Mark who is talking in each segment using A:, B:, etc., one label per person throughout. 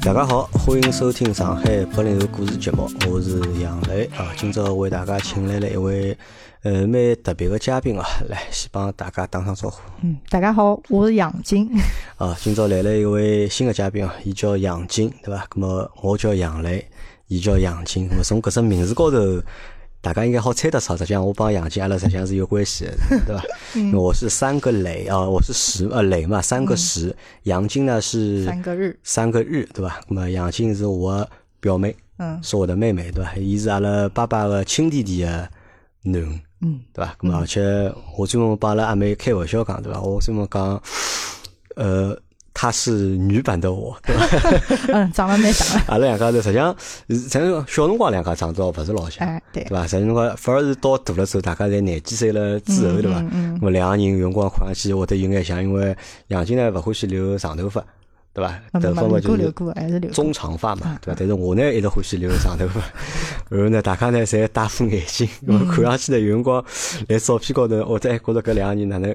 A: 大家好，欢迎收听上海八零后故事节目，我是杨磊啊。今朝为大家请来了一位呃蛮特别的嘉宾啊，来先帮大家打声招呼
B: 嗯，大家好，我是杨晶。
A: 啊。今朝来了一位新的嘉宾啊，伊叫杨晶，对伐？那么我叫杨磊，伊叫杨晶。那么从搿只名字高头，大家应该好猜得出，实际上我帮杨晶阿拉实际上是有关系的，对 伐？
B: 嗯
A: 因为我是三个磊啊，我是十呃磊嘛，三个十，杨晶呢是
B: 嗯三个日，
A: 三个日，对伐？那么杨静是我的表妹，
B: 嗯
A: 是我的妹妹，对伐？伊是阿拉爸爸的亲弟弟的囡恩，
B: 嗯，
A: 对伐？那么而且我专门帮阿拉阿妹开玩笑讲，对伐？我专门讲，呃，她是女版的我，对伐？
B: 嗯，长得蛮像的。
A: 阿拉两家头实际上，实际上小辰光两家长得勿 是老像，
B: 哎，对
A: 对，伐？实际上讲，反而是到大了之后，大家侪廿几岁了之后，
B: 嗯
A: 对伐？那么两个人有辰光看上去会得有眼像，因为杨静呢勿欢喜留长头发，对伐？
B: 啊没
A: 头
B: 没
A: 发
B: 没
A: 嘛
B: 留
A: 就
B: 过
A: 是
B: 留过，哎还是留过。
A: 中长发
B: 嗯
A: 嘛，对伐？但是我呢一直欢喜留长头发， 然后呢，大家呢侪戴副眼镜，那么
B: 嗯
A: 看上去呢有辰光呃来照片高头，我得觉着搿两个人哪能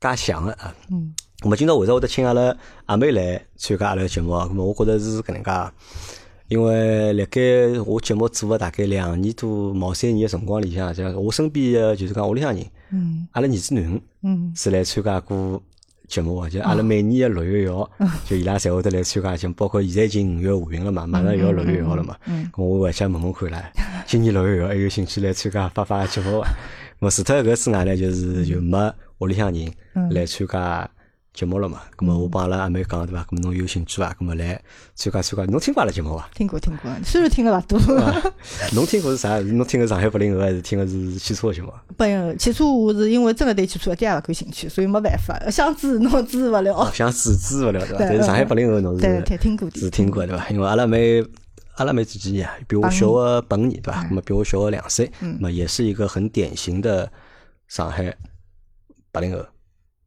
A: 介像个啊？
B: 嗯，
A: 我们今朝为啥会得请阿拉阿妹来参加阿拉个节目啊？咁么我觉着是搿能介，因为辣盖我节目做了大概两年多毛三年个辰光里向，就我身边个就是讲屋里向人，
B: 嗯
A: 阿拉儿子囡恩。
B: 嗯，
A: 是来参加过节目啊，就阿拉每年的六月一
B: 哦
A: 号，就伊拉侪会得来参加节目，包括现在已经五月下旬了嘛，马上要六月一号了嘛，
B: 嗯
A: 咁我回家问问看啦，今年六月一号还有兴趣来参加爸爸的节目伐？咁除脱搿之外呢，就是就没屋里向人
B: 嗯
A: 来参加。节目了嘛？咁么我帮阿拉阿妹讲对伐？咁侬有兴趣啊伐？咁么来参加参加。侬听过阿拉节目伐？
B: 听过听过，
A: 嗯
B: 虽然听了勿多，
A: 啊侬听过是啥？侬听个上海八零后，还是听个是汽车的节目？
B: 本汽车我是因为真的对汽车一点也勿感兴趣，所以没办法，想支持侬支持勿
A: 哦
B: 了。，
A: 想支支勿了对伐？
B: 对
A: 但是上海
B: 嗯
A: 八零后侬是
B: 对，听听过
A: 是
B: 的。
A: 听过对伐？因为阿拉妹，阿拉妹几几年啊，比我小个八五年对伐？
B: 嗯
A: 那么比我小个两岁，那么也是一个很典型的上海八零后。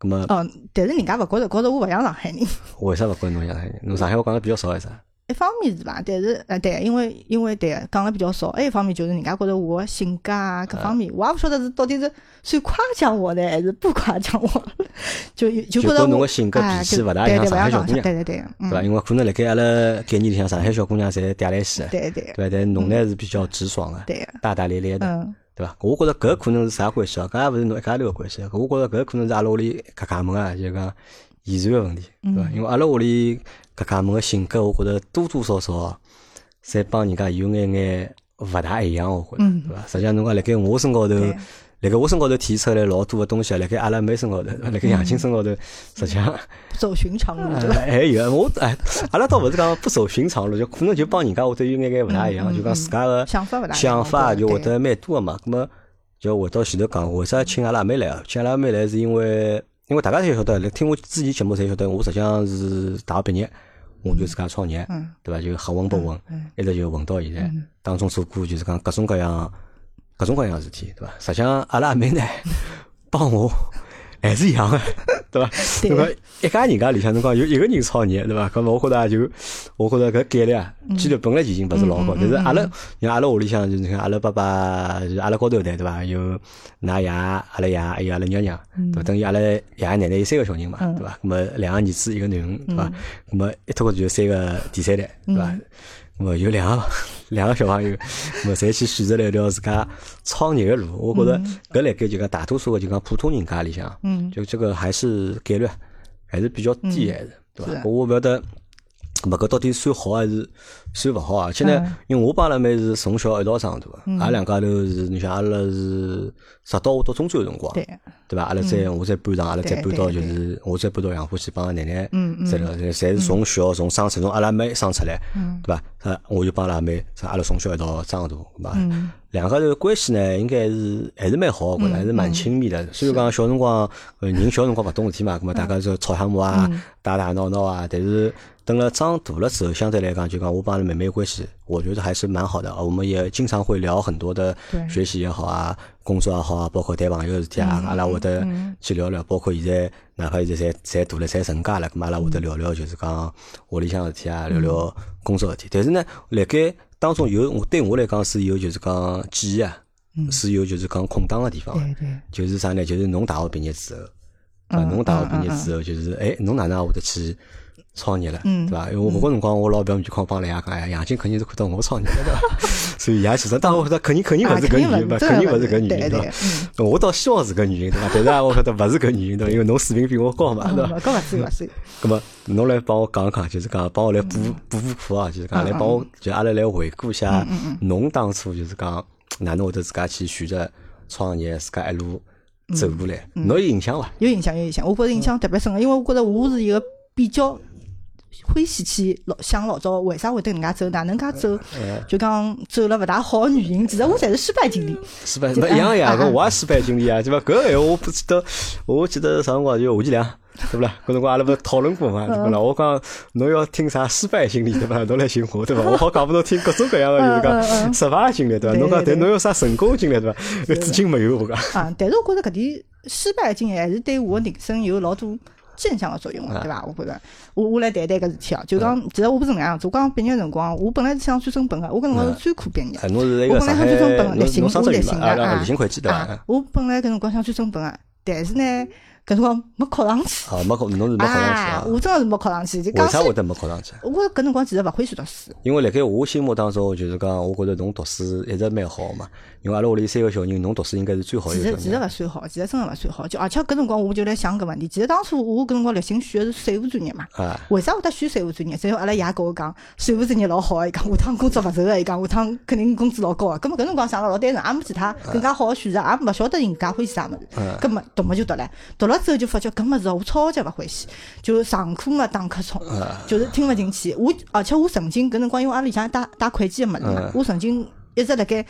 A: 那么
B: 哦，但是人家勿觉着，觉着我勿像上海人。
A: 为啥勿跟侬一样呢？侬上海话讲的比较少，为啥？
B: 一方面是吧，但是呃对，因为因为对讲了比较少，还有一方面就是人家觉着我的性格啊各方面，我也勿晓得是到底是算夸奖我呢，还是不夸奖我，就就
A: 就
B: 觉
A: 跟
B: 着
A: 侬
B: 我
A: 个性格
B: 哎
A: 脾气
B: 对
A: 勿大
B: 对
A: 像
B: 对
A: 上海
B: 勿
A: 小
B: 像
A: 姑娘
B: 对对对，
A: 对
B: 嗯，
A: 伐？因为可能辣盖阿拉概念里向，上海小姑娘侪嗲来西，
B: 对
A: 对
B: 对
A: 伐？但侬
B: 嗯
A: 呢是比较直爽个，
B: 对，
A: 大大咧咧的，
B: 嗯
A: 对伐？我觉着搿可能是啥关系啊？搿也勿是侬一家头个关系，啊搿我觉着搿可能是阿拉屋里家家门啊，就讲遗传个问题，对
B: 嗯
A: 伐？因为阿拉屋里家家门个性格，我觉着多多少少侪帮人家有眼眼勿大一样，我觉着，对伐？实际上侬讲辣盖我身高头，
B: 嗯对
A: 辣盖我身高头体现出来老多个东西啊，辣盖阿拉妹身高头，
B: 嗯
A: 辣盖杨青身高头，实际上。
B: 走寻常路对
A: 呃
B: 吧？
A: 还有 我哎，阿拉倒勿是讲不走寻常路，就可能就帮人家会得有眼眼勿大一样，就讲自家个
B: 嗯想法勿大一样
A: 想法就
B: 对
A: 会得蛮多个嘛。咁么就回到前头讲，为啥请阿拉阿妹来啊？请阿拉阿妹来是因为，因为大家侪晓得，来听我之前节目侪晓得，我实际上是大学毕业，
B: 嗯
A: 我就自家创业，对伐？就黑混不混，一直就混到现
B: 嗯
A: 在，当中做过就是讲各种各样、各种各样的事体，对伐？实际上阿拉阿妹呢， 帮我还是一样个，对伐？
B: 对
A: 那么一家人家里向，侬讲有一个人创业，对伐？咁么我觉着也就，我觉着搿概率啊，几率本来就已经勿是老高，但是阿拉，像阿拉屋里向，就是看阿拉爸爸，就是阿拉高头一代，对伐？有㑚爷、阿拉爷，还有阿拉娘娘，对伐？等于阿拉爷爷奶奶有三个小人嘛，对伐？咁么两个儿子，一个囡恩，对伐？咁么一脱过就三个第三代，对伐？咁么有两个 两个小朋友，咁么侪去选择了一条自家创业的路。我觉着搿辣盖就讲大多数个就讲普通人家里向，就这个还是概率还是比较低，还是对伐？我勿晓得。咁搿到底算好还是算勿好啊？而且呢，因为我帮阿拉妹是从小一道长大的，阿拉两家头是，你像阿拉是直到我读中专个辰光，
B: 对
A: 对伐？阿拉再我再搬上，阿拉再
B: 对
A: 搬到
B: 对嗯
A: 就是我再搬到杨浦去帮奶奶，这个侪是从小从生出从阿拉妹生出来，
B: 嗯
A: 对伐？呃，我就帮阿拉妹，是阿拉从小一道长大，对伐？
B: 嗯
A: 两家头的关系呢，应该是还是蛮好，我觉着还是
B: 嗯
A: 蛮亲密的。虽然讲小辰光，呃，人小辰光勿懂事体嘛，咁么大家就吵相骂啊，
B: 嗯
A: 打打闹闹啊，但是。等了长大了之后，相对来讲，就讲我帮阿拉妹妹关系，我觉得还是蛮好的。我们也经常会聊很多的
B: 对
A: 学习也好啊，工作也好啊，包括谈朋友的事体啊，阿拉会得去聊聊。包括现在，哪怕现在侪侪大了，侪成家了，咁阿拉会得聊聊，就是讲屋里向的事体啊，聊聊工作的事体。但是呢，辣盖当中有我对我来讲是有就是讲记忆啊，是有就是讲空档的地方的。
B: 对对，
A: 就是啥
B: 嗯
A: 呢？就是侬大学毕业之后，啊，侬大学毕业之后，就是哎，侬哪能也会得去创业了，
B: 嗯
A: 对伐？因为我搿辰光我老表面就帮帮来呀讲，哎呀，杨静肯定是看到我创业了， 对伐？所以也其实，当然我觉得肯定肯定
B: 啊
A: 勿是搿
B: 肯定
A: 原因，
B: 勿
A: 勿
B: 是
A: 肯定
B: 真的
A: 勿是搿
B: 勿是
A: 原
B: 对
A: 因，
B: 对
A: 伐？我倒希望是搿原因，对伐？但是啊，我晓得勿是搿原因，对伐？因为侬水平比我高嘛，对伐？
B: 嗯，搿勿至于勿至于，
A: 咁么，侬来帮我讲讲，就是讲帮我来补补补课啊，就是讲来帮我，就阿拉来回顾一下，侬当初就是讲哪能会得自家去选择创业，自家一路走过来，侬有印象伐？
B: 有影响有影响，我觉着影
A: 嗯
B: 响特别深个，因为我觉着我是一个比较欢喜去老想老早为啥会得搿能介走，哪能介走，
A: 哎
B: 就讲走了勿大好个原因，其实我侪是失败经历，
A: 失 败，那一样呀，搿我也失败经历啊，对伐？搿个闲话我不记得，我记得啥辰光就夏季良， 对勿啦？搿辰光阿拉勿是讨论过嘛，对勿啦？我讲侬要听啥失败经历，对伐？侬来寻我，对伐？我好讲拨侬听各种各样的，就是讲失败经历，嗯对伐？侬讲，但侬有啥成功经历，对伐？ 至今没有，我讲。
B: 啊，但是我觉着搿点失败的经验还是对我人生有老多正向的作用的，啊
A: 哎
B: 对伐？我觉着，我我来谈谈搿事体哦，就讲其实我不是搿能样子，我刚毕业辰光，我本来是想专升本个，我搿辰光是专科毕业。
A: 哎，侬是一
B: 我
A: 个
B: 本来
A: 上
B: 想
A: 海，
B: 去升本，
A: 侬
B: 立信，
A: 侬
B: 我
A: 商职
B: 立
A: 院
B: 信
A: 嘛，啊，
B: 啊，
A: 立信会计对伐？
B: 啊我本来搿辰光想去升本个，啊但是呢，搿辰光没考上去。
A: 啊，没考，侬是没考
B: 啊，
A: 上去啊？
B: 我真个是没考上去。就
A: 为
B: 讲
A: 啥
B: 起
A: 会
B: 来，
A: 得没考上去啊？
B: 我搿辰光其实勿欢喜读书。
A: 因为辣盖我心目当中，就是讲，我觉着侬读书一直蛮好嘛。因为阿拉屋里三个小人，侬读书应该是最好的
B: 其
A: 一个小
B: 实其实
A: 人。
B: 勿算好，其实真个勿算好。就而且搿辰光我就来想搿问题。其实当初我搿辰光立心选的是税务专业嘛。
A: 啊，
B: 为啥会得选税务专业？最后阿拉爷跟我讲，税务专业老好个，伊讲下趟工作勿愁个，伊讲下趟肯定工资老高个。啊葛末搿辰光想了老单纯，也没其他更加好个选择，也勿晓得人家欢喜啥物事。葛末啊读么就读了，读了之后就发觉搿物事哦我超级勿欢喜，就上啊课嘛打瞌冲，就是听勿进去。啊我而且我曾经搿辰光因为阿拉里向带带会计个物事嘛
A: 嗯，
B: 我曾经一直辣盖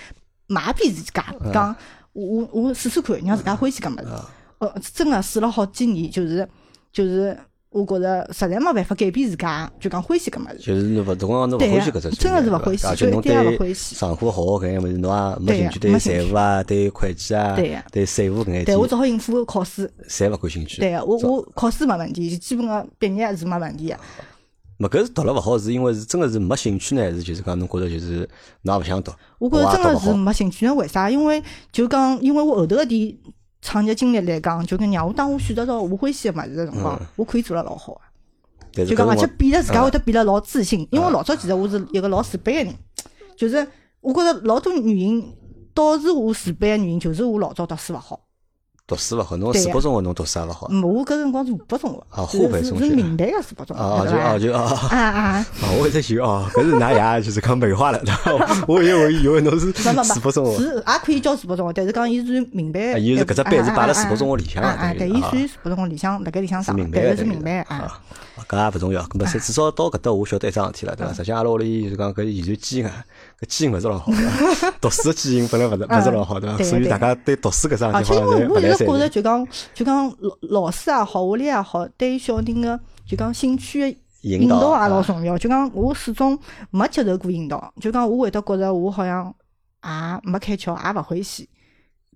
B: 麻痹自家，讲我我我试试看，让自家欢喜搿物事。呃，真个试了好几年，就是就是，我觉着实在没办法改变自家，就讲欢喜搿物事。
A: 就是侬勿，辰光侬勿
B: 对
A: 欢
B: 呀
A: 喜搿只专业，
B: 真的是
A: 对
B: 勿
A: 伐
B: 欢喜
A: 而且
B: 就
A: 侬
B: 一点也勿
A: 对
B: 欢喜
A: 上课好搿眼物事，侬也没
B: 对
A: 兴
B: 呀
A: 趣，
B: 没
A: 对
B: 兴
A: 财务啊，对会计啊
B: 对呀，
A: 对税务搿眼
B: 但我
A: 事
B: 只好应付考试。
A: 体，侪勿感兴趣。
B: 对，我我考试没问题，基本个毕业是没问题个。啊
A: 没搿是读了勿好，是因为是真个是没兴趣呢，还是就是讲侬觉着就是侬也勿想读？
B: 我觉着
A: 也
B: 真
A: 读勿
B: 个是
A: 好
B: 没兴趣，因为为啥？因为就讲，因为我后头个点创业经历来讲，就跟让我当我选择到我欢喜个物事个辰光，我可以做了老好个。啊
A: 但是搿辰
B: 就讲，而
A: 光
B: 且变得自家会得变得老自信，因为老早其实我是一个老自卑个人，就是我觉着老多原因导致我自卑个原因，就是我老早读书勿好。
A: 读书勿好，侬
B: 对
A: 四
B: 呀
A: 国中学侬读书也勿好
B: 嗯，我搿辰光是湖北中学，
A: 啊
B: 就是
A: 湖北
B: 是
A: 中
B: 是
A: 学
B: 民办个是北中学，
A: 啊，
B: 对
A: 就
B: 伐
A: 啊就啊。
B: 啊 啊！
A: 啊，我一直寻哦，搿是㑚爷就是讲美化了，对伐？我以为以为侬是
B: 没没
A: 四伯中
B: 没，
A: 学，
B: 是也可以叫四北中学，但是讲伊是民办
A: 啊，伊是搿只班是摆辣四
B: 四
A: 北中学里向
B: 哎啊
A: 的
B: 啊，
A: 等
B: 对，
A: 于
B: 伊
A: 啊
B: 属于四北中学里向，辣盖里向
A: 是
B: 上，
A: 民办
B: 但
A: 的
B: 是民办
A: 等于
B: 啊，
A: 啊，搿也勿重要。搿么实至少到搿搭，我晓得一桩事体了，对
B: 嗯
A: 伐？实际上阿拉屋里就是讲搿遗传基因啊，搿基因勿是老好， 读书的基因本来勿是勿是老好，对伐？
B: 嗯对
A: 所以
B: 对
A: 大家对读书搿桩
B: 而
A: 事体
B: 且
A: 好
B: 因
A: 像侪勿
B: 为啊我一
A: 来三的。
B: 直觉着就讲就讲老老师也好，屋里也好，对小人个就讲兴趣个
A: 引
B: 引导
A: 导啊
B: 也老重要。就讲我始终没接受过引导，就讲我会得觉着我好像也没开窍，也勿欢喜。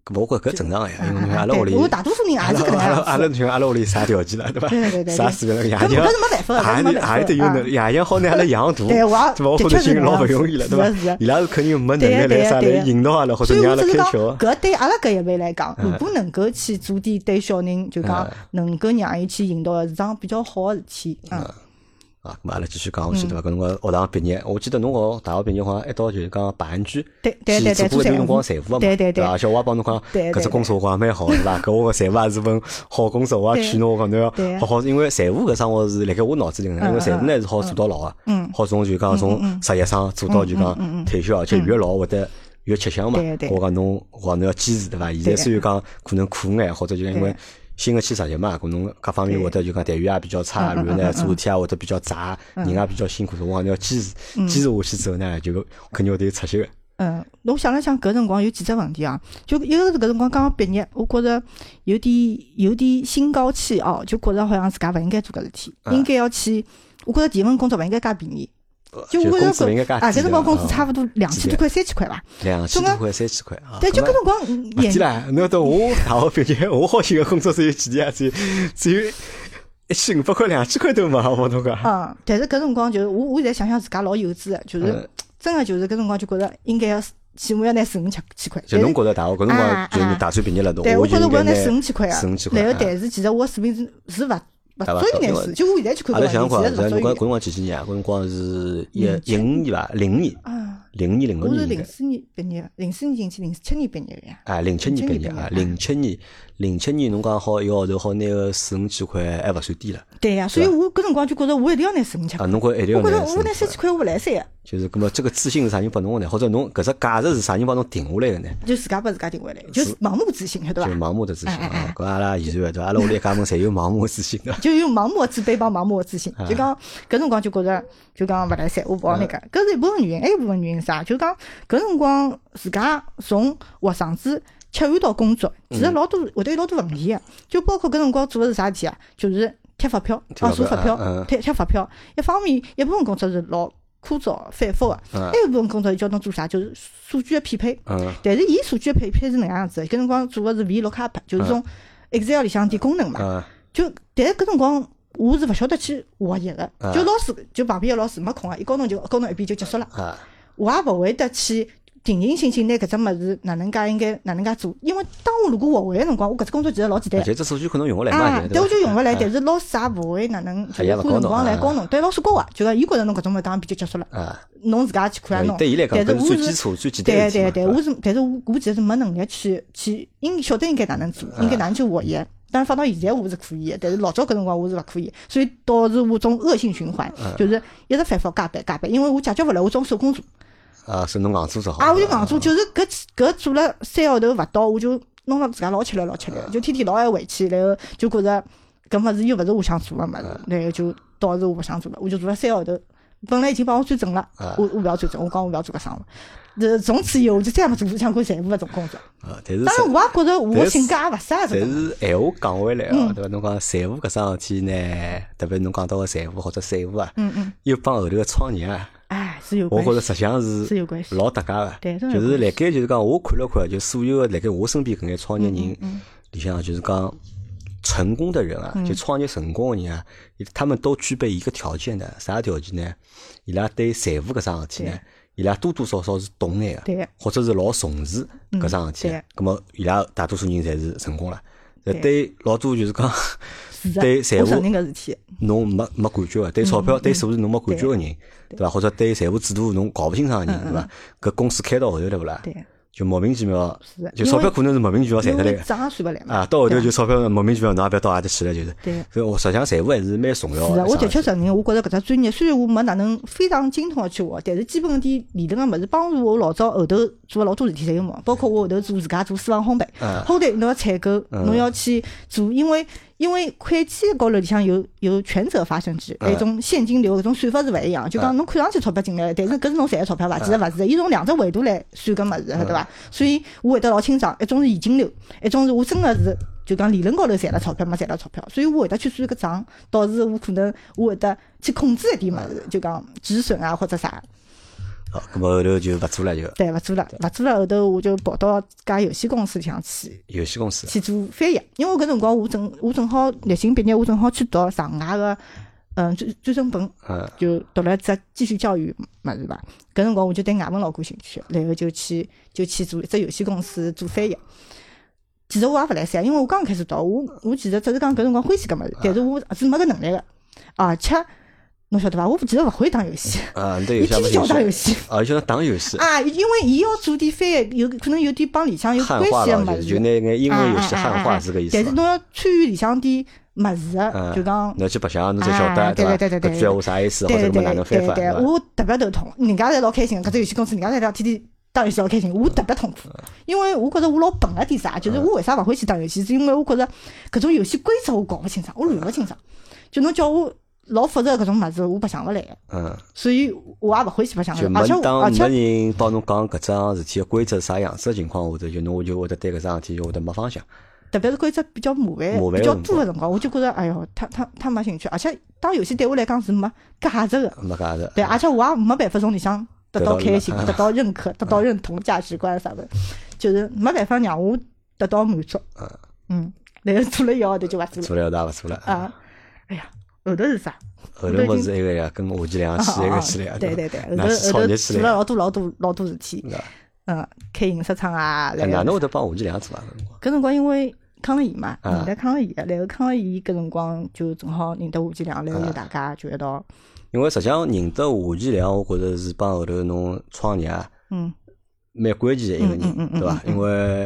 A: 搿我觉得搿正常个呀，
B: 啊
A: 因为
B: 啊
A: 嗯阿
B: 啊
A: 拉屋里
B: 对，我大多数人
A: 阿
B: 也
A: 拉
B: 是搿能
A: 阿拉阿拉
B: 样子。
A: 侬像阿拉屋里啥条件了，对伐？
B: 对对对
A: 啥
B: 对
A: 水平了？
B: 搿
A: 爷
B: 是
A: 娘
B: 搿是没办法的，搿是没办法
A: 也也
B: 的。
A: 得有能，
B: 啊
A: 爷娘好拿阿拉养大，
B: 对我也
A: 对伐？我觉
B: 的确
A: 得
B: 是
A: 已经
B: 搿
A: 老
B: 样
A: 勿
B: 子
A: 容易了，
B: 是
A: 对伐
B: 的是的？
A: 伊拉是肯定没能
B: 对呀
A: 力
B: 对
A: 来
B: 呀
A: 啥来
B: 对呀
A: 引导阿拉，或者
B: 所以
A: 让阿
B: 我
A: 拉
B: 只是
A: 开嗯
B: 讲，
A: 窍。
B: 搿对阿拉搿一辈来讲，如果能够去做点对小人，就
A: 嗯
B: 讲能够让伊去引导的，是桩比较好的事体。嗯，
A: 啊，咁阿拉继续讲下去，对伐？搿辰光学堂毕业，我记得侬学大学毕业好像一道就是讲办安居，
B: 对对
A: 去
B: 对
A: 做过一
B: 对做
A: 段辰光
B: 财
A: 财
B: 务
A: 务个嘛，
B: 对对对
A: 伐？而且我也帮侬讲，
B: 对对
A: 搿只
B: 对
A: 工作我讲蛮好，对 伐？搿我个财务也是份好工作，我也
B: 对
A: 劝侬讲侬要
B: 对嗯呀
A: 好好，因为财务搿生活是辣盖我脑子里个，因为财务呢是好做到老个，
B: 嗯
A: 好从就讲从实习生做到就讲退休，而且越老会得。越吃香嘛
B: 对，对
A: 我讲侬，我讲侬要坚持对伐？现在
B: 对
A: 虽然讲可能苦眼，或者就因为
B: 对
A: 新个去实习嘛，可能各方面
B: 对嗯
A: 会得就讲待遇也比较差，然后呢做事体也会得比较杂，人也比较辛苦，我讲侬要坚持，坚持下去之后呢，就肯定会得有出息个。
B: 嗯，侬想了想，搿辰光有几只问题啊？就一个是搿辰光刚刚毕业，我觉着有点有点心高气傲，就觉着好像自家勿应该做搿事体，
A: 嗯
B: 应该要去。我觉着第一份工作勿应该介便宜，就我
A: 就
B: 觉
A: 呃工
B: 着
A: 资勿应该
B: 搿
A: 介
B: 啊，搿
A: 低
B: 辰
A: 的
B: 光工资
A: 啊
B: 差不多两千多块、三千块吧。
A: 两千多块、三千块啊。
B: 但就搿辰光
A: 勿
B: 眼
A: 低啦，侬要到我大学毕业，我好寻个工作只有几钿啊？只有只有一千五百块、两千块都没，我侬讲。
B: 嗯，但是搿辰光就是我，我现在想想自家老幼稚的，就是
A: 嗯
B: 真的就是搿辰光就觉着应该要起码要拿四五千千块，
A: 就
B: 但
A: 侬
B: 是
A: 觉着大学搿辰光
B: 啊
A: 就是
B: 啊
A: 大专毕业了，
B: 对
A: 我
B: 我
A: 就
B: 觉着
A: 应
B: 我
A: 该
B: 要
A: 拿
B: 拿四五千块啊
A: 四五千，块
B: 然后
A: 啊
B: 但是其实我水平是是勿勿
A: 对伐
B: 所有眼
A: 因为
B: 事，就我现在去看
A: 阿
B: 搿
A: 拉
B: 问题，
A: 想光，搿
B: 其实是
A: 辰
B: 勿
A: 光
B: 所
A: 搿
B: 有眼。嗯
A: 辰光几几年啊？搿辰光是一一五年伐？零年，
B: 啊，
A: 零年零六
B: 我是
A: 年应
B: 零
A: 该。
B: 四年毕业的，零四年进去，零七年毕业的呀。
A: 啊，零七年毕业
B: 07
A: 啊，
B: 年
A: 零七年，零七年侬讲好一个号头好拿个四五千块，还勿算低了
B: 对呀，所以我搿辰光就觉着我一定要拿四五千
A: 啊！
B: 块，
A: 侬觉着一定
B: 我
A: 要拿
B: 觉着
A: 四
B: 我
A: 五
B: 拿
A: 千块
B: 三千块我来三个，
A: 就是搿么这个自信是啥人拨侬个呢？或者侬搿只价值是啥人帮侬定下来个呢？
B: 就自家拨自家定位来，就是盲目自信，晓得
A: 就
B: 伐？
A: 盲目的自信
B: 哎哎
A: 啊！搿阿拉现在对伐？阿拉屋里一家门侪有盲目的自信的。
B: 就用盲目的自卑帮盲目的自信，
A: 啊
B: 就讲搿辰光就觉着，就讲勿来三，我勿好那个。搿是一部分原因，还有一部分原因是啥？就讲搿辰光自家从学生子切换到工作，
A: 嗯
B: 其实老多会得有老多问题个，就包括搿辰光做个是啥事体啊？就是贴发票，
A: 贴
B: 哦，
A: 发
B: 数
A: 票
B: 发票
A: 嗯嗯，
B: 贴贴发票。一方面，一部分工作是老枯燥反复个，
A: 嗯
B: 还有一部分工作就叫侬做啥？就是数据个匹配。
A: 嗯
B: 但是伊数据个匹配是能样子的，搿辰光做个是 V lookup，就是
A: 啊
B: 从 Excel 里向点功能嘛。
A: 嗯
B: 就但是搿辰光我是勿晓得去学习个
A: 啊，
B: 就老师就旁边个老师没空啊，伊教侬就教侬一遍就结束了，
A: 啊
B: 我也勿会得去。定定心心拿搿只物事哪能介应该哪能介做，因为当我如果学会个辰光，我搿只工作其实老简单
A: 而。且这数据可能用勿来嘛，
B: 啊
A: 现在，
B: 但我
A: 对伐
B: 就用勿来，但是老师也勿会哪能就
A: 哎呀
B: 是
A: 勿教
B: 花
A: 侬
B: 辰光来
A: 啊
B: 教侬，对老师教个，就讲伊觉着侬搿种物事打一遍就结束了，
A: 啊，
B: 侬自家去看下弄。
A: 对伊来讲
B: 但是
A: 搿
B: 我
A: 最
B: 是
A: 基础、最简单
B: 对
A: 的事体嘛
B: 对对，
A: 伐
B: 我是，但是我我其实是没能力去去应晓得应该哪能做，
A: 啊
B: 应该哪能去学习。当然放到现在我是可以的，但是老早搿辰光我是勿可以，所以导致我种恶性循环，
A: 嗯
B: 就是一直反复加班加班，因为我解决勿了我种手工做，
A: 啊，是侬硬做只好
B: 啊，我就硬做，就是搿几搿做了三个号头勿到，我就弄得自家老吃力老吃力，
A: 啊
B: 就天天老爱回去，然后就觉着搿物事又勿是我想做个物
A: 啊
B: 事，然后就导致我勿想做了，我就做了三个号头。本来已经帮我转正了，
A: 啊
B: 我我勿要转正，我讲我勿要做搿生活。呃，从此以后我就再也没做过相关财务搿种工作。
A: 啊，但是
B: 当然，我也觉着我
A: 但
B: 个
A: 是
B: 性格也勿适合做
A: 但
B: 搿
A: 是闲话
B: 种。
A: 哎讲回来
B: 嗯
A: 哦，对伐？侬讲财务搿桩事体呢，特别侬讲到个财务或者税务啊，
B: 嗯嗯，
A: 又帮后头个创业啊，
B: 哎，是有
A: 我
B: 关
A: 觉
B: 系
A: 着。实际上是
B: 是有关系
A: 老搭界个。
B: 对真有
A: 就是
B: 关
A: 辣盖就是讲，我看了看，就所有个辣盖我身边搿眼创业
B: 嗯
A: 人里向，就是讲成功的人啊，
B: 嗯
A: 就创业成功的人啊，他们都具备一个条件的，啥条件呢？伊拉对财务搿桩事体呢
B: 对，
A: 伊拉多多少少是懂眼个
B: 对，嗯
A: 或者是老重视搿桩事体的
B: 对。
A: 咁么伊拉大多数人侪是成功了。呃
B: 对
A: 对老多就是讲
B: 是的，
A: 对财
B: 我承
A: 务
B: 认搿事体。
A: 侬没没感觉个，啊对钞
B: 嗯
A: 票对数字侬没感觉个人，对伐？或者对财务制度侬搞勿清爽个人，对伐？搿公司开到后头对勿啦？
B: 嗯对，
A: 就莫名其妙
B: 是的，
A: 就
B: 因
A: 钞票
B: 为
A: 可能是莫名其妙赚
B: 因
A: 得来
B: 为
A: 个
B: 账也算勿来嘛。
A: 啊，到后头
B: 对
A: 就钞票莫名其妙侬也勿晓得到何里去了，就是。
B: 对
A: 所以我实际上财务还是蛮重要
B: 是
A: 个
B: 的，我的确
A: 实
B: 承认，我觉着搿只专业虽然我没哪能非常精通个去学，但是基本点理论个物事，帮助我老早后头做个老多事体侪有毛，包括我后头做自家做私房烘焙
A: 嗯，
B: 烘焙侬要采购，侬要去做，因为因为会计高头里向有有权责发生
A: 嗯
B: 制，还有种现金流搿种算法是勿一样，就讲侬看上去钞票进来了，但是搿是侬赚个钞票伐？其
A: 嗯
B: 实勿是的，伊从两只维度来算搿物事，晓得伐？所以我会得老清爽，一种是现金流，一种是我真个是。就讲理论高头赚了钞票，没赚了钞票，所以我会得去算搿账，导致我可能我会得去控制一点物事，就讲止损啊或者啥，
A: 好，咁么后头就勿做了，就
B: 对，勿做了，勿做了后头我就跑到家游戏公司里向去
A: 游戏公司
B: 去做翻译，因为搿辰光我正我正好立新毕业，我正好去读上海个嗯最最升本，
A: 啊
B: 就读了只继续教育物事吧。搿辰光我就对外文老感兴趣，然后就去就去做一只游戏公司做翻译。其实我也勿来三，因为我刚开始读，我我其实只是讲搿辰光欢喜搿物事，但是我是没搿能力个，而且侬晓得伐？我其实勿会打游戏，
A: 啊，你对游
B: 伊
A: 戏也
B: 天
A: 没兴
B: 天叫我打游
A: 趣
B: 戏。
A: 啊，就想打游戏，
B: 啊，因为伊要做点翻译，有可能有点帮里啊向有
A: 汉
B: 关
A: 化
B: 系个
A: 了，
B: 物
A: 就是
B: 事
A: 就。拿眼英文游戏
B: 啊啊
A: 汉化
B: 啊
A: 是搿意思
B: 但
A: 伐
B: 是？侬要参与里向点物事
A: 嗯
B: 个，就讲
A: 侬要去白相，侬才晓
B: 啊
A: 得
B: 对
A: 伐？
B: 对对对对
A: 搿句闲话啥意思，或者
B: 对
A: 搿么哪能翻
B: 对对
A: 法，
B: 对，
A: 伐？
B: 我特别头痛，人家侪老开心，搿只游戏公司人家侪聊天天打游戏老开心，我特别痛
A: 嗯
B: 苦，因为我觉着我老笨个点啥，就是我为啥勿欢喜打游戏，是因为我觉着搿种游戏规则我搞勿清爽，我乱勿清爽，就侬叫我老复杂搿种物事，我白相勿来，
A: 嗯。
B: 所以我也勿欢喜白相
A: 就
B: 搿
A: 没
B: 个，啊而且我
A: 当
B: 而且
A: 没人帮侬讲搿桩事体个规则啥样子个情况下头，就侬就会得对搿桩事体就会得没方向。
B: 特别是规则比较麻烦
A: 麻烦的
B: 比较
A: 辰
B: 多个辰光，我就觉着哎哟，太太太没兴趣，而且打游戏对我来讲是没价值个。
A: 没搿是
B: 对，啊而且我也没办法从里向
A: 嗯
B: 得
A: 得到嗯
B: 到开心、
A: 认
B: 得到认可、得到认同价值观啥的，就是没办法让我得到满足。嗯，然后做了以后头就勿做了
A: 做了大勿做了。
B: 啊！哎呀，后头是啥？
A: 后头么是埃个呀，跟下期两哎
B: 啊
A: 起
B: 啊
A: 埃个
B: 啊
A: 起来，
B: 对
A: 对
B: 对
A: 伐
B: 对，
A: 拿去
B: 后头
A: 创
B: 后
A: 业
B: 头
A: 起
B: 做了
A: 来。
B: 老多老多老多事体
A: 对，
B: 嗯，开印刷厂啊，
A: 哎，哪
B: 然
A: 能
B: 后
A: 会得帮下期两做啊？搿辰光
B: 搿辰光因为。抗议嘛，
A: 啊
B: 认得抗议的，然后抗议搿辰光就正好认得吴建良，然后就大家就一道，
A: 因为实际上认得吴建良，我觉着是帮后头侬创业啊
B: 嗯，
A: 蛮关键的一个
B: 嗯嗯
A: 人
B: 嗯，嗯
A: 对伐？因为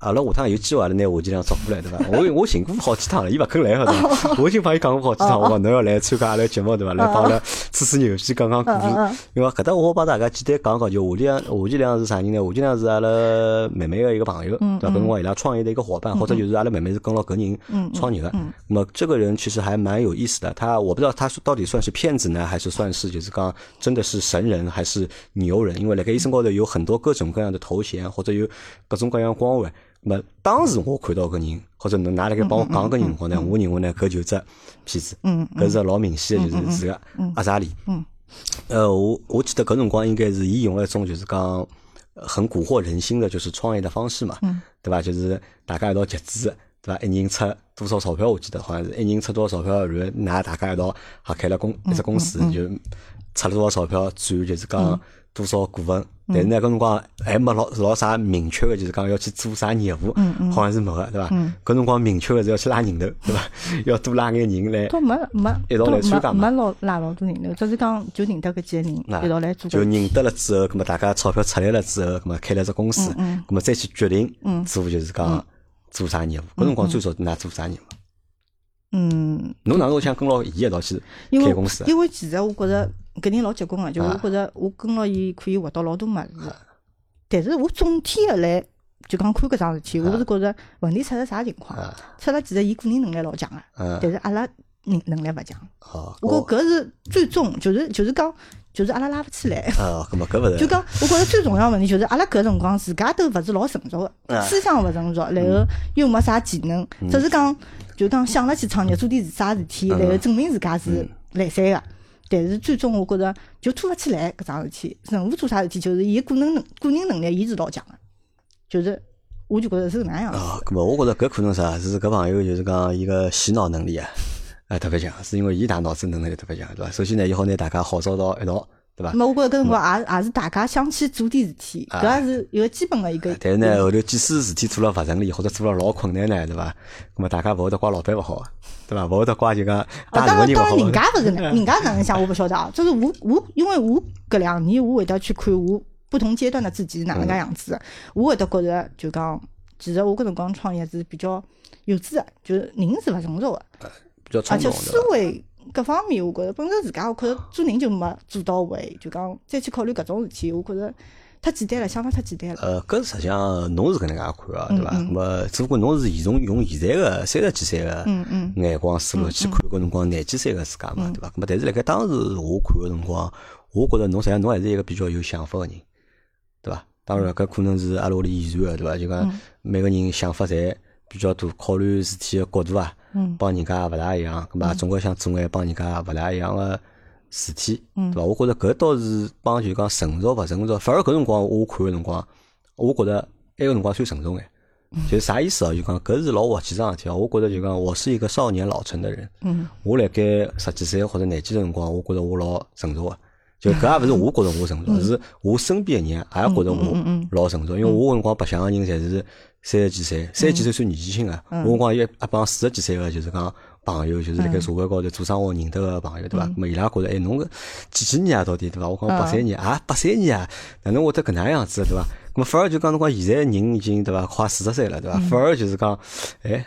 A: 阿拉下趟有机会，阿拉拿吴建良找过来，对 伐？我我寻过好几趟了，伊勿肯来，好
B: 哦
A: 像我已经帮伊讲过好几趟，我讲侬要来参加阿拉节目，对伐？来帮阿拉吹吹牛逼，讲讲故
B: 哦嗯嗯
A: 事
B: 嗯。
A: 因为搿搭我帮大家简单讲讲，就吴建良，吴建良是啥人呢？吴建良是阿拉妹妹的一个朋友，
B: 嗯
A: 对伐？搿辰光伊拉创业的一个伙伴，或者就是阿拉妹妹是跟牢搿
B: 嗯
A: 人创业的。那么这个人其实还蛮有意思的，他我不知道他是到底算是骗子呢，还是算是就是讲真的是神人还是牛人？因为辣盖医生高头有很多各种各样的头衔，或者有嗯各种各样的光环。那么当时我看到个人，或者侬拿辣盖帮我讲个人辰光呢，我认为呢搿就是只骗子，
B: 嗯
A: 搿是老明显的，就是是个阿扎里。呃，我我记得搿辰光应该是伊用了一种就是讲呃很蛊惑人心的，就是创业的方式嘛，对伐？就是大家一道集资，对伐？一人出多少钞票？我记得好像是一人出多少钞票，然后拿大家一道合开了公一只公司，就出了多少钞票，转就是讲多少股份。但是呢，搿辰光还没老老啥明确的，就是讲要去做啥业务，好像是没个，对伐？搿辰光明确的是要去拉人头，对伐？ 要多拉眼人 来
B: 倒没没
A: 一道来参加
B: 倒
A: 嘛
B: 没没老拉老多人头，只是讲就认得搿几个
A: 那
B: 人，一道来做
A: 就
B: 个。
A: 认得了之后，葛么大家钞票出来了之后，葛么开了只公司，
B: 嗯
A: 葛么再去决定做就是讲做啥业务。搿辰光最早㑚做啥业务？
B: 嗯，
A: 侬哪能想跟牢伊一道去
B: 因
A: 开
B: 为
A: 公司啊？
B: 因为其实我觉着搿人老结棍个，就我
A: 啊
B: 觉着我跟牢伊可以学到老多物事，但是我总体个来就讲看搿桩事体，我是觉着问题出了啥情况
A: 啊，
B: 出了其实伊个人能力老强个，
A: 嗯，
B: 但是阿拉能能力勿强，
A: 好，
B: 我觉着搿是最终就是就是讲就是阿拉拉勿起来。
A: 啊，葛么搿勿
B: 就是讲，我觉着最重要问题就是，阿拉搿辰光自家都勿是老成熟
A: 啊
B: 个，思想勿成熟，然后又没啥技能，只是讲就讲想了去创业，做点啥事体，然后证明自家是来三个。但是最终我觉着就拖勿起来搿桩事体，任何做啥事体，就是伊个人能个人能力，伊是老强个，就是我就觉着是搿能样子。
A: 啊，葛么我觉着搿可能啥是搿朋友就是讲伊个洗脑能力啊，啊特别强，是因为伊大脑子能力特别强，对伐？首先呢，伊好拿大家号召到一道，对伐？
B: 那么我觉着搿辰光也也是大家想去做点事体，搿也是一个基本个一个。
A: 但是呢，后头即使事体做了勿成立，或者做了老困难呢，对伐？葛么大家勿会得怪老板勿好啊，对伐？勿会得怪就讲
B: 哦，
A: 带
B: 当
A: 头
B: 然，
A: 人勿
B: 当
A: 好啊。
B: 然，人家勿是那，人家哪能想我不晓得啊。就是我，我因为我搿两年，我会得去看我不同阶段的自己是哪能介样
A: 嗯
B: 子的，我会得觉着就讲，其实我搿辰光创业是比较幼稚的，就是人是勿成熟的，
A: 比较冲
B: 而
A: 动
B: 且
A: 对
B: 思
A: 吧？
B: 维各方面，我觉着本身自家，我觉着做人就没做到位，就讲再去考虑搿种事体，我觉着太简单了，想法太简单了。
A: 呃，搿实际上侬是搿能介看啊，对伐？那
B: 嗯
A: 么只不过侬是以从用现在个三十几岁个
B: 嗯
A: 眼光思路去看搿辰光廿几岁个自家嘛，对伐？那么但是辣盖当时我看个辰光，我觉着侬实际上侬还是一个比较有想法个人，对伐？当然，搿可能是阿拉屋里遗传个，对伐？就讲每个人想法侪比较多，考虑事体个角度啊，帮人家勿大一样，咁嘛，总归想做眼帮人家勿大一样个事体，对伐？我觉着搿倒是帮就讲成熟勿成熟，反而搿辰光我看个辰光，我觉着埃个辰光算成熟眼。就是啥意思啊？就讲搿是老滑稽桩事体啊！我觉着就讲我是一个少年老成的人。嗯，我辣盖十几岁或者廿几岁辰光，我觉着我老成熟个。就搿也勿是我觉着我成熟，是我身边个人也觉着我老成熟。因为我搿辰光白相个人侪是三十几岁，三十几岁算年纪轻个。我搿辰光有一一帮四十几岁个，就是讲朋友，就是辣盖社会高头做生活认得个朋友，对伐？咾么伊拉觉着，哎，侬搿几几年啊？到底对伐？我讲八三年啊，八三年啊，哪能会得搿能样子对伐？咾么反而就讲侬讲现在人已经对伐，快四十岁了对伐？反而就是讲，哎。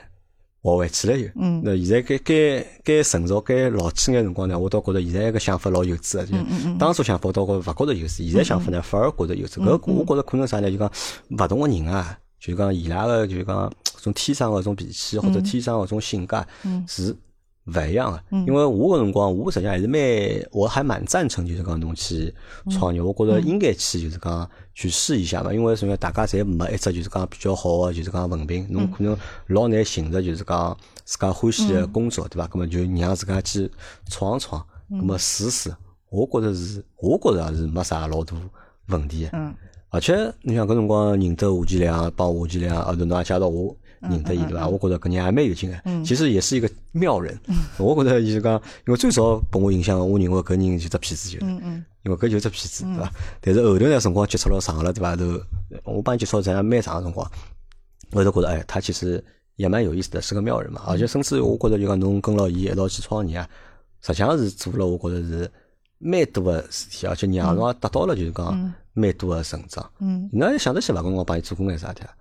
A: 活回去了又，那现在该该该成熟该老气眼辰光呢，我倒觉着现在个想法老幼稚啊个，就当初想法我倒觉着勿觉着幼稚，现在想法呢反而觉着幼稚。搿我觉着可能啥呢？就讲勿同个人啊，就讲伊拉个就讲种天生个种脾气或者天生个种性格是勿一样个。因为我搿辰光，我实际上还是蛮，我还蛮赞成就是讲侬去创业，我觉着应该去就是讲去试一下嘛，因为什么大家侪没一只就是讲比较好个就是讲文凭，侬可能老难寻着就是讲自家欢喜个工作，对伐？搿么就让自家去闯闯，搿么试试，我觉着是，我觉着是没啥老大问题个。
B: 嗯，
A: 而且你像搿辰光认得吴建良，帮吴建良，后头侬也介绍我认得伊对伐？我觉着搿人还蛮有劲个，其实也是一个妙人。我觉着伊是讲，因为最早拨我印象，我认为搿人就只骗子就是，因为搿就是只骗子对伐？但是后头呢，辰光接触了长了对伐？都我帮伊接触了实际上蛮长个辰光，我都觉得哎，他其实也蛮有意思的，是个妙人嘛。而且甚至我觉着就讲侬跟牢伊一道去创业啊，实际上是做了我觉着是蛮多个事体，而且让侬也达到了就是讲蛮多个成长。
B: 嗯，
A: 侬还想得起伐？搿辰光帮伊做过眼啥体啊？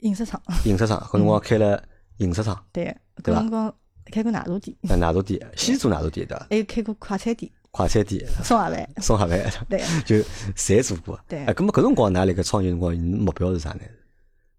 B: 印刷厂，
A: 印刷厂，搿
B: 嗯
A: 辰光开了印刷厂，
B: 对，
A: 对
B: 搿
A: 吧
B: 辰光开过奶茶店，
A: 呃奶茶店，先做奶茶店对伐？
B: 还有开过快餐店，
A: 快餐店、
B: 送外卖，
A: 送盒饭，
B: 对，
A: 就侪做过。
B: 对
A: 哎，搿么搿辰光㑚辣盖创业辰光，目标是啥呢？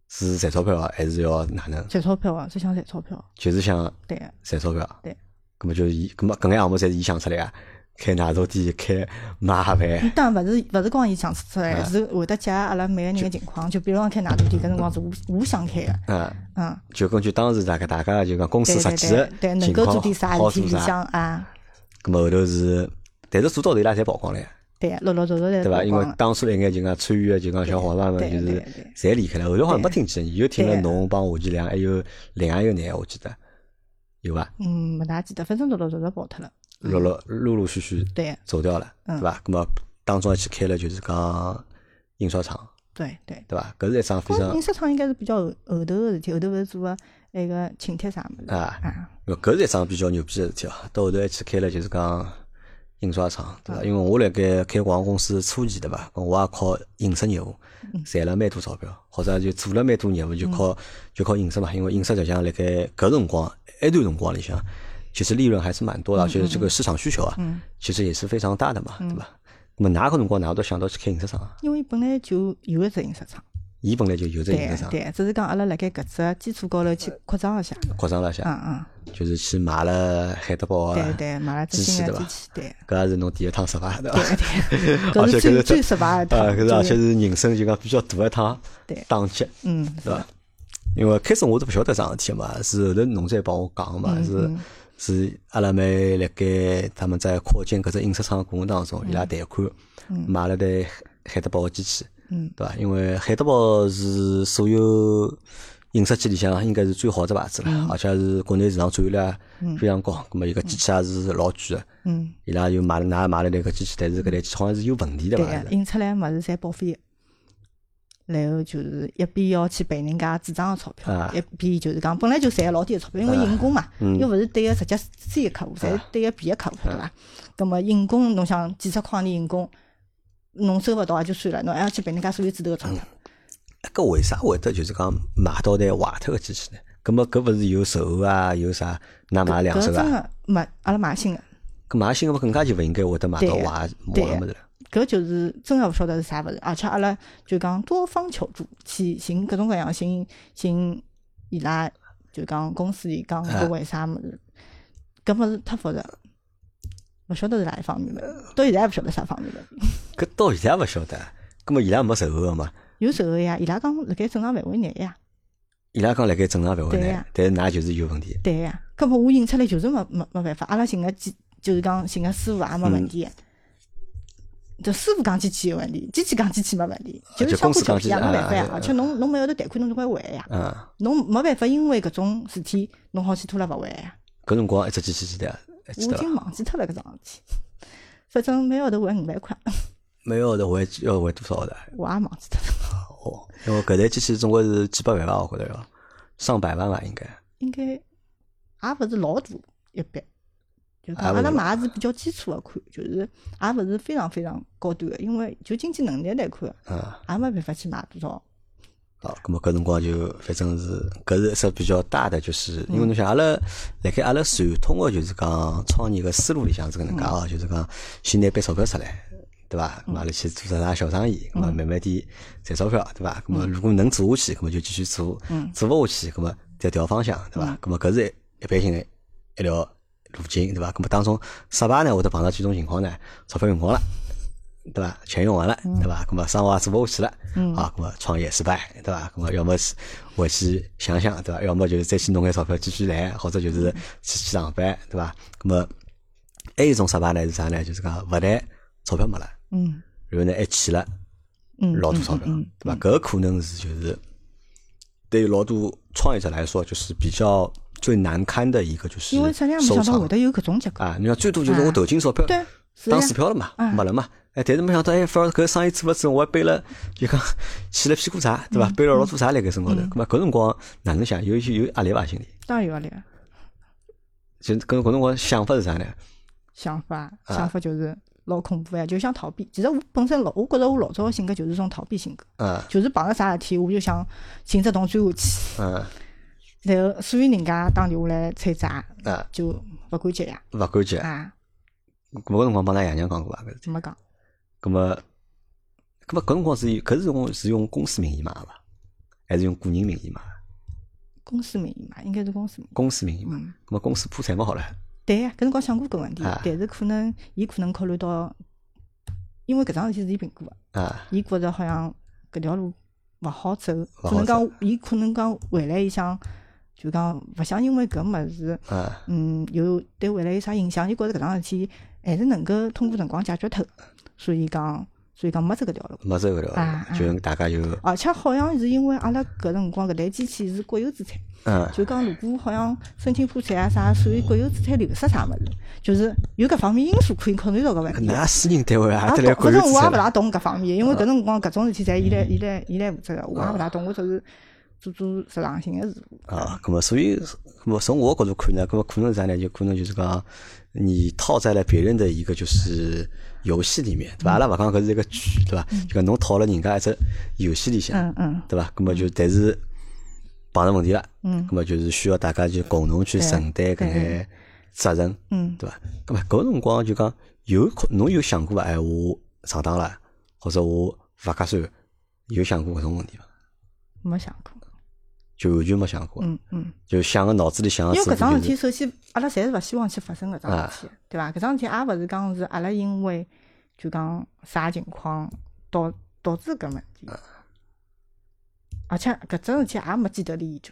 A: 是赚钞票啊，还是要哪能？
B: 赚钞票啊，最想赚钞票，
A: 就是想
B: 对，
A: 赚钞票。啊
B: 对。
A: 搿么就是伊，搿么搿眼项目侪是伊想出来啊，开奶茶店，
B: 嗯
A: 开卖盒饭，
B: 当然勿是勿是光伊想出
A: 啊
B: 来，是会得结合阿拉每个人个情况，就比如讲开奶茶店，搿辰光是我我想开个，
A: 嗯，
B: 嗯，
A: 就根据当时大概大家就讲公司实
B: 对对
A: 际
B: 对
A: 的，
B: 对，能
A: 情
B: 够
A: 况
B: 做点啥
A: 好
B: 事体
A: 做
B: 里
A: 啥。
B: 向啊，
A: 搿么后头是，但是做到头伊拉侪曝光了呀，
B: 对，陆陆续续侪
A: 对伐？
B: 曝
A: 因
B: 光
A: 为
B: 了，
A: 当初一眼就啊讲参与的就讲小伙伴们
B: 对
A: 就
B: 对
A: 是
B: 对
A: 侪离开了，后头好像没
B: 对
A: 听见，伊就听了
B: 对
A: 侬帮吴建良还有另外一个男，我记得有伐？
B: 嗯，没大记得，反正陆陆续续跑脱了，
A: 陆陆陆陆续续
B: 嗯对
A: 走掉了，对
B: 嗯
A: 伐？咁么当中还去开了就是讲印刷厂，
B: 对对。
A: 对伐？搿是一桩非常
B: 印刷厂应该是比较后后头个事体，后头勿是做个那个请帖啥物事
A: 啊，
B: 啊？
A: 哟搿是一桩比较牛逼个事体哦。到后头还去开了就是讲印刷厂，对伐？
B: 嗯
A: 因为我辣盖开广告公司初期，对伐？咁我也靠印刷业务
B: 嗯
A: 赚了蛮多钞票，或者就做了蛮多业务，就靠就靠印刷嘛。因为印刷实际上辣盖搿辰光埃段辰光里向，其实利润还是蛮多的，
B: 嗯
A: 而且这个市场需求啊，其实也是非常大的嘛，对伐？咁么哪个辰光哪都想到去开印刷厂啊？
B: 因为本来就有一只印刷厂，
A: 伊本来就有这
B: 对
A: 印刷厂，
B: 对，只是讲阿拉辣盖搿只基础高头去扩张一下，
A: 扩张了一下，
B: 嗯嗯，
A: 就是去买了海德堡
B: 对
A: 啊，
B: 对，买了只
A: 机器
B: 新
A: 对
B: 个
A: 吧
B: 机器，对
A: 搿也是侬第一趟失败对伐？
B: 对对，
A: 而
B: 搿
A: 且
B: 是
A: 搿是
B: 最最失败
A: 啊，搿
B: 的一
A: 是而
B: 趟，
A: 且
B: 就是
A: 是人生就讲比较大的一趟
B: 对
A: 打击，
B: 嗯，
A: 对伐？因为开始我都勿晓得桩事体嘛，是后头侬再帮我讲嘛，
B: 嗯
A: 是是阿拉妹辣盖他们在扩建搿只印刷厂的过程当
B: 嗯
A: 中，伊拉贷款买了台海德堡个机器，
B: 嗯
A: 对伐？因为海德堡是所有印刷机里向应该是最好只牌子
B: 嗯
A: 了，而且是国内市场占有率非常高，葛末伊个机器也是老贵个。
B: 嗯，
A: 伊拉就买了，㑚也买了台搿机器，但是搿台机器好像是有问题的
B: 对
A: 吧？
B: 个，印出来物事侪报废的。然后就是一边要去赔人家主张个钞
A: 啊嗯
B: 票，一边就是讲本来就赚老低个钞票，因为印工嘛，又勿是对个直接直接客户，侪
A: 啊
B: 是对个便个客户，对伐？葛么印工，侬想几十块钿印工，侬收勿到也啊就算了，哎侬还要去赔人家所有纸头个
A: 嗯
B: 钞票，
A: 搿为啥会得就是讲买到台坏脱个机器呢？葛末搿勿是有售后啊，有啥？㑚买两
B: 搿
A: 手
B: 真
A: 啊？
B: 个没，阿拉买新个，
A: 搿买新个更加就勿应该会得买到坏
B: 对呀
A: 坏
B: 对啊
A: 个
B: 呀
A: 物事了。
B: 搿就是真个勿晓得是啥物事，而且阿拉就讲多方求助，去寻各种各样寻寻伊拉，就讲公司里讲搿为啥物事，搿物事太复杂，勿晓得是哪一方面的，到现在也勿晓得啥方面的。
A: 搿到现在勿晓得，葛末伊拉没售后个嘛？
B: 有时候呀，伊拉讲辣盖正常范围内哎呀，
A: 伊拉讲辣盖正常范围
B: 对啊
A: 内
B: 呀，
A: 但是㑚就是有问题。
B: 对呀，搿么我印出来就是没没没办法，阿拉寻个几就是讲寻个师傅也没问题。就师傅讲机器有问题，机器讲机器没问题，就
A: 啊
B: 是
A: 就
B: 相
A: 公
B: 互
A: 司
B: 调
A: 讲机器
B: 皮呀，没办
A: 啊
B: 法呀
A: 啊。
B: 而且侬侬没有得贷款，侬总归还呀。
A: 嗯，
B: 侬没办法，因为搿种事体，侬好去拖拉勿还呀。
A: 搿辰光一只机器几钿啊？还
B: 我
A: 记
B: 已
A: 得伐？
B: 经忘记脱了搿桩事体，反正每个号头还五万块，
A: 每个号头还要还多少号头啊？
B: 我也忘记脱了，
A: 哦，因为搿台机器总归是几百万吧，我觉着要上百万吧，应该。
B: 应该也勿是老大一笔。就讲
A: 也勿
B: 阿
A: 是
B: 拉
A: 老
B: 买是比较基础个款，就是也勿是非常非常高端个，因为就经济能力来看，
A: 嗯，
B: 也没办法去买多少。
A: 好，啊咁么搿辰光就反正是搿是一只比较大的，就是因为侬想阿拉辣盖阿拉传统个就是讲创业个思路里向是搿能介哦，就是讲先拿笔钞票出来，对伐？咁阿拉去做啥啥小生意，咁么慢慢点赚钞票，对伐？咁么如果能做下去，咁么就继续做，做勿下去，咁么再调方向，对伐？咁么搿是一一般性个一条路径，对伐？咁么当中失败呢，会得碰到几种情况呢？钞票用光了。对伐？钱用完了，
B: 嗯
A: 对伐？那么生活也做不下去了，啊，那么创业失败，对伐？那么要么是回去想想，对伐？要么就是再去弄眼钞票继续来，或者就是
B: 嗯
A: 去去上班，对伐？那么还有一种失败呢是啥呢？就是讲勿但钞票没了，
B: 嗯
A: 然后呢还欠了
B: 嗯，
A: 老多钞票，对伐？搿可能是就是对于老多创业者来说，就是比较最难堪的一个就是
B: 因为实际上没
A: 收
B: 想到
A: 场
B: 会得有搿种结果。
A: 啊！你看最多就是我投进钞票
B: 对，是嗯
A: 当
B: 呀
A: 水漂了嘛，没了嘛，哎，但是没想到，哎，反而搿生意做勿准，我还背了，就讲 起了屁股债，对伐？
B: 嗯
A: 背了老多债辣搿身高头，咾么搿辰光哪能想？有有压力伐？心里？
B: 当然有压啊力个
A: 就搿搿辰光想法是啥呢？
B: 想法，
A: 嗯
B: 想法就是老恐怖呀，就想逃避。其实我本身老，我觉着我老早个性格就是种逃避性格，
A: 嗯
B: 就是碰着啥事体，我就想寻只洞钻下去。
A: 嗯
B: 然后所以人家打电话来催债，
A: 嗯，
B: 就勿敢接呀，
A: 勿敢接。
B: 啊，
A: 咾么搿辰光帮㑚爷娘讲过伐？搿事体。
B: 没讲，
A: 咾么，咾么搿辰光是搿是用是用公司名义买伐？还是用个人名义买？
B: 公司名义嘛，应该是公司名义。
A: 公司名义买。
B: 嗯，
A: 咾么公司破产嘛好了。
B: 对呀，搿辰光想过搿问题
A: 啊，
B: 但是可能伊可能考虑到，因为搿桩事体是伊评估个，
A: 啊
B: 伊觉着好像搿条路勿好走，
A: 好
B: 可能讲伊可能讲回来伊想，就讲勿想因为搿物事，
A: 啊
B: 嗯，有对未来有啥影响？伊觉着搿桩事体还是能够通过辰光解决脱，所以讲，所以讲没走搿条路。
A: 没走搿
B: 啊
A: 条
B: 啊
A: 路，就大家就
B: 而且好像是因为阿拉搿辰光搿台机器是国有资产，
A: 嗯
B: 就讲如果好像申请破产啊啥，属于国有资产流失啥物事，就是有搿方面因素可以考虑到搿问题。
A: 㑚私人单位
B: 啊，
A: 啊，得
B: 懂
A: 来
B: 反
A: 管有嗯
B: 正
A: 资
B: 我也
A: 产
B: 勿
A: 了
B: 大懂搿方面，因为搿辰光搿种事体侪伊来伊来伊来负责
A: 哦
B: 个，我也勿大懂，我只是做做日常性个事务。
A: 啊。咾么，所以，咾么从我角度看呢，咾么可能是啥呢？就可能就是讲，你套在了别人的一个就是游戏里面，对伐？阿拉勿讲搿是一个剧，对伐？就讲侬套了人家一只游戏里向，
B: 嗯嗯，
A: 对伐？咾么就但是碰着问题了，嗯，咾么就是需要大家就共同去承担搿
B: 对
A: 眼责任，
B: 嗯
A: 对伐？咾么搿辰光就讲有可侬有想过伐？哎，我上当了，或者我勿合算，有想过搿种问题伐？
B: 没想过。
A: 就完全没想过，
B: 嗯嗯，
A: 就想个脑子里想个
B: 因为
A: 事
B: 搿
A: 情
B: 桩事
A: 就啊是
B: 体，
A: 啊
B: 首先阿拉侪是勿希望去发生搿桩事体，对伐？搿桩事体也勿是讲是阿拉因为就讲啥情况导导致搿问题，
A: 啊
B: 而且搿桩事体也没既得利益者，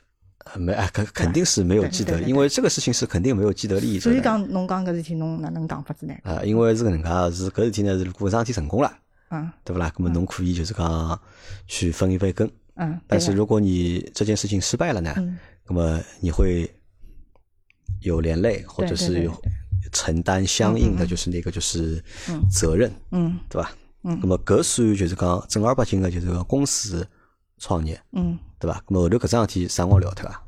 A: 没哎，肯肯定是没有
B: 对
A: 既
B: 对
A: 得，
B: 对
A: 因为这个事情是肯定没有既得利益者
B: 所以
A: 的
B: 讲侬讲搿事体侬哪能讲法子呢？
A: 啊，因为是搿能介，是搿事体呢是如果搿桩事体成功了，
B: 嗯
A: 对勿啦？那么侬可以就是讲去分一杯羹，
B: 嗯，
A: 但
B: 对
A: 是
B: 呀
A: 如果你这件事情失败了呢，
B: 嗯
A: 那么你会有连累，或者是
B: 对
A: 有承担相应的就是那个就是责任，
B: 嗯
A: 对伐？
B: 嗯
A: 那么搿属于就是讲正儿八经的，就是讲公司创业，
B: 嗯，
A: 对伐？那么后头搿桩事体啥辰光了脱啊？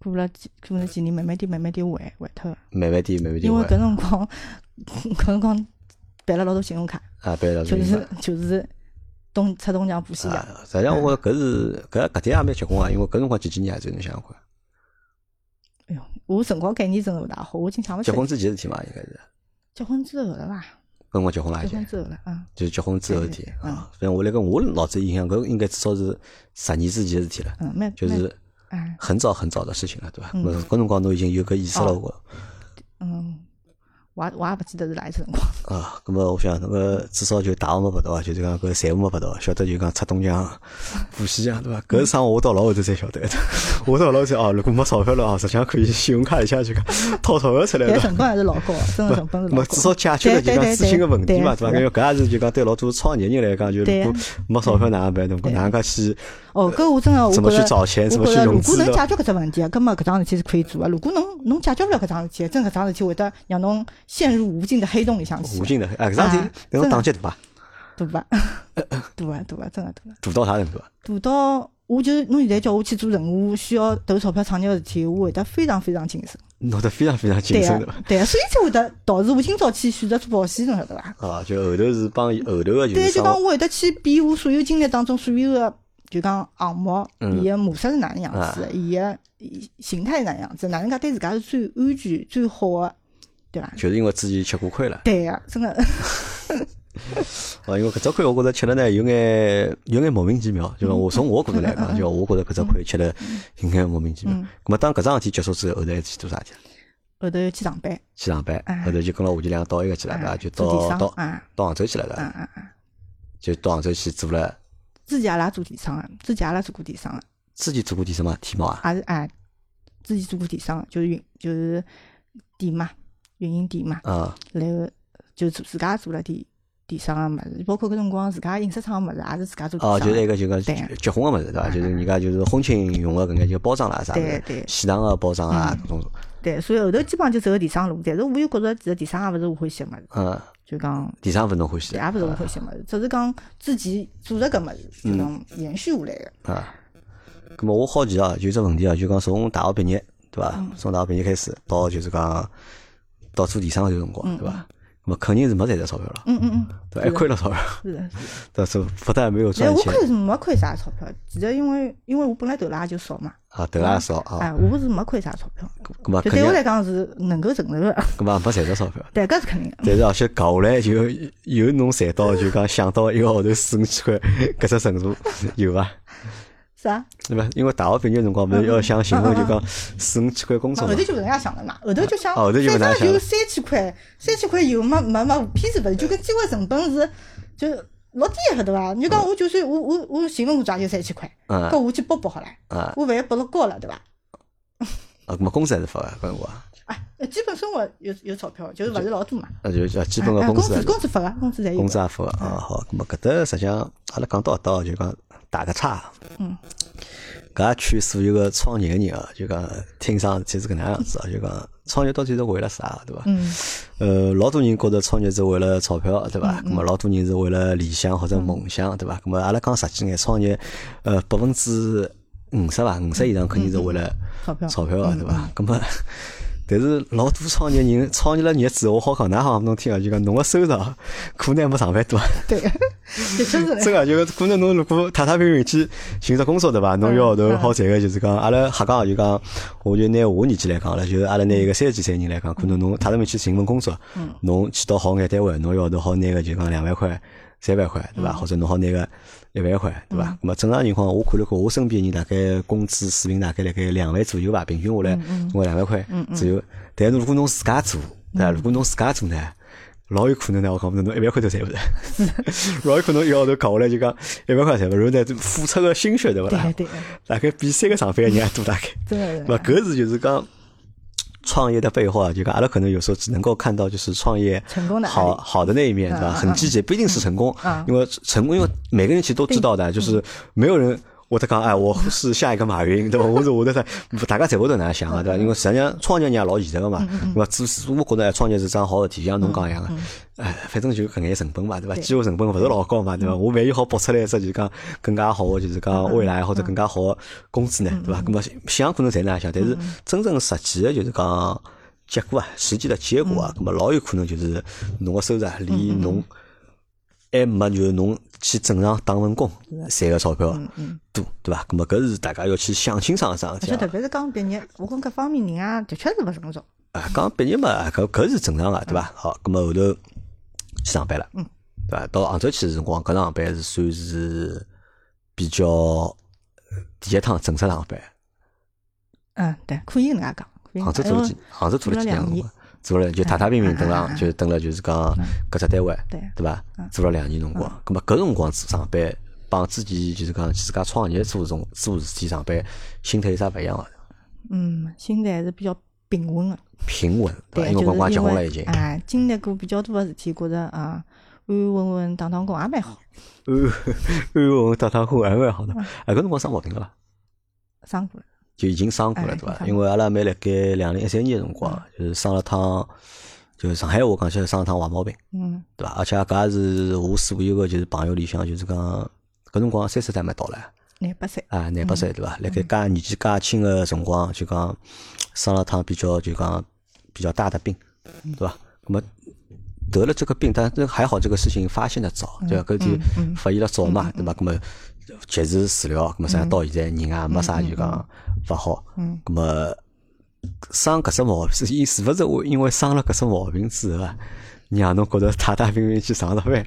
B: 过了几过了几年，慢慢点慢慢点还还脱的，
A: 慢慢点，慢慢点
B: 因为
A: 还
B: 搿辰光 搿辰光办了老多信用卡，
A: 啊，别了，
B: 就是就是东出东墙补西墙，
A: 啊，实际上我觉着搿是搿搿点也蛮结棍啊，因为搿辰光几几年还是侬想想看，
B: 哎哟，我辰光概念真的勿大好，我已经想勿起
A: 结
B: 来
A: 婚之前事体嘛，应该是
B: 结婚之后了吧？
A: 搿辰光结婚了已
B: 结
A: 经，
B: 婚嗯之后了，嗯，
A: 就是结婚之后事体
B: 对对对
A: 啊。反正我来讲，我脑子印象搿应该至少是十年之前的事体了，
B: 嗯，蛮
A: 就是
B: 蛮哎，
A: 很早很早的事情了，对伐？
B: 嗯哦
A: 搿搿辰光侬已经有搿意识了，我
B: 嗯，我也我也勿记得是哪一次辰光，
A: 啊。葛末我想那个至少就大学没പഠ到啊，就是讲搿财务没പഠ到，晓得就讲出东墙补西墙，对伐？搿是啥我到老后头才晓得的， 我到老后头哦，如果没钞票了哦，实际上可以信用卡里向就讲掏钞票出来
B: 但
A: 的。
B: 成本还是老高，真的成本是老
A: 么
B: 高。
A: 至少解决了就
B: 对
A: 讲
B: 对
A: 咨询个问题嘛，对
B: 对
A: 伐？因为搿也是就讲对老多创业人来讲，就如
B: 对啊
A: 果
B: 嗯呀
A: 没钞票哪能办？侬讲哪能介去？
B: 哦，搿我真的我
A: 怎
B: 觉
A: 么
B: 着，
A: 去找钱怎么
B: 我觉
A: 去
B: 着
A: 融
B: 如
A: 资
B: 果
A: 的
B: 能解决搿只问题，葛末搿桩事体是可以做个。如果侬侬解决勿了搿桩事体，真搿桩事体会得让侬陷入无尽的黑洞里向去
A: 无
B: 的，
A: 尽的啊，搿桩事体
B: 啊
A: 对侬
B: 真的
A: 打击大伐？
B: 对伐？
A: 大到啥程度
B: 对伐？对伐？真个对伐？
A: 啊？
B: 大到我就侬现在叫我去做任何需要投钞票创业个事体，我会得非常非常谨慎。
A: 弄得非常非常谨
B: 对啊
A: 慎
B: 呀
A: 的伐？，
B: 对呀，所以才会得导致我今朝去选择做保险，侬晓得伐？
A: 啊，就后头是帮后头个就
B: 对，
A: 是
B: 就
A: 生
B: 讲
A: 活
B: 我会得去比我所有经历当中所有个，就讲项目，
A: 嗯啊
B: 伊个模式是哪能样子的，伊个伊形态是哪能样子，哪能介对自家是最安全、最好个，对伐？
A: 就是因为自己吃过亏了，
B: 对个，真个，
A: 啊，因为搿只亏我觉着吃了呢有眼有眼莫名其妙，就讲我从我角度来讲，就我觉着搿只亏吃了有眼莫名其妙。咾么当搿桩事体结束之后，后头还去做啥事体啊？
B: 后头要去上班，
A: 去上班，后头就跟牢屋里两个到一个去了，对伐？
B: 啊
A: 就
B: 做电
A: 到
B: 商
A: 到
B: 啊
A: 到杭州去了，对
B: 啊
A: 伐？
B: 啊啊！
A: 就到杭州去做了。
B: 之前阿拉也做电商个，之前阿拉做过电商个，
A: 自己做过点什么天猫啊？
B: 也是哎，之前做过电商个，就是运就是店嘛，运营店嘛，
A: 啊
B: 然后就做自家做了点电商个物事，包括搿辰光自家印刷厂个物事也是自家做
A: 哦，
B: 电
A: 就是
B: 商的。
A: 一个就讲
B: 对啊
A: 结婚个物事对伐？就是人家就是婚庆用个搿眼就包装啦啥物
B: 对
A: 事，
B: 对
A: 喜糖个包装啊，搿种
B: 对，所以后头基本上就走个电商路，但是我又觉着其实电商也勿是我欢喜个物事，
A: 嗯，
B: 就讲
A: 电商勿侬欢喜
B: 也勿是我欢喜个物
A: 啊
B: 事，只是讲自己做了搿物事，
A: 嗯
B: 就讲延续下来个。
A: 啊。咁么我好奇啊，就只问题啊，就讲从大学毕业对
B: 嗯
A: 伐？从大学毕业开始到就是讲到做电商搿辰光对伐？咁么肯定是没赚到钞票了，
B: 嗯嗯嗯嗯，
A: 对伐，还亏了钞票，
B: 是的。
A: 但是不但没有
B: 但
A: 赚
B: 我
A: 钱
B: 亏是没亏啥钞票，其实因为因为我本来投了也就少嘛，
A: 啊，头也少啊，
B: 哎，我是没亏啥钞票，
A: 咁么
B: 就
A: 肯
B: 对
A: 定
B: 我来讲是能够承受的，
A: 咁么没赚到钞票。
B: 对，搿是肯定的。
A: 但是而且搞下来就有侬赚到，就讲想到一个号头四五千块，搿只程度有伐？
B: 是啊，
A: 对伐？因为大学毕业辰光，勿
B: 嗯
A: 是要想寻个就讲四五千块工作
B: 后
A: 嘛
B: 头。就勿能介想了嘛，后头就想，
A: 啊后头就不
B: 反
A: 能
B: 正
A: 介想了
B: 就三千块，三千块有没没没偏是勿是？就跟机会成本是就老低个，对伐？你讲我就算我我我寻份工作也就三千块，
A: 嗯
B: 搿我去搏搏好了，
A: 啊
B: 我万一搏了高了，对伐？
A: 啊，么工资还是发啊个，搿辰光，
B: 哎，基本生活有有钞票，就是勿是老多嘛，
A: 啊就就基
B: 哎
A: 本个
B: 哎
A: 工
B: 工
A: 资还
B: 资
A: 是
B: 工资发个，工资侪有
A: 工
B: 的。嗯
A: 资也发个啊。好，咁么搿搭实际上阿拉讲到搿搭就讲打个岔。
B: 嗯。
A: 搿也劝所有个创业个人啊，就讲听上去是搿能样子啊，就讲创业到底是为了啥，对伐？
B: 嗯，
A: 呃，老多人觉得创业是为了钞票，对伐？那么老多人是为了理想或者梦想，对伐？那么阿拉讲实际眼，创业，呃，百分之五十伐，五十以上肯定是为了
B: 钞票
A: 钞票个，对伐？那么，但是老多创业人创业了业之后，我好讲，㑚好侬听啊，就讲侬个收入啊可能还没上班多。
B: 对， 的确 是的。
A: 真个就是可能侬如果踏踏平平去寻只工作对伐？侬一个号头好赚个就是讲，阿拉瞎讲就讲，我就拿我年纪来讲了，就是阿拉拿一个三十几岁人来讲，可能侬踏踏平平去寻份工作，侬去到好眼单位，侬一个号头好拿个就讲两万块、三万块对伐？或者侬好拿个一万块对伐？那么正常情况，我看了看我身边人大概工资水平大概辣盖两万左右吧，平均下来我两万块左右。但是如果侬自家做，对伐？如果侬自家做呢？老有可能呢，我讲不定侬一万块都赚勿着，老有可能一个号头搞下来就讲一万块赚勿着，然后呢就付出个心血对勿
B: 对
A: 啦
B: 的？对的，
A: 大概比三个上班的人还多大概。
B: 真的是
A: 那
B: 的。
A: 搿是就是讲创业的背后啊，就讲阿拉可能有时候只能够看到就是创业
B: 成功的案例
A: 好好的那一面，对吧？
B: 嗯嗯
A: 很积极，不一定是成功
B: 嗯，
A: 因为成功，因为每个人其实都知道的，就是没有人。我在讲，哎，我是下一个马云，对 吧？我是我的噻，大家侪会都能想啊，
B: 嗯
A: 对吧？因为实际上创业人也老现实个嘛，对吧？只是我觉得创业是桩好事
B: 嗯
A: 体，像侬讲一样个，哎，反正就搿眼成本嘛，对吧？机会成本勿是老高嘛，
B: 嗯
A: 对吧？我万一好搏出来一只就是讲更加好个，就是讲未来
B: 嗯
A: 或者更加好个工资呢，对吧？那么想可能侪能样想，但
B: 嗯
A: 是真正实际个就是讲。结果啊，实际的结果啊，那么老有可能就是侬个收入啊，离侬还没就是侬去正常打份工赚个钞票啊多，对伐？那么搿是大家要去想清爽个桩
B: 嗯
A: 事
B: 而
A: 体
B: 且特
A: 啊。
B: 别是刚毕业，我讲各方面人啊，的确是勿成熟。
A: 啊，刚毕业嘛，搿搿是正常个，对伐？好，那么后头去上班了，对伐？到杭州去个辰光，搿趟上班是算是比较第一趟正式上班。
B: 嗯，对，可以搿能介讲。哎可以
A: 杭州
B: 搿
A: 做
B: 能
A: 了
B: 介
A: 几，杭哎州做了几
B: 做了两
A: 年
B: 年，
A: 做了就踏踏平 平等
B: 嗯嗯
A: 上
B: 嗯
A: 就等了就是讲搿只单位，
B: 对
A: 对伐？
B: 嗯
A: 做了两年辰光，葛末搿辰光上班帮之前就是讲自家创业做种做事体上班，心态有啥勿一样个？
B: 嗯，心态还是比较平稳个。
A: 平稳，对伐？
B: 对，
A: 因
B: 就
A: 为
B: 是
A: 辰光结
B: 因
A: 婚
B: 为
A: 了已经，
B: 哎，经历过比较多个事体，觉着啊，安安稳稳打打工也蛮好。
A: 安安稳哎稳打打工还蛮好
B: 嗯
A: 的。哎，搿辰光生毛病了伐？
B: 生过了，
A: 就已经生过了，
B: 哎嗯
A: 对伐？
B: 生
A: 因为阿拉妹辣盖两零一三年个辰光，就是生了趟，就是上海话讲起来生了趟坏毛病。
B: 嗯
A: 对伐？而且搿也是我所有个就是朋友里向，就是讲搿辰光三十岁还没到唻，
B: 廿八岁，
A: 啊，廿八岁对伐？
B: 嗯
A: 辣盖介年纪介轻个辰光，就讲生了趟比较就讲比较大的病，
B: 嗯
A: 对伐？那么得了这个病，但是还好这个事情发现的早，
B: 嗯
A: 对伐？搿就发现了早嘛，对伐？那么及时治疗，那么实际上到现在人也没啥就讲勿好，
B: 嗯
A: 那么。生搿只毛病，是因是勿是我因为生了搿只毛病之后啊，让侬觉得踏踏平平去上上班，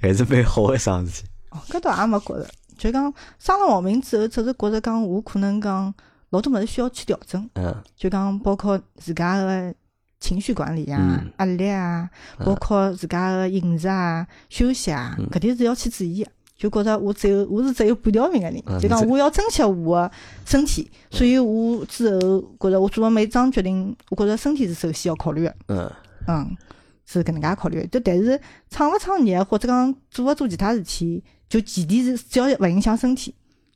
A: 还是蛮好个一桩事体。
B: 哦，搿倒也没觉着，就讲生了毛病之后，只是觉着讲我可能讲老多物事需要去调整，
A: 嗯
B: 就讲包括自家个情绪管理啊
A: 嗯、
B: 压力啊，包括自家个饮食啊、休息啊，搿点是要去注意个。就觉着我只有我是只有半条命个
A: 啊
B: 人，就讲
A: 你这
B: 我要珍惜我个身体，所以我之后觉着我做个每桩决定，我觉着身体是首先要考虑个。
A: 嗯
B: 嗯，是搿能介考虑。就但是创勿创业，或者讲做勿做其他事体，就前提是只要勿影响身体，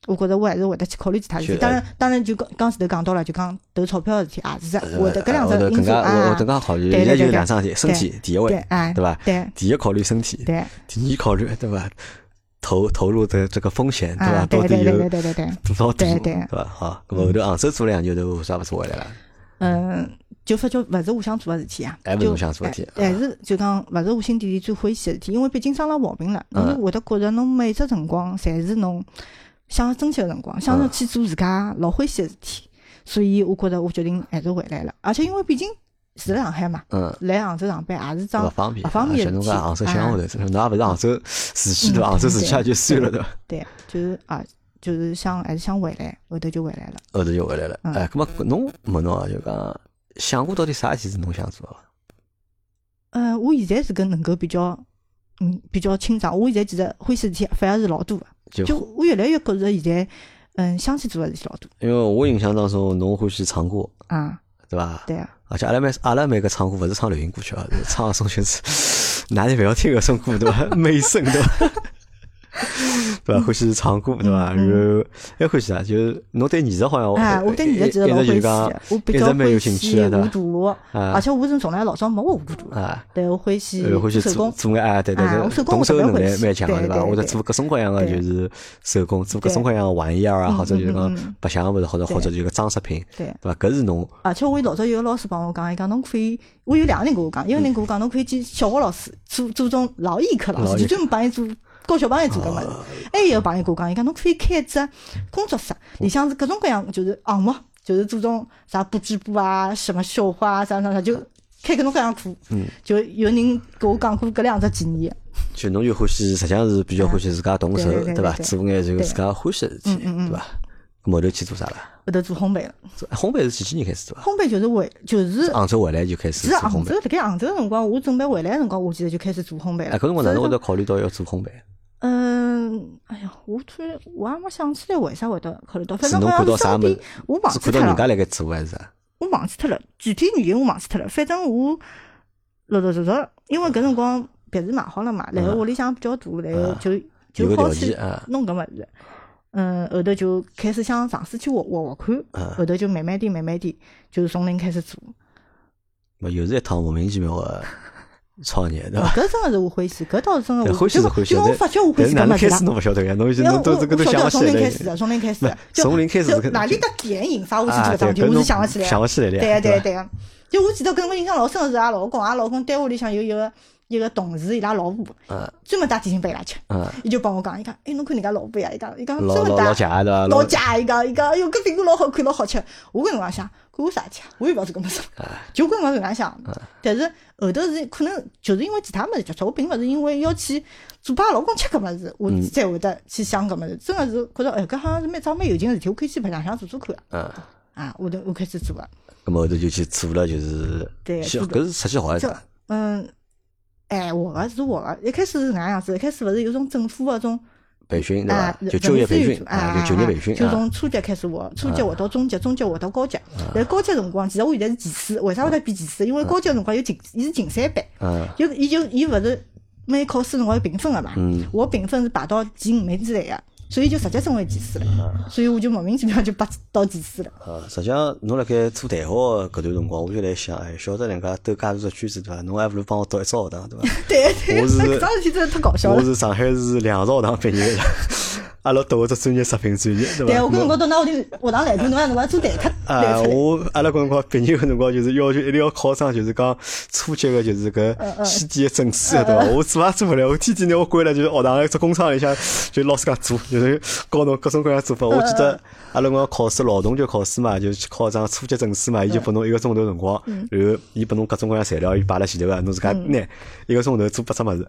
B: 我觉着我还是会得去考虑其他事
A: 是
B: 体。当然，当然就刚刚前头讲到了，就讲投钞票的事体也是
A: 呃
B: 会得搿两
A: 会得
B: 只
A: 更
B: 因素
A: 加会会
B: 啊
A: 更，加好，现
B: 对对
A: 在
B: 对
A: 就
B: 对
A: 两桩事体，身体第一
B: 对
A: 位，，
B: 哎，
A: 对吧？
B: 对
A: 第一考虑身体，
B: 对，
A: 第二考虑对吧？投投入的这个风险，对吧？
B: 啊，对
A: 到
B: 对
A: 底
B: 对对
A: 有
B: 对对对，
A: 多少度，
B: 对对
A: 对吧？好，那么后头杭州做了两年，就啥勿做回来了？
B: 嗯，就发觉勿是我想做的事体啊，
A: 还勿是
B: 就
A: 侬想做的事体
B: 哎还是就讲勿是我心底里最欢喜的事体，因为毕竟生了毛病了，侬
A: 嗯
B: 会得觉着侬每只辰光侪是侬想要珍惜的辰光，想要
A: 嗯
B: 去做自家老欢喜的事体，所以我觉着我决定还是回来了，而且因为毕竟是在上海嘛，
A: 嗯。
B: 来杭州上班也是
A: 勿
B: 桩
A: 方便，
B: 勿方便
A: 啊像侬
B: 的事
A: 讲杭州乡
B: 体啊
A: 下头，侬也勿是杭州市区对伐？
B: 嗯
A: 杭州市
B: 对
A: 区也就算了对伐？
B: 对，就是啊，就是想还是想回来，后头就回来了。
A: 后头就回来了。
B: 嗯
A: 哎，葛么侬问侬啊，就讲想过到底啥事体是侬想做啊的伐？
B: 呃，我现在是个能够比较，嗯，比较清爽。我现在其实欢喜事体反而是老多的，
A: 就
B: 就我越来越觉着现在，嗯，想去做的事体老多
A: 因为我印象当中，侬欢喜唱歌
B: 啊，
A: 对伐？
B: 对啊，
A: 而且阿拉每阿拉每个唱歌勿是唱流行歌曲啊，是唱种就是哪里勿要听搿种歌对 伐？美声对伐？ 对伐？欢喜唱歌对伐？然后还欢喜啥？啊就是侬对艺术好像
B: 哎，嗯我对艺术其实老
A: 一
B: 欢
A: 直
B: 喜
A: 呃就
B: 啊
A: 讲
B: 的，我比
A: 一
B: 较
A: 直蛮有
B: 欢
A: 兴趣
B: 喜
A: 的对
B: 画
A: 吧
B: 图，而
A: 啊
B: 且我是从来老早没画过图，
A: 啊。
B: 对，我欢喜
A: 呃，欢喜
B: 做手
A: 做
B: 工，
A: 做眼哎，对对
B: 啊我
A: 对，
B: 手工
A: 动
B: 我
A: 手
B: 特别
A: 能
B: 欢
A: 力
B: 喜
A: 蛮强的，
B: 对
A: 吧？
B: 对
A: 或者
B: 对
A: 做各种各样的
B: 对
A: 就是手工，做各
B: 对
A: 种各样的玩意儿啊，
B: 嗯
A: 或者就是
B: 嗯嗯
A: 讲
B: 嗯
A: 白相物事，或者或者就是个装饰品，
B: 对。
A: 对吧？搿是侬
B: 而且我老早有个老师帮我讲，伊讲侬可以，我有两个人跟我讲，一个人跟我讲侬可以去小学老师做做种劳役课老
A: 劳啊
B: 师，
A: 役
B: 就专门帮伊做教小朋友做搿物事。还有一个朋友跟我讲，伊讲侬可以开一只工作室，里向是各种各样就是项目，就是做种啥布织布啊、什么绣花啊、啥啥啥，就开各种各样课。
A: 嗯，
B: 就有人跟我讲过搿两只建议。
A: 就侬就欢喜，实际上是比较欢喜自家动手，
B: 对对对
A: 伐？
B: 对嗯
A: 做眼就
B: 对
A: 自家欢喜的事体，对伐？后头去做啥了？
B: 后头做烘焙了，
A: 做烘焙是几几年开始做啊？
B: 烘焙就是为就是啊
A: 杭州回来就开始
B: 其
A: 做
B: 实
A: 烘
B: 杭
A: 焙
B: 州。辣盖杭州个辰光，我准备回来个辰光，我其实就开始做烘焙
A: 哎，
B: 了。
A: 搿辰光哪
B: 所以
A: 能会
B: 讲
A: 得考虑到要做烘焙？
B: 嗯，哎呀，我突然我也没想起来为啥会得考虑到，反
A: 是
B: 正
A: 侬
B: 好
A: 看
B: 像
A: 到
B: 是
A: 啥
B: 身
A: 么
B: 边
A: 子？
B: 我忘
A: 是
B: 记
A: 看到
B: 脱
A: 人家
B: 了，
A: 辣盖做还是啥？
B: 我忘记脱了，具体原因我忘记脱了。反正我陆陆续续，因为搿辰光别墅买好了嘛，然后屋里向比较大，然后
A: 嗯
B: 就
A: 啊有
B: 就
A: 个
B: 好
A: 条
B: 去
A: 件啊，
B: 弄搿物事。嗯，后头就开始想尝试去画画画看，
A: 嗯，
B: 后头就慢慢点慢慢点，就是从零开始做。
A: 咾又是一趟莫名其妙的创业， 对伐？
B: 哦搿真的是我欢喜，�搿倒是真的
A: 对
B: 我
A: 欢喜是
B: 就
A: 欢喜
B: 嗯就我
A: 但
B: 发觉我
A: 但
B: 欢
A: 是
B: 喜
A: 哪
B: 搿
A: 能
B: 物
A: 开始
B: 事啦。
A: 侬勿晓得呀，侬就
B: 因为
A: 侬都
B: 我
A: 是搿
B: 我
A: 都
B: 晓
A: 想
B: 得
A: 勿起
B: 从
A: 来
B: 零
A: 了已
B: 开始
A: 经。
B: 的，从零开始的，就
A: 从零开始
B: 就是
A: 搿
B: 哪里
A: 能
B: 搭点引发我去
A: 啊
B: 做搿
A: 对
B: 桩事体，我
A: 搿
B: 是
A: 侬
B: 想勿起来。
A: 想勿起来了呀，
B: 对啊
A: 对
B: 对
A: 伐
B: 对，就我记得搿我印象老深个是阿拉老公，阿拉老公单位里向有一个一个同事，伊拉老婆
A: 嗯
B: 专门带点心拨伊拉吃，
A: 嗯，
B: 伊就帮我讲，伊讲，哎，侬看人家老婆呀，伊讲，伊讲
A: 老
B: 专
A: 老
B: 门带
A: 啊老假对伐？
B: 老假，伊讲，伊讲，哎哟，搿苹果老好看，老好吃。我搿辰光想，管我啥吃，啊我又勿是搿么子
A: 哎，
B: 就搿辰光搿能介想。但是后头是可能就是因为其他物事接触，我并勿是因为要去做拨阿拉老公吃搿物事，我
A: 嗯
B: 才会得去想搿物事。真个是觉着，哎，搿好像是蛮桩蛮有劲个事体，我可以去白相相做做看啊。
A: 嗯。
B: 啊，我头我开始做了，
A: 咁么后头就去做了，就是
B: 对
A: 是
B: 做的
A: 搿是实际好还是
B: 就
A: 啥？
B: 嗯，哎，我个是我个，一开始是哪样子？一开始勿是有种政府个种
A: 培训对
B: 啊
A: 伐？，就就业培训
B: 啊，
A: 就就业培训
B: 就
A: 啊，
B: 从初级开始学，初级学到中级，中级学到高级。但高级的辰光，其实我现在是技师，为啥会得变技师？因
A: 啊
B: 为高级的辰光有竞，伊是竞赛班，
A: 嗯
B: 就伊就伊勿是每考试辰光有评分个嘛，
A: 嗯
B: 我评分是排到前五名之内个，所以就直接升为技师了。所以我就莫名其妙就拔到技师了。
A: 啊，实际上侬辣盖做代号的搿段辰光，我就来想，哎，晓得人家都介大只圈子对伐？侬还勿如帮我读一只学堂对 伐？
B: 对对，
A: 我是
B: 搿桩事体真的太搞笑
A: 我
B: 了。
A: 是上海市两个学堂毕业的， 阿拉读个只专业食品专业对
B: 对，
A: 伐
B: 我？搿辰光到㑚屋里学堂来过，侬还辰光做代课，
A: 啊，
B: 代课。
A: 我阿拉搿辰光毕业个辰光，就是要求一定要考上，就是讲初级个，就是
B: 嗯
A: 搿西点个证书的，对伐？我做也做勿来，我天天拿我关辣就是哦学堂个只工厂里向，就老师讲做，就是教侬各种各样做法。
B: 嗯
A: 我记得阿拉搿辰光考试，劳动节考试嘛，就是去考张初级证书
B: 嗯
A: 嘛，伊就拨侬一个钟头辰光，然后伊拨侬各种各样材料，伊摆辣前头个，侬自家
B: 嗯
A: 拿一个钟头做八只物事。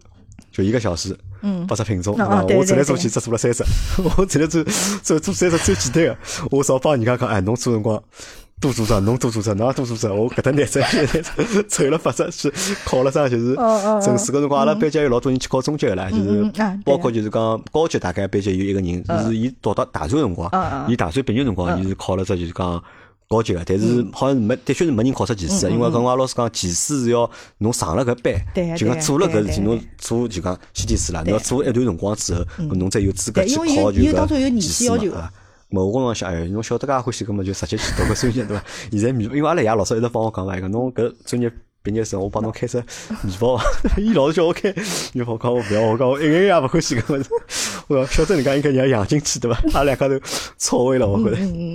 A: 就一个小时，嗯，八只品种，
B: 哦
A: 伐？
B: 对
A: 我做来
B: 对
A: 做
B: 对
A: 去只做了三只， 我做来做做做三只最简单个，我少帮人家讲，哎，侬做辰光多做只，侬多做只，侬也多做只，我搿搭拿只拿只， 凑了八只去考了张，就是
B: 哦哦
A: 正式搿辰光，阿拉班级有老多人去考中级个啦，就是
B: 嗯嗯啊嗯
A: 包括就是讲高级，大概班级有一个人，就是伊读到大专辰光
B: 嗯嗯，嗯嗯
A: 伊大专毕业辰光，伊是考了只就是讲。高级个，但是好像没，的确是没人考出技师个，因为跟我阿拉老师讲，技师是要侬上了搿
B: 对
A: 班，
B: 啊
A: 就讲
B: 对啊
A: 做了
B: 对啊
A: 搿事体，
B: 对啊啊嗯
A: 侬做就讲先技师啦，侬要做一段辰光之后，搿侬才有资格
B: 对
A: 去
B: 因为有
A: 考就
B: 有当中有
A: 搿
B: 年
A: 技
B: 纪
A: 师
B: 要
A: 嘛
B: 求
A: 啊。某个辰光想，哎，侬晓得介欢喜，搿么就直接去读个专业 对伐？现在面包，因为阿拉爷老早一直帮我讲嘛，伊讲侬搿专业毕业生，我帮侬开只面包 伐，伊老是叫我开，面包，讲我勿要，我讲我一眼也勿欢喜搿物事。 我讲晓得人家应该让养进去对伐？阿拉两家头错位了，我觉着。
B: 嗯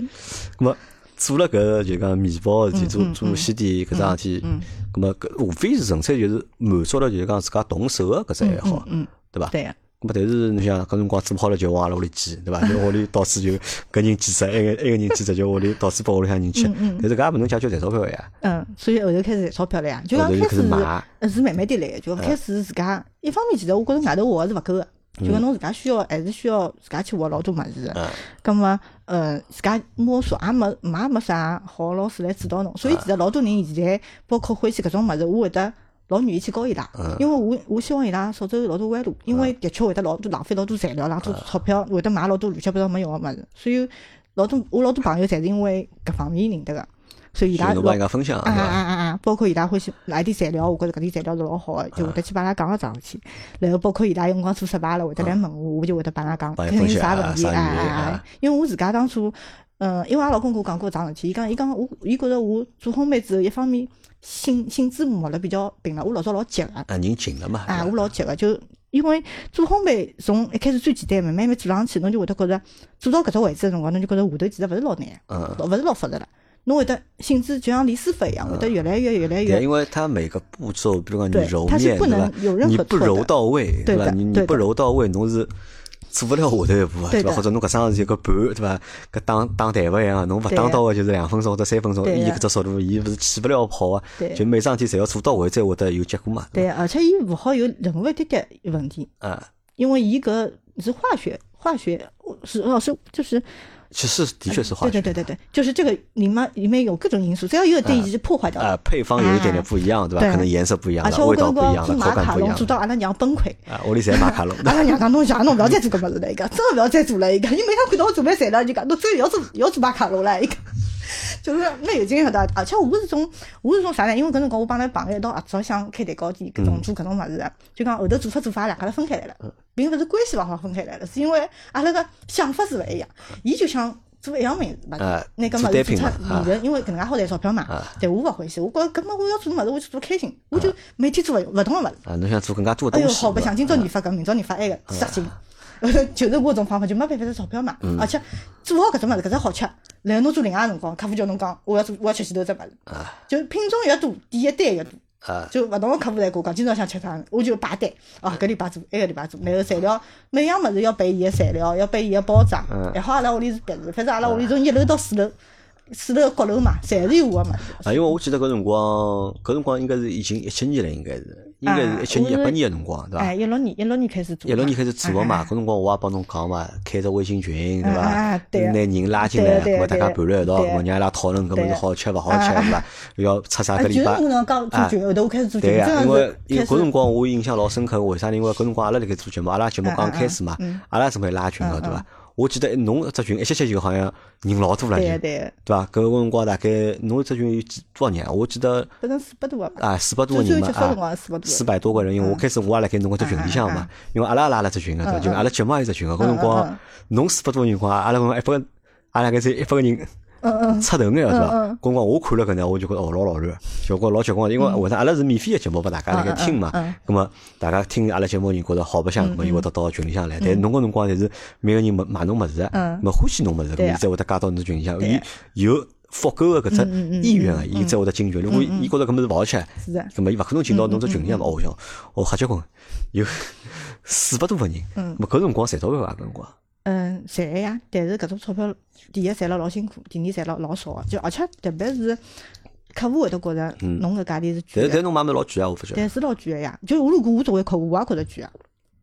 A: 咁么做了搿就讲面包事体，
B: 嗯
A: 做做西点搿桩事体，咁么搿无非是纯粹就是满足了就是讲自家动手个搿只爱好，
B: 嗯
A: 对伐？
B: 对啊个，
A: 咁么但是侬想搿辰光做好了就往阿拉屋里寄，对伐？就屋里到处就搿人寄只， 埃个埃个人寄只，就屋里到处拨屋里向人吃。但是搿也勿能解决赚钞票个呀。
B: 嗯，所以后头开始赚钞票了呀，就讲
A: 后头就
B: 开
A: 开始
B: 始
A: 买嗯
B: 呃是慢慢点来的，就讲开始自家一方面其实我觉着外头学的是勿够的，就讲侬自家需要还是需要自家去学老多物事
A: 嗯
B: 的。咁么，呃，自家摸索也没没也没啥好老师来指导侬，所以
A: 嗯
B: 其实老多人现在包括欢喜搿种物事，我会得。老愿意去教伊拉，
A: 嗯
B: 因为我我希望伊拉少走老多弯路，因为的确会得老多浪费老多材料，浪
A: 嗯
B: 费钞票，会得买老多乱七八糟没用个物事。所以老多我老多朋友侪是因为搿方面认得个，所以伊
A: 就
B: 拉
A: 侬帮
B: 老
A: 人家分享，
B: 啊
A: 对
B: 啊
A: 伐？
B: 啊啊！包括伊拉欢喜哪一点材料，我觉着搿点材料是老好个，就会得去帮伊拉讲个桩事体。然后包括伊拉有辰光做失败了，会得来问我，我就会得帮伊拉讲，
A: 帮伊
B: 看有
A: 分析
B: 啥
A: 啊
B: 问题
A: 啥
B: 啊
A: 原因
B: 啊
A: 啊
B: 啊！因为我自家当初，嗯，因为阿拉老公跟我讲过桩事体，伊讲伊讲我，伊觉着我做烘焙之后，一方面心心智磨了比较平了，我老早老急个，
A: 啊，人近了嘛。
B: 啊，
A: 对伐
B: 我老急个，就因为做烘焙从一开始最简单，慢慢慢慢做上去，侬就会得觉着做到搿只位置个辰光，侬就觉着下头其实勿是老难，
A: 嗯。
B: 勿是老复杂了。侬会得心智就像练书法一样，会得越来越越来
A: 对，
B: 越
A: 因为它每个步骤，比如讲
B: 对
A: 你揉
B: 它
A: 面，
B: 是不
A: 对吧
B: 能有？任
A: 你
B: 何
A: 不
B: 错
A: 揉
B: 的
A: 到位，
B: 对
A: 吧？
B: 的
A: 你你
B: 对
A: 不
B: 的
A: 揉到位，侬是做不了下头一步啊，对
B: 对
A: 吧？
B: 的
A: 或者侬搿桩事体搿盘，对吧？搿打打台湾一样，侬勿
B: 对
A: 打
B: 呀
A: 到位就是两分钟或者三分钟，
B: 对
A: 伊
B: 呀
A: 搿只速度，伊勿是起不了跑啊
B: 对。
A: 就每桩事体侪要做到位，才会得有结果嘛。
B: 对，而且伊勿好有任何一点点问题，
A: 啊，
B: 因为伊搿是化学，化学是老师就是
A: 其实的确是化
B: 嗯
A: 学
B: 对对对对对，就是这个里面里面有各种因素，只要有一点已经破坏掉了。
A: 啊，配方有一点点不一样，对吧？
B: 对
A: 可能颜色不一样
B: 哎而且
A: 了，
B: 我
A: 味
B: 搿
A: 道
B: 辰
A: 不一
B: 光
A: 样
B: 做
A: 了，口
B: 马
A: 感
B: 卡
A: 不一
B: 龙
A: 样
B: 做
A: 了。
B: 到阿拉娘崩溃，
A: 啊，屋里侪马卡龙
B: 阿拉娘讲侬爷侬勿要再做搿物事了，伊讲真个勿要再做了，伊讲伊每趟看到我做饭材料就讲侬最后要做要做马卡龙了，伊讲。 就是蛮有经验的，而且我是种我是种啥呢？因为搿辰光我帮那朋友一道合作，想开蛋糕店，搿
A: 嗯
B: 种做搿种物事的，啊就讲后头做法做法两家头分开来了，并勿是关系勿好分开来了，是因为阿拉个想法是勿一样，伊就想做一样物事，
A: 啊
B: 那个
A: 做
B: 物
A: 单品
B: 事做出
A: 嘛啊
B: 利润，因为搿能介好赚钞票嘛
A: 啊。
B: 但我勿欢喜，我觉着搿么我要做物事，我就做开心，我就每天做勿勿同个物事。
A: 啊，侬想做更加多的哎
B: 哎
A: 东
B: 哟，
A: 西，
B: 好白
A: 对吧
B: 相，今朝研发搿，明朝研发埃个，杀青。 就是我种方法，就没办法赚钞票嘛。
A: 嗯
B: 而且做好搿只物事，搿只好吃。然后侬做另外个辰光，客户叫侬讲，我要做，我要吃前头只物事。就品种越多，点一单越多。
A: 啊
B: 就勿同个客户来跟我讲，今朝想吃啥，我就排单。哦，
A: 嗯
B: 搿礼拜做，埃个礼拜做。然后材料，每样物事要备伊个材料，要备伊个包装。
A: 嗯
B: 还好阿拉屋里是别墅，反正阿拉屋里从一楼到四楼，四楼阁楼嘛，侪是有我个物事。
A: 啊，因为我记得搿辰光，搿辰光应该是已经一七年了，应该是，应该是一七年、一
B: 啊
A: 八
B: 我
A: 年个辰光，对伐
B: 哎，？一六年，一六年开始做
A: 一
B: 嘛。
A: 六年开始做个嘛，
B: 啊
A: 搿辰光我也帮侬讲嘛，开只微信群，
B: 啊啊
A: 伐
B: 啊？对啊
A: 拿人拉进
B: 对啊
A: 来，
B: 对啊
A: 咾么大
B: 对啊
A: 家盘辣一道，
B: 对啊
A: 咾么让阿拉讨论搿物
B: 对
A: 事
B: 啊
A: 好吃勿好吃，对伐？要出啥
B: 啊，
A: 搿
B: 就是
A: 礼
B: 我
A: 拜
B: 跟？侬讲做酒，后头我开始做酒，
A: 对
B: 真
A: 呀，因
B: 个
A: 为
B: 是
A: 因为
B: 开
A: 搿辰
B: 始。
A: 光我印象老深刻，为啥呢？因为搿辰光阿拉辣盖做节目，阿拉节目刚开始嘛，阿拉准备拉群个，对伐？我记得侬只群一歇歇就好像人老多了，已
B: 对呀
A: 经
B: 对呀，
A: 对伐？搿个辰光大概侬只群有几多少人啊？我记得
B: 反正四百多个吧。
A: 啊，四百多
B: 最
A: 个人
B: 最
A: 嘛
B: 结束辰
A: 啊
B: 光。四百多
A: 四
B: 个。
A: 百多个人，因为我开始我也辣盖侬搿只群里向
B: 嗯
A: 嘛
B: 嗯，
A: 因为阿拉也拉了只群个，对伐？就阿拉节目也有只群个，搿辰
B: 嗯嗯
A: 光
B: 嗯
A: 侬四百多个人光，阿拉搿辰光一百个，阿拉搿才一百个人。
B: 嗯嗯，
A: 出头眼个对伐？搿辰光我看了搿能，我就觉着哦老老乱，效果老结棍。因为为啥阿拉是免费个节目拨大家辣盖听嘛
B: 嗯嗯嗯嗯，
A: 葛末大家听阿拉节目人觉着好白相，葛末伊会得到群里向来。但侬搿辰光侪是每个人买买侬物事，
B: 嗯
A: 末欢喜侬物事，葛
B: 对
A: 末
B: 啊
A: 伊才会得加到侬群里向。
B: 对
A: 伊
B: 啊嗯
A: 有复购个搿只意愿个，啊伊才会得进群。如果伊伊觉着搿物事勿好吃，
B: 是的。
A: 咁么伊勿可能进
B: 嗯
A: 到侬只群里向嘛？哦我想，哦瞎结棍，有四百多个人，咁搿辰光赚钞票伐？搿辰光，
B: 嗯，赚个呀，但是搿种钞票，第一赚了老辛苦，第二赚了老少，啊就而且特别是客户会得觉着侬搿价钿是
A: 嗯但
B: 贵
A: 是但
B: 的，
A: 侬买物事老贵啊，我发觉。
B: 但是老贵个呀。就我如果我作为客户，我也觉着贵啊。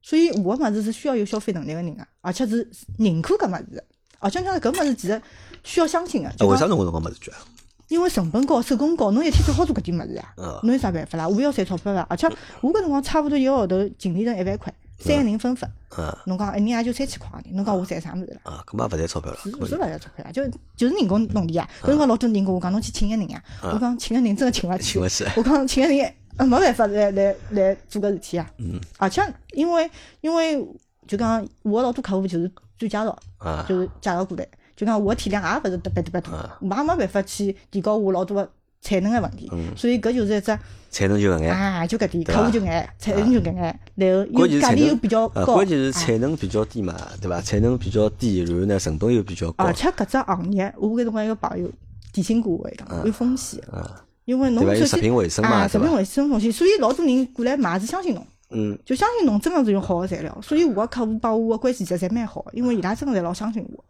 B: 所以我个物事是需要有消费能力个人个，而且是认可搿物事的，而且讲搿物事其实需要相信个。
A: 啊
B: 就
A: 为
B: 讲
A: 啥侬搿辰光没事贵啊？
B: 因为成本高、手工高，侬一天最好做搿点物事呀
A: 嗯，
B: 啊侬有啥办法啦？我要赚钞票啦，而且我搿辰光差勿多一个号头净利润一万块，三个人分分，
A: 嗯
B: 侬讲一人也就三千块钿，侬讲我赚啥物事了？
A: 啊，搿么也勿赚钞票了，
B: 是
A: 搿
B: 是
A: 么
B: 勿要钞票啊，就就是人工弄力啊。
A: 嗯
B: 搿辰光老多人跟我讲，侬去请个人啊，我讲请个人真个请勿起
A: 请，勿起。
B: 我讲请个人呃没办法来来来做搿事体啊。
A: 嗯
B: 而且因为因为就讲我老多客户就是转介绍，
A: 啊
B: 就是介绍过来，就讲我体量也勿是特别特别大，我也没办法去提高我老多个产能个问题，所以搿就是一只
A: 产能就搿眼，
B: 啊，就搿点，
A: 嗯哎对吧
B: 客户就眼，产能就搿眼，然后
A: 关键是
B: 又价
A: 产
B: 钿又
A: 能
B: 比较
A: 啊
B: 高，
A: 关键是
B: 啊
A: 产能比较低嘛，对伐？产能比较低，然后呢成本又比较高
B: 而，且啊搿只行业，我搿辰光一个朋友提醒过我一个，有风险的，
A: 啊，
B: 因为侬
A: 对伐？有
B: 首
A: 食
B: 先
A: 品卫生嘛，
B: 啊，
A: 对
B: 食品
A: 伐？
B: 卫生风险，所以老多人过来买是相信侬。
A: 嗯
B: 就相信侬真个是用好个材料，所以我个客户帮我个关系其实侪蛮好的，因为伊拉真个侪老相信我，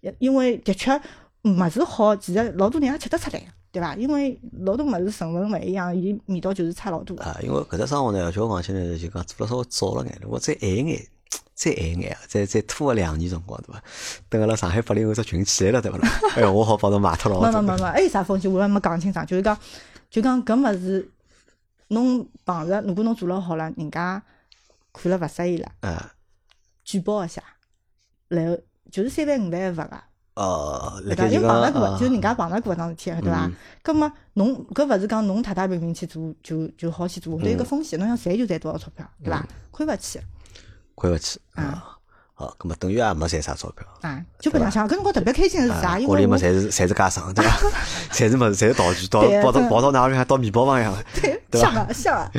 B: 因因为的确嗯物事好，其实老多人也吃得出来，对伐？因为老多物事成分勿一样，伊味道就是差老多个。
A: 啊，因为搿只生活呢，叫我讲起来就讲做了稍微早了眼，如果再晚一眼。再晚一眼啊，再再拖个两年辰光，对伐？等阿拉上海八零后只群起来了，对勿啦？ 哎哟，我好帮侬买脱了。
B: 没没没没，还有啥风险我还没讲清爽，就是讲就讲搿物事，侬碰着如果侬做了好了，人家看了勿适意了，
A: 啊，
B: 举报一下，然后就是三万五啊万罚个。
A: 哦，辣
B: 对伐？
A: 盖就
B: 因为
A: 讲
B: 碰着过，
A: 啊嗯
B: 就人家碰着过搿桩事体，对伐？葛末侬搿勿是讲侬踏踏平平去做就就好去做，会得有
A: 嗯
B: 个风险，侬想赚就赚多少钞票，对伐？亏勿起
A: 亏勿起
B: 嗯
A: 啊。好，咁么等于也没赚啥钞票。
B: 啊！就搿能想，搿辰光特别开心的是啥？因
A: 屋里
B: 为
A: 嘛，
B: 我
A: 侪是侪是家常，对伐？ 侪是物事，侪是道具，到
B: 对啊
A: 跑到
B: 对
A: 跑到哪里还到面包房一样， 对
B: 香
A: 伐？
B: 啊香啊！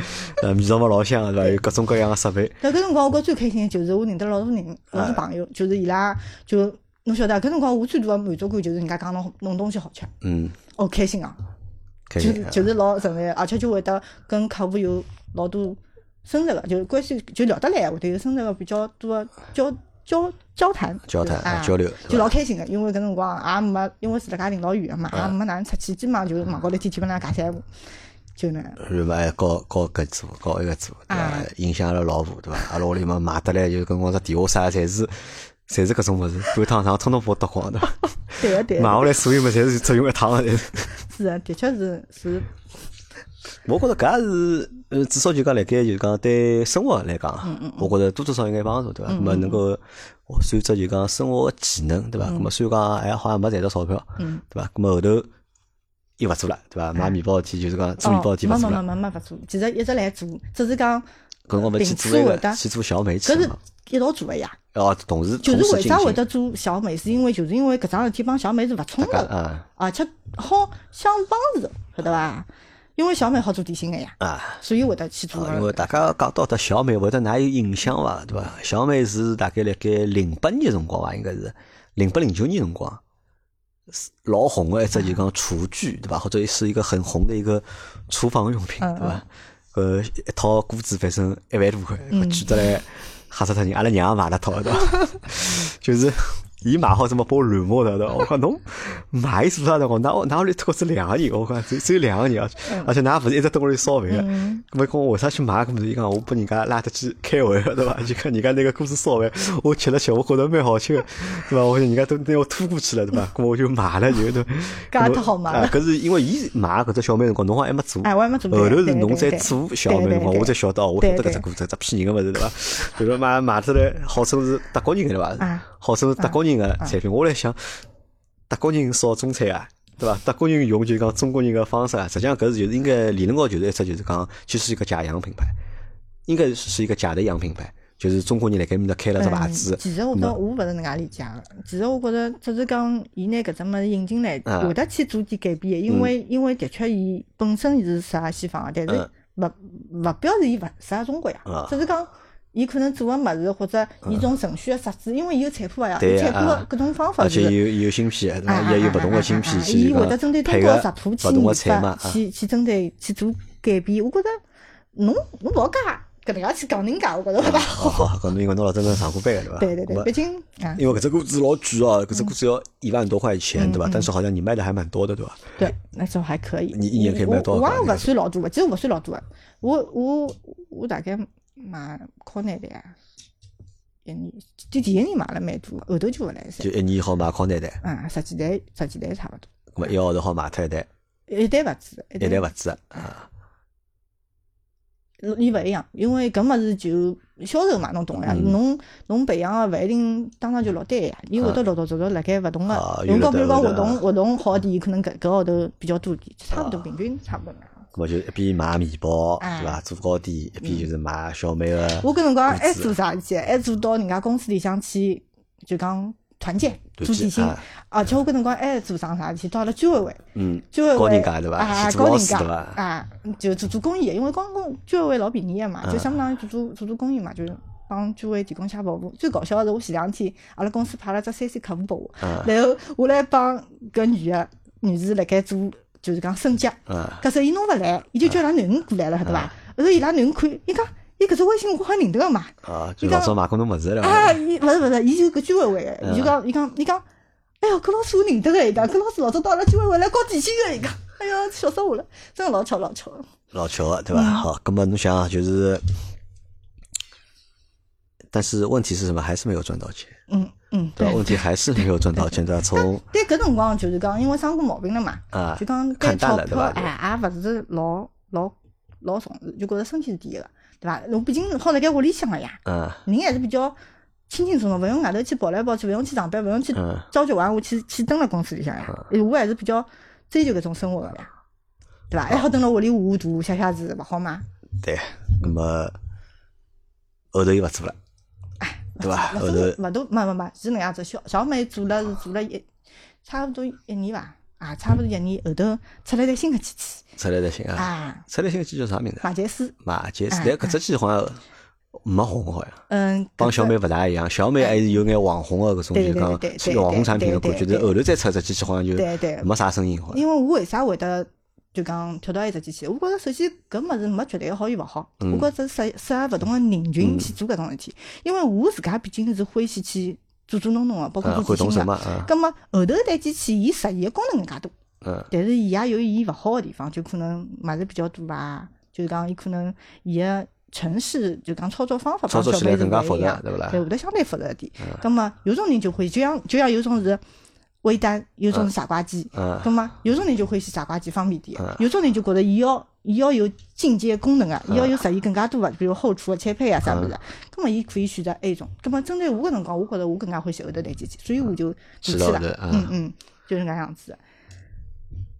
A: 呃，味道嘛老香，对伐？有各种各样的设备，
B: 但搿辰光我觉得最开心的就是我认得老多人，老
A: 哎
B: 多朋友，就是伊拉就侬晓得，搿辰光我最大的满足感就是人家讲侬弄东西好吃，
A: 嗯，
B: 哦开心啊！
A: 开
B: 就
A: 心
B: 是
A: 啊。
B: 就是老纯粹，而且就会得跟客户有老多深入个，就是关系就聊得来，会得有深入个比较多的交交交谈
A: 交谈
B: 啊
A: 交流
B: 就老开心个，因为搿辰光也没，因为住辣家领导院个嘛，
A: 啊
B: 也没哪能出去，基本上就是网高头天天帮人家尬三胡，就能
A: 然后还搞搞搿组，搞埃个组，对伐
B: 啊？
A: 影响阿拉老婆，对伐？阿拉屋里嘛买得来，就跟我只地下啥，侪是侪是搿种物事，半趟上通通拨我丢光，对伐？
B: 对个对
A: 买
B: 个，
A: 回来所有物事侪是只用一趟的。
B: 是个，的确是是
A: 我觉着搿也是，呃，至少就讲辣盖就讲对生活来讲啊，
B: 嗯
A: 我觉着多多少少有眼帮助，对伐？那么能够哦算只就讲生活个技能，
B: 嗯
A: 对伐？那么虽然讲哎好像没赚到钞票，对伐？那么后头又勿做了，对伐？买面包事体就是讲做面包
B: 啊哦
A: 事，体
B: 没
A: 勿做
B: 没
A: 了
B: 没，没没勿做，其实一直来做，只是讲
A: 搿辰光勿去做一
B: 顶次会
A: 个
B: 得
A: 去做小煤气
B: 搿是
A: 嘛，
B: 一道做个呀。
A: 哦，同时
B: 就
A: 啊同
B: 是
A: 时
B: 为
A: 进
B: 啥会
A: 行
B: 得做小美，是因为就是因为搿桩事体帮小美是勿冲突
A: 搿
B: 的。
A: 啊
B: 而且好相帮助，晓得伐？因为小美好做点心个呀，
A: 啊。
B: 所以会得去做
A: 啊
B: 的。
A: 因为大家讲到的小美，会得哪有印象伐？对伐？小美是大概辣盖零八年辰光伐，应该是零八零九年辰光，是老红个一只就讲厨具对伐？或者是一个很红的一个厨房用
B: 嗯
A: 品对伐？呃，一套锅子反正一万多块，
B: 嗯
A: 我记得来吓死脱人，阿拉娘也买了套对伐？ 就是。伊买好什么包软磨的，对伐我讲侬买伊做啥的？我哪哪里脱是两个人？我讲只只有两个人，而且而且㑚勿是一直蹲屋里烧饭个，
B: 嗯
A: 咾么讲我为啥去买？搿么伊讲我拨人家拉得 去开会个，对伐？就看人家那个锅子烧饭，我吃了吃，我觉着蛮好吃个，对伐？我讲人家都拿我拖过去了，对 伐？咾么我就买了，就都。
B: 搿也太好买了
A: 啊搿是因为伊买搿只小妹辰光，侬好像还没做。
B: 哎我还没做对
A: 后头是
B: 对
A: 侬
B: 对
A: 在
B: 对
A: 做小妹辰光，
B: 对对
A: 我才晓得哦，我晓得搿
B: 对
A: 只
B: 对
A: 锅子，只骗人个物事对伐？比如买买出来，号称是德国人个对伐
B: 啊？
A: 号称是德国人个产品，我来想，德国人烧中餐啊，对伐？德国人用就是讲中国人个方式啊，实际上搿是就是应该理论高就是一只就是讲，其实是一个假洋品牌，应该是一个假的洋品牌，就是中国人辣盖面搭开了只牌子
B: 嗯，其实我觉得我勿是能介理解个，啊其实我觉得只是讲伊拿搿只物事引进来，
A: 啊
B: 会得去做点改变的，因为因为的确伊本身是适合西方啊个，但
A: 嗯
B: 是勿勿表示伊勿适合中国呀
A: 啊，嗯
B: 只是讲。伊可能做个物事，或者伊种程序个设置，因为伊有菜谱个呀，
A: 对
B: 伊
A: 呀
B: 菜谱
A: 啊
B: 个各种方法
A: 而且
B: 是
A: 有有芯片，对伐？
B: 啊
A: 也有勿同个芯片
B: 啊啊啊啊啊
A: 去
B: 伊会得
A: 讲
B: 针对
A: 配
B: 中国
A: 个
B: 食谱去
A: 勿同个
B: 研
A: 菜嘛
B: 发，
A: 啊。
B: 去去针对去做改变。我觉着侬侬老介搿能介去讲人家，我觉着勿大
A: 好
B: 好。
A: 好，搿侬因为侬老早真上过班个对伐？
B: 对对
A: 咾
B: 对，
A: 么
B: 毕竟啊，
A: 因为搿只锅子老贵哦，搿只锅子要一万多块钱，
B: 嗯
A: 对吧？但是好像你卖的还蛮多的，对吧？
B: 对，那时候还可以。
A: 你一年可以卖多少
B: 我
A: 个
B: 我也勿算老多个，其实勿算老多个。我我我大概买考拿的啊，一年就第一年买了蛮多的，后头就勿来
A: 就
B: 三。
A: 一年好买靠拿袋，
B: 啊，十几台，十几台差勿
A: 咾
B: 多，
A: 么一个号头好买脱一袋，啊
B: 一台勿止，
A: 一袋
B: 台
A: 勿止啊。
B: 伊勿一样，因为搿物事就销售嘛，侬懂呀。侬侬培养个勿一定当场就落单呀，伊会得陆陆续续辣盖勿同
A: 啊
B: 个，
A: 有
B: 侬
A: 的
B: 讲比
A: 有的
B: 如讲活动活动好点，可能搿搿号头比较多点，差勿多平均差勿多。
A: 咾么就一边买面包，
B: 哎
A: 对伐？做糕点，一边就是买小妹个。
B: 嗯我跟侬讲，还
A: 子
B: 做啥事体？还做到人家公司里向去，就讲团建
A: 团
B: 做
A: 建
B: 点心
A: 啊，
B: 而且我跟侬讲，还做啥啥事体？到了居委会。
A: 嗯，
B: 居委会
A: 教人家对伐
B: 啊，
A: 去做
B: 教
A: 老
B: 人
A: 师
B: 家
A: 对伐
B: 啊，就做做公益的，因为光公居委会老便宜的嘛，就
A: 嗯
B: 相当于做做做做公益嘛，就是帮居委会提供一下服务。最搞笑的是，我前两天阿拉公司派了只三 C 客户拨我，
A: 嗯
B: 然后我来帮搿女的女士辣盖做，就是讲升级。
A: 啊，
B: 搿时候伊弄勿来，伊就叫伊拉囡恩过来了，对伐？
A: 嗯
B: 后头伊拉囡恩看，伊讲，伊搿只微信我好像认得个嘛，
A: 啊，就
B: 伊讲
A: 老早买过侬物事了。
B: 啊，伊勿是勿是，伊就搿居委会
A: 嗯
B: 个，伊就讲伊讲伊讲，哎哟，搿老师我认得个，伊讲搿老师老早到阿拉居委会来搞点心个，伊讲，哎哟，笑死我了，真个老巧老巧。
A: 老巧个对
B: 嗯
A: 伐？好，葛么侬想啊就是，但是问题是什么？还是没有赚到钱，
B: 嗯嗯，
A: 对
B: 对
A: 吧？。问题还是没有赚到钱，对 伐？从
B: 但搿辰光就是讲，因为生过毛病了嘛，
A: 啊
B: 就讲
A: 看
B: 对
A: 淡
B: 钞
A: 了对
B: 票
A: 吧
B: 哎也勿是老老老重视，就觉着身体是第一个，对伐？侬毕竟好辣盖屋里向个呀，
A: 啊
B: 人还是比较清清楚楚，勿用外头去跑来跑去，勿用去上班，勿用去
A: 嗯
B: 朝九晚五去去蹲辣公司里向呀。我还是比较追求搿种生活个呀，对伐？还好蹲辣屋里画画图、写写字，勿好吗？
A: 对，葛么后头又勿做了，对伐？后头
B: 勿啊做勿都没没没，是能样子。小小妹做了是做了一差勿多一年伐，啊，差勿多一年，后头出来台新个机器
A: 出来才行啊，
B: 啊，
A: 出来新个机叫啥名字啊？
B: 马杰斯，
A: 马杰斯，
B: 哎
A: 但搿只机好像没红好像。
B: 嗯，
A: 帮
B: 搿
A: 小
B: 只
A: 妹勿大一样，小妹还是有眼网红个搿种，就
B: 对
A: 是
B: 对
A: 讲
B: 对对
A: 是
B: 对
A: 网红产品个
B: 对
A: 感觉，
B: 对对
A: 但后头再出只机器好像就
B: 对对
A: 没啥声音好像。
B: 因为我为啥会得就讲跳到埃只机器？我觉着首先搿物事没绝对个好与勿好，
A: 嗯
B: 我觉着适适合勿啊同个人群去做搿种事体。因为我自家毕竟是欢喜去做做弄弄个，包
A: 啊，
B: 括
A: 会
B: 做
A: 懂
B: 机
A: 什
B: 芯
A: 么
B: 个。
A: 啊？
B: 葛末后头一台机器，伊实现个功能更加多，
A: 嗯
B: 但是伊也有伊勿好个地方，就可能物事比较多伐，就是讲伊可能伊个程式就讲操作方法
A: 操
B: 帮
A: 作
B: 小
A: 起来
B: 妹子
A: 更加
B: 勿
A: 复
B: 一
A: 杂
B: 样，
A: 对不嗯啦
B: 对，会得相对复杂一点。葛末有种人就会，就像就像有种是微单，有种是傻瓜机，
A: 嗯
B: 咁嘛，有种人就欢喜傻瓜机方便点
A: 嗯，
B: 有种人就觉得伊要伊要有进阶功能啊，伊
A: 嗯
B: 要有实现更加多的，比如后厨的切配啊啥物事啊，咁么伊可以选择 A 种。咁么针对我搿辰光，我觉着我更加欢喜后头台机器，所以我就
A: 去
B: 过
A: 嗯
B: 去
A: 了
B: 了
A: 后头啊。
B: 嗯嗯，就是搿样子的，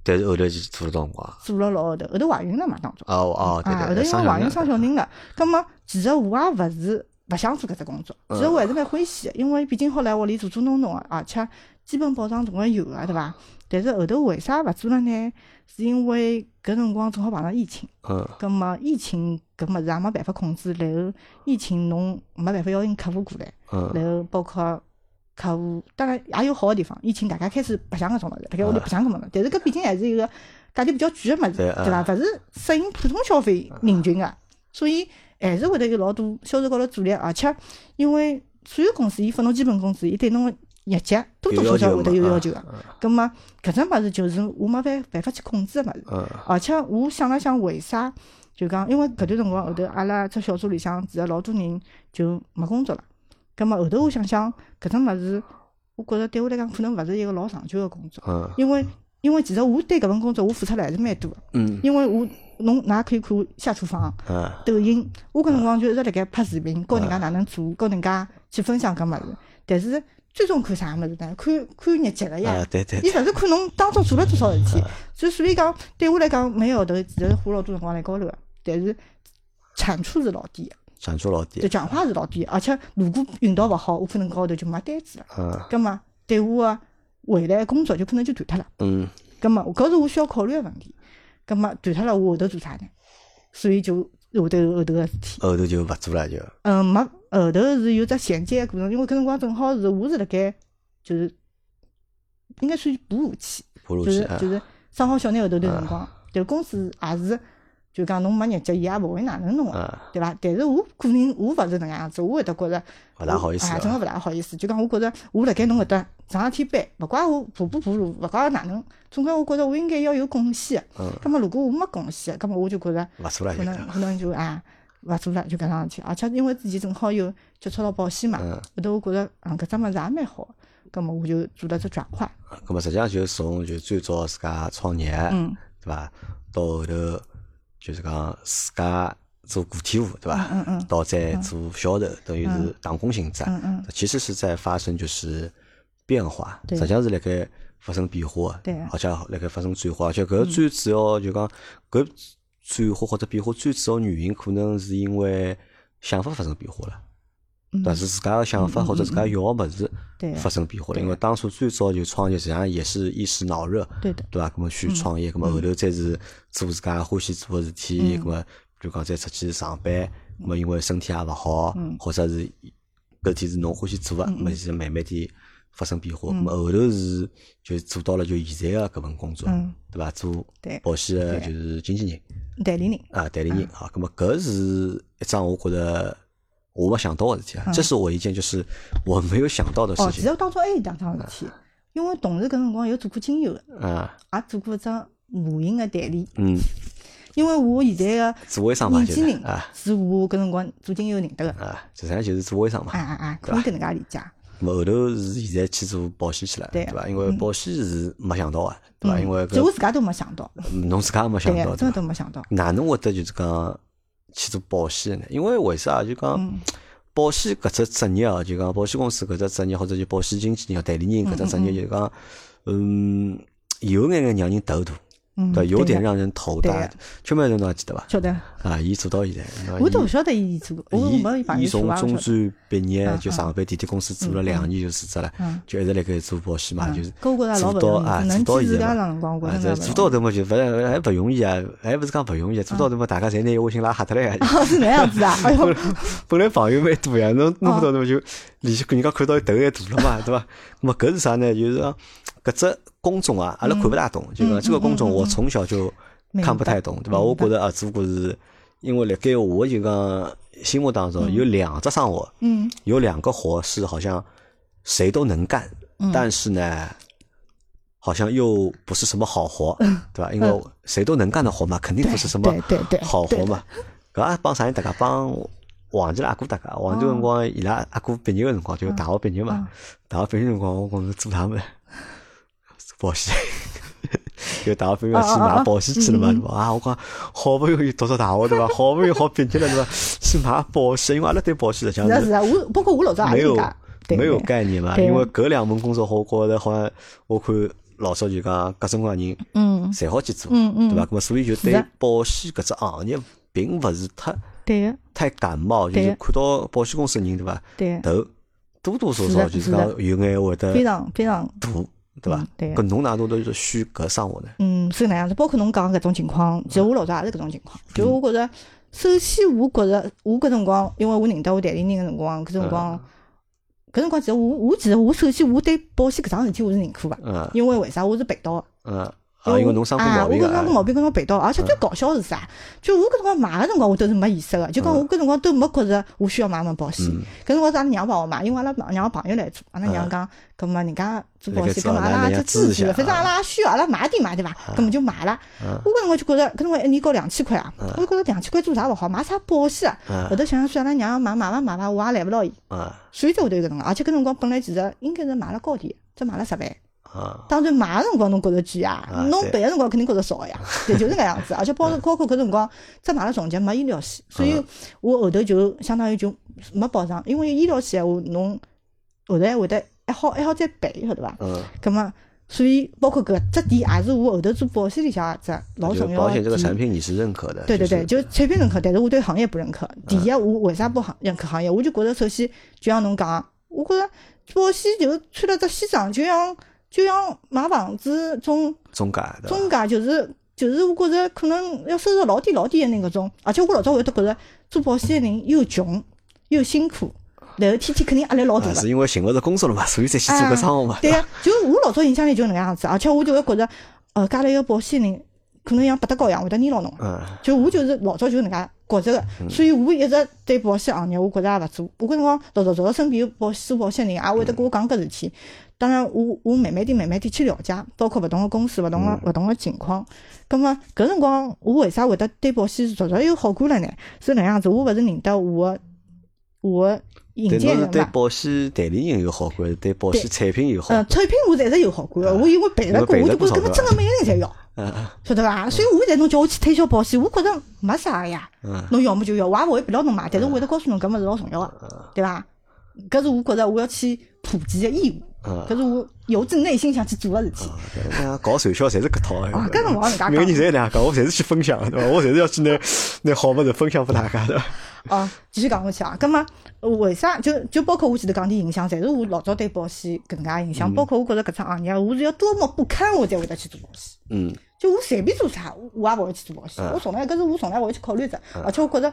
A: 但是后头就做了多少辰光啊？
B: 做了老后头，后头怀孕了嘛当中，
A: 哦哦，对
B: 啊，后头
A: 对，
B: 因
A: 生小
B: 为怀
A: 人
B: 孕
A: 了
B: 生小人了，咁么其实我也勿是勿想做搿只工作，其实我还是蛮欢喜的，因为毕竟好来屋里做做弄弄的，啊而且基本保障总归有个，对伐？但是后头为啥勿做了呢？是因为搿辰光正好碰上疫情，
A: 嗯
B: 葛么疫情搿物事也没办法控制，然后疫情侬没办法邀请客户过来，
A: 嗯
B: 然后包括客户，当然也有好个地方。疫情大家开始白相搿种物事，辣盖屋里白相搿物事，但是搿毕竟还是一个价钿比较贵个物事，
A: 嗯对
B: 对
A: 啊嗯
B: 伐？勿是适应普通消费人群个，所以还是会得有老多销售高头阻力。而且因为所有公司伊发侬基本工资，伊对侬个业绩多多少少会得有要求
A: 嗯
B: 个。葛末搿只物事就是我没办办法去控制个物事。
A: 嗯
B: 而且我想了想，为啥就讲，因为搿段辰光后头，阿拉只小组里向其实老多人就没工作了。葛末后头我想想，搿种物事，我觉着对我来讲可能勿是一个老长久个工作，
A: 嗯
B: 因为因为其实我对搿份工作我付出了还是蛮多个，
A: 嗯
B: 因为我侬㑚可以看下厨房、
A: 嗯
B: 抖音，我搿辰光就一直辣盖拍视频，教人家哪能做，教人家去分享搿物事，但是最终看啥物事呢？看看日脚哎个呀。
A: 啊，对对
B: 伊，勿是看侬当中做了多少事体，所以所以讲，对我来讲，每个号头其实花老多辰光辣高头个，但是产出是老低的，
A: 产出老
B: 就
A: 低，
B: 讲话是老低的，而且如果运道勿好，我可能高头就没单子了，
A: 嗯
B: 葛么对我个未来工作就可能就断脱了，
A: 嗯，
B: 葛么搿是我需要考虑个问题，葛么断脱了我后头做啥呢？所以就后头有后头个事体。
A: 后头呃就勿做了就，
B: 嗯，没后头是有只衔接的过程，因为搿辰光正好是我是辣盖就是应该算是哺乳期，
A: 哺乳
B: 就
A: 期
B: 是
A: 啊
B: 就，是生好小人后头
A: 哎
B: 段辰光，对公司也是，就讲侬没日脚，伊也勿会哪能弄个，
A: 嗯，
B: 对伐？但是我个人我勿是能样子，我会得觉着
A: 勿大好意思
B: 啊，
A: 了
B: 真个勿大好意思。就讲我觉着我辣盖侬搿搭上一天班，勿怪我哺不哺乳，勿怪我哪能，总归我觉着我应该要有贡献。
A: 嗯哎
B: 葛末如果我没贡献，葛末我就觉着
A: 勿做了就
B: 可
A: 搿
B: 能
A: 样，
B: 可能就啊勿做了，就搿桩事体。而且因为之前正好有接触到保险嘛，
A: 嗯，
B: 后头我觉着啊搿只物事也蛮好，葛末我就做了只转换。
A: 咁么实际上就从就最早自家创业，
B: 嗯
A: 对伐？到后头就是讲自家做个体户，对吧？
B: 嗯嗯
A: 到再做销售，等于是打工性质啊。
B: 嗯嗯
A: 其实是在发生就是变化，
B: 对
A: 实际上是辣盖发生变化的，
B: 对啊嗯
A: 而且辣盖发生转化，而且搿最主要就讲搿转化或者变化最主要原因，可能是因为想法发生变化了。
B: 嗯
A: 但是自家个想法或者自家要个物事
B: 对啊
A: 发生变化了，
B: 对啊
A: 因为当初最早就创业，实际上也是一时脑热，
B: 对的嗯
A: 对伐？那么去创业，那么后头再是做自家欢喜做个事体，
B: 嗯
A: 那么就讲再出去上班，那么因为身体也勿好，
B: 嗯
A: 或者是搿体是侬欢喜做个，那么就慢慢地发生变
B: 嗯
A: 化。那么后头是就做到了就现在个搿份工作
B: 嗯，
A: 对伐？做
B: 对
A: 保险个
B: 对嗯
A: 就是经纪人。
B: 代理人，
A: 啊，代理人啊，那么搿是一桩我觉得我没想到的事体啊，这是我一件就是我没有想到的
B: 嗯哦，
A: 事
B: 其
A: 情
B: 实当中还有两桩事体，因为同事搿辰光有做过精油的，
A: 啊，
B: 也做过一张模型的代理，
A: 嗯，
B: 因为我现在
A: 做微商
B: 个
A: 嘛，
B: 年
A: 就
B: 纪
A: 是
B: 人
A: 啊
B: 是我搿辰光做精油认得的，
A: 啊，实际上就是做微商嘛
B: 啊，啊啊，可以搿能介理解，
A: 那么后头是现在去做保险去了，
B: 对啊嗯
A: 对伐？因为保险是没想到啊，对伐？因为
B: 就我
A: 搿
B: 自家都没想到，
A: 侬自家也没想
B: 对啊
A: 到，，
B: 真
A: 对
B: 的
A: 伐？
B: 都没想到，
A: 哪能会得就是讲去做保险呢？因为为啥啊就
B: 嗯
A: 讲保险搿只职业啊，就讲保险公司搿只职业或者就保险经纪人、代理人搿只职
B: 嗯
A: 业，就讲嗯，有眼眼让人头大，
B: 嗯，
A: 对，有点
B: 的
A: 让人头
B: 对
A: 大
B: 的。
A: 邱曼侬还记得伐？
B: 晓得，
A: 啊，伊做到现在，那
B: 我都勿晓得伊做，我我
A: 伊
B: 没朋
A: 伊
B: 友做
A: 从
B: 啊，
A: 中
B: 我晓得，
A: 专毕业
B: 嗯
A: 就上班，电梯公司做了两年就辞职了
B: 嗯，
A: 就一直辣盖做保险嘛，
B: 嗯
A: 啊就是
B: 搿我觉得也老
A: 做
B: 不
A: 到
B: 容易
A: 啊，
B: 能
A: 做到
B: 坚持
A: 现在
B: 介
A: 嘛
B: 长辰光我觉
A: 啊
B: 得
A: 这
B: 蛮
A: 做
B: 不
A: 到头嘛就勿是还勿容易啊，还勿是讲勿容易啊，做到头嘛大家侪拿微信拉黑脱了呀。
B: 哦，是那样子啊，哎呦，
A: 本来朋友蛮多呀，侬弄
B: 哦
A: 不到侬就联系人家看到头也大了 嘛，对伐？那么搿是啥呢？就是讲搿只工种啊，阿
B: 嗯
A: 拉看不大懂，就讲这个工种我从小就看不太懂，对伐？我觉得啊，只不过是因为辣盖我就讲心目当中有两只生活，
B: 嗯，
A: 有两个活是好像谁都能干，
B: 嗯
A: 但是呢，好像又不是什么好活，对吧？因为谁都能干的活嘛，肯定不是什么
B: 嗯对对对对
A: 好活嘛。搿也啊帮啥人搭界？帮王记拉阿哥搭界。王记辰
B: 哦
A: 光，伊拉阿哥毕业个辰光，就大学毕业嘛。大学毕业辰光，我讲是做啥物 事？做保险。 就大学毕业去
B: 哦
A: 买保险去了
B: 嗯
A: 嘛，对伐？啊，我讲好不容易读到大学对 伐？好不容易好毕业了对伐？去买保险，因为阿拉对保险实际
B: 是
A: 上
B: 啊
A: 是
B: 是啊，我包括我老早
A: 没
B: 也是
A: 有
B: 搿对
A: 没有
B: 对
A: 概念嘛，
B: 对
A: 因为搿两份工作，我觉着好像我看老早就讲各种各样人，
B: 嗯，
A: 侪好去做，
B: 嗯嗯
A: 对伐？咁啊么所以就是对
B: 的
A: 保险搿只行业并勿是太
B: 对个，
A: 太感冒，就是
B: 对
A: 看到保险公司的人对伐？
B: 对个，
A: 头多多少
B: 是
A: 少
B: 的
A: 就是
B: 是的
A: 讲有眼会得
B: 非常非常，
A: 大，对伐
B: 嗯？对
A: 搿侬哪能都是选搿生活呢？
B: 嗯，是搿能样子。包括侬讲搿种情况，其实我老早也是搿种情况。就我觉着，首先我觉着，我搿辰光，因为我认得我代理人个辰光，搿辰光，搿辰光其实我我其实我首先我对保险搿桩事体我是认可个，
A: 嗯
B: 因为为啥我是赔到个。
A: 嗯啊，因为侬生过
B: 啊
A: 毛病
B: 我搿辰光
A: 啊，
B: 毛病搿辰光赔到，而且最搞笑是啥？就我搿辰光买个辰光，我都是没意识个，就讲我搿辰光都没觉着我需要买份保险。搿辰光是阿拉娘帮我买，因为阿拉娘个朋友来做，阿拉娘讲，搿么人家做保险，搿么阿拉也就支持了，反正阿拉也需要，阿拉买点买对伐？搿么就买了。我搿辰光就觉着，搿辰光一年交两千块啊，我就觉着两千块做啥勿好，买啥保险啊？后头想想算，阿拉娘买买伐买伐，我也来勿牢伊，
A: 啊
B: 所以才会得有搿辰光。而且搿辰光本来其实应该是买了高点，只买了十万。
A: 啊
B: 当然买个辰光侬觉着贵啊
A: 啊，
B: 侬
A: 对嗯
B: 赔个辰光肯定觉着 少呀，对，就是搿样子。而且包括包括搿辰光，只买了重疾没医疗险，所以我后头就相当于就没保障，因为医疗险闲话侬后头还会得还好还好再赔，晓得伐？
A: 嗯，
B: 葛末所以包括搿只点也是我后头做保险里向一只老
A: 就
B: 重要
A: 保
B: 的
A: 险这个
B: 点
A: 产品你是认可的，
B: 对对
A: 就
B: 对，
A: 是嗯
B: 就是产品认可，但是我对行业不认可。第一，我为啥不行认可行业？我就觉着，首先就像侬讲，我觉着保险就穿了只西装，就像就像买房子中
A: 中介对伐？
B: 中介，就是就是我觉着可能要收入老低老低的那个种。而且我老早会得觉着做保险的人又穷又辛苦，然后天天肯定压力老大
A: 啊，
B: 的
A: 是。因为寻勿着工作了嘛， 所以才去做搿生活嘛。
B: 对呀、就我老早印象里就能样子，而且我就会觉着，呃，加了一个保险人，可能像八达高一样会得捏牢侬。
A: 嗯，
B: 就我就是老早就搿能介觉着个，所以我一直对保险行业我觉着也勿做。我搿辰光老早早身边有保做保险人，也啊会得跟我讲搿事体。
A: 嗯
B: 当然我，我慢慢点慢慢点去了解，包括勿同个公司、勿同
A: 嗯
B: 个勿同个情况。葛末搿辰光，我为啥会得对保险逐渐有好感了呢？是能样子，我勿是认得我个我个引
A: 对，
B: 荐
A: 侬是
B: 人
A: 对
B: 嘛。
A: 保险代理人有好感，对保险产品有好啊
B: 嗯，
A: 感。
B: 产品我是一直有好感的，我因为赔了过，
A: 啊我
B: 我
A: 赔了
B: 就
A: 不啊
B: 觉
A: 少
B: 着搿么
A: 个
B: 真个每个人侪要，
A: 嗯
B: 晓得伐？所以我现在侬叫我去推销保险，我觉着没啥呀，
A: 嗯
B: 侬要么就要，我也勿会拨牢侬买，但是我会得告诉侬搿物事老重要个，对伐？搿是我觉着我要去普及个义务，
A: 嗯
B: 搿是我由自内心想去做个事体。
A: 嗯，搞传销侪是搿套的。
B: 哦，搿辰光人 家
A: 每个人
B: 讲，
A: 侪搿能介讲，我侪是去分享，对伐？我侪是要去拿 拿好物事分享拨大家的。
B: 哦，继续讲下去啊。葛末为啥就就包括我前头讲的影响，侪是我老早对保险搿能介个影
A: 嗯
B: 响，包括我觉着搿只行业，我是要多么不堪，我才会得去做保险。
A: 嗯
B: 就我随便做啥，我我也勿会去做保险。
A: 嗯
B: 我从来搿是我从来勿会去考虑着，而且我觉着，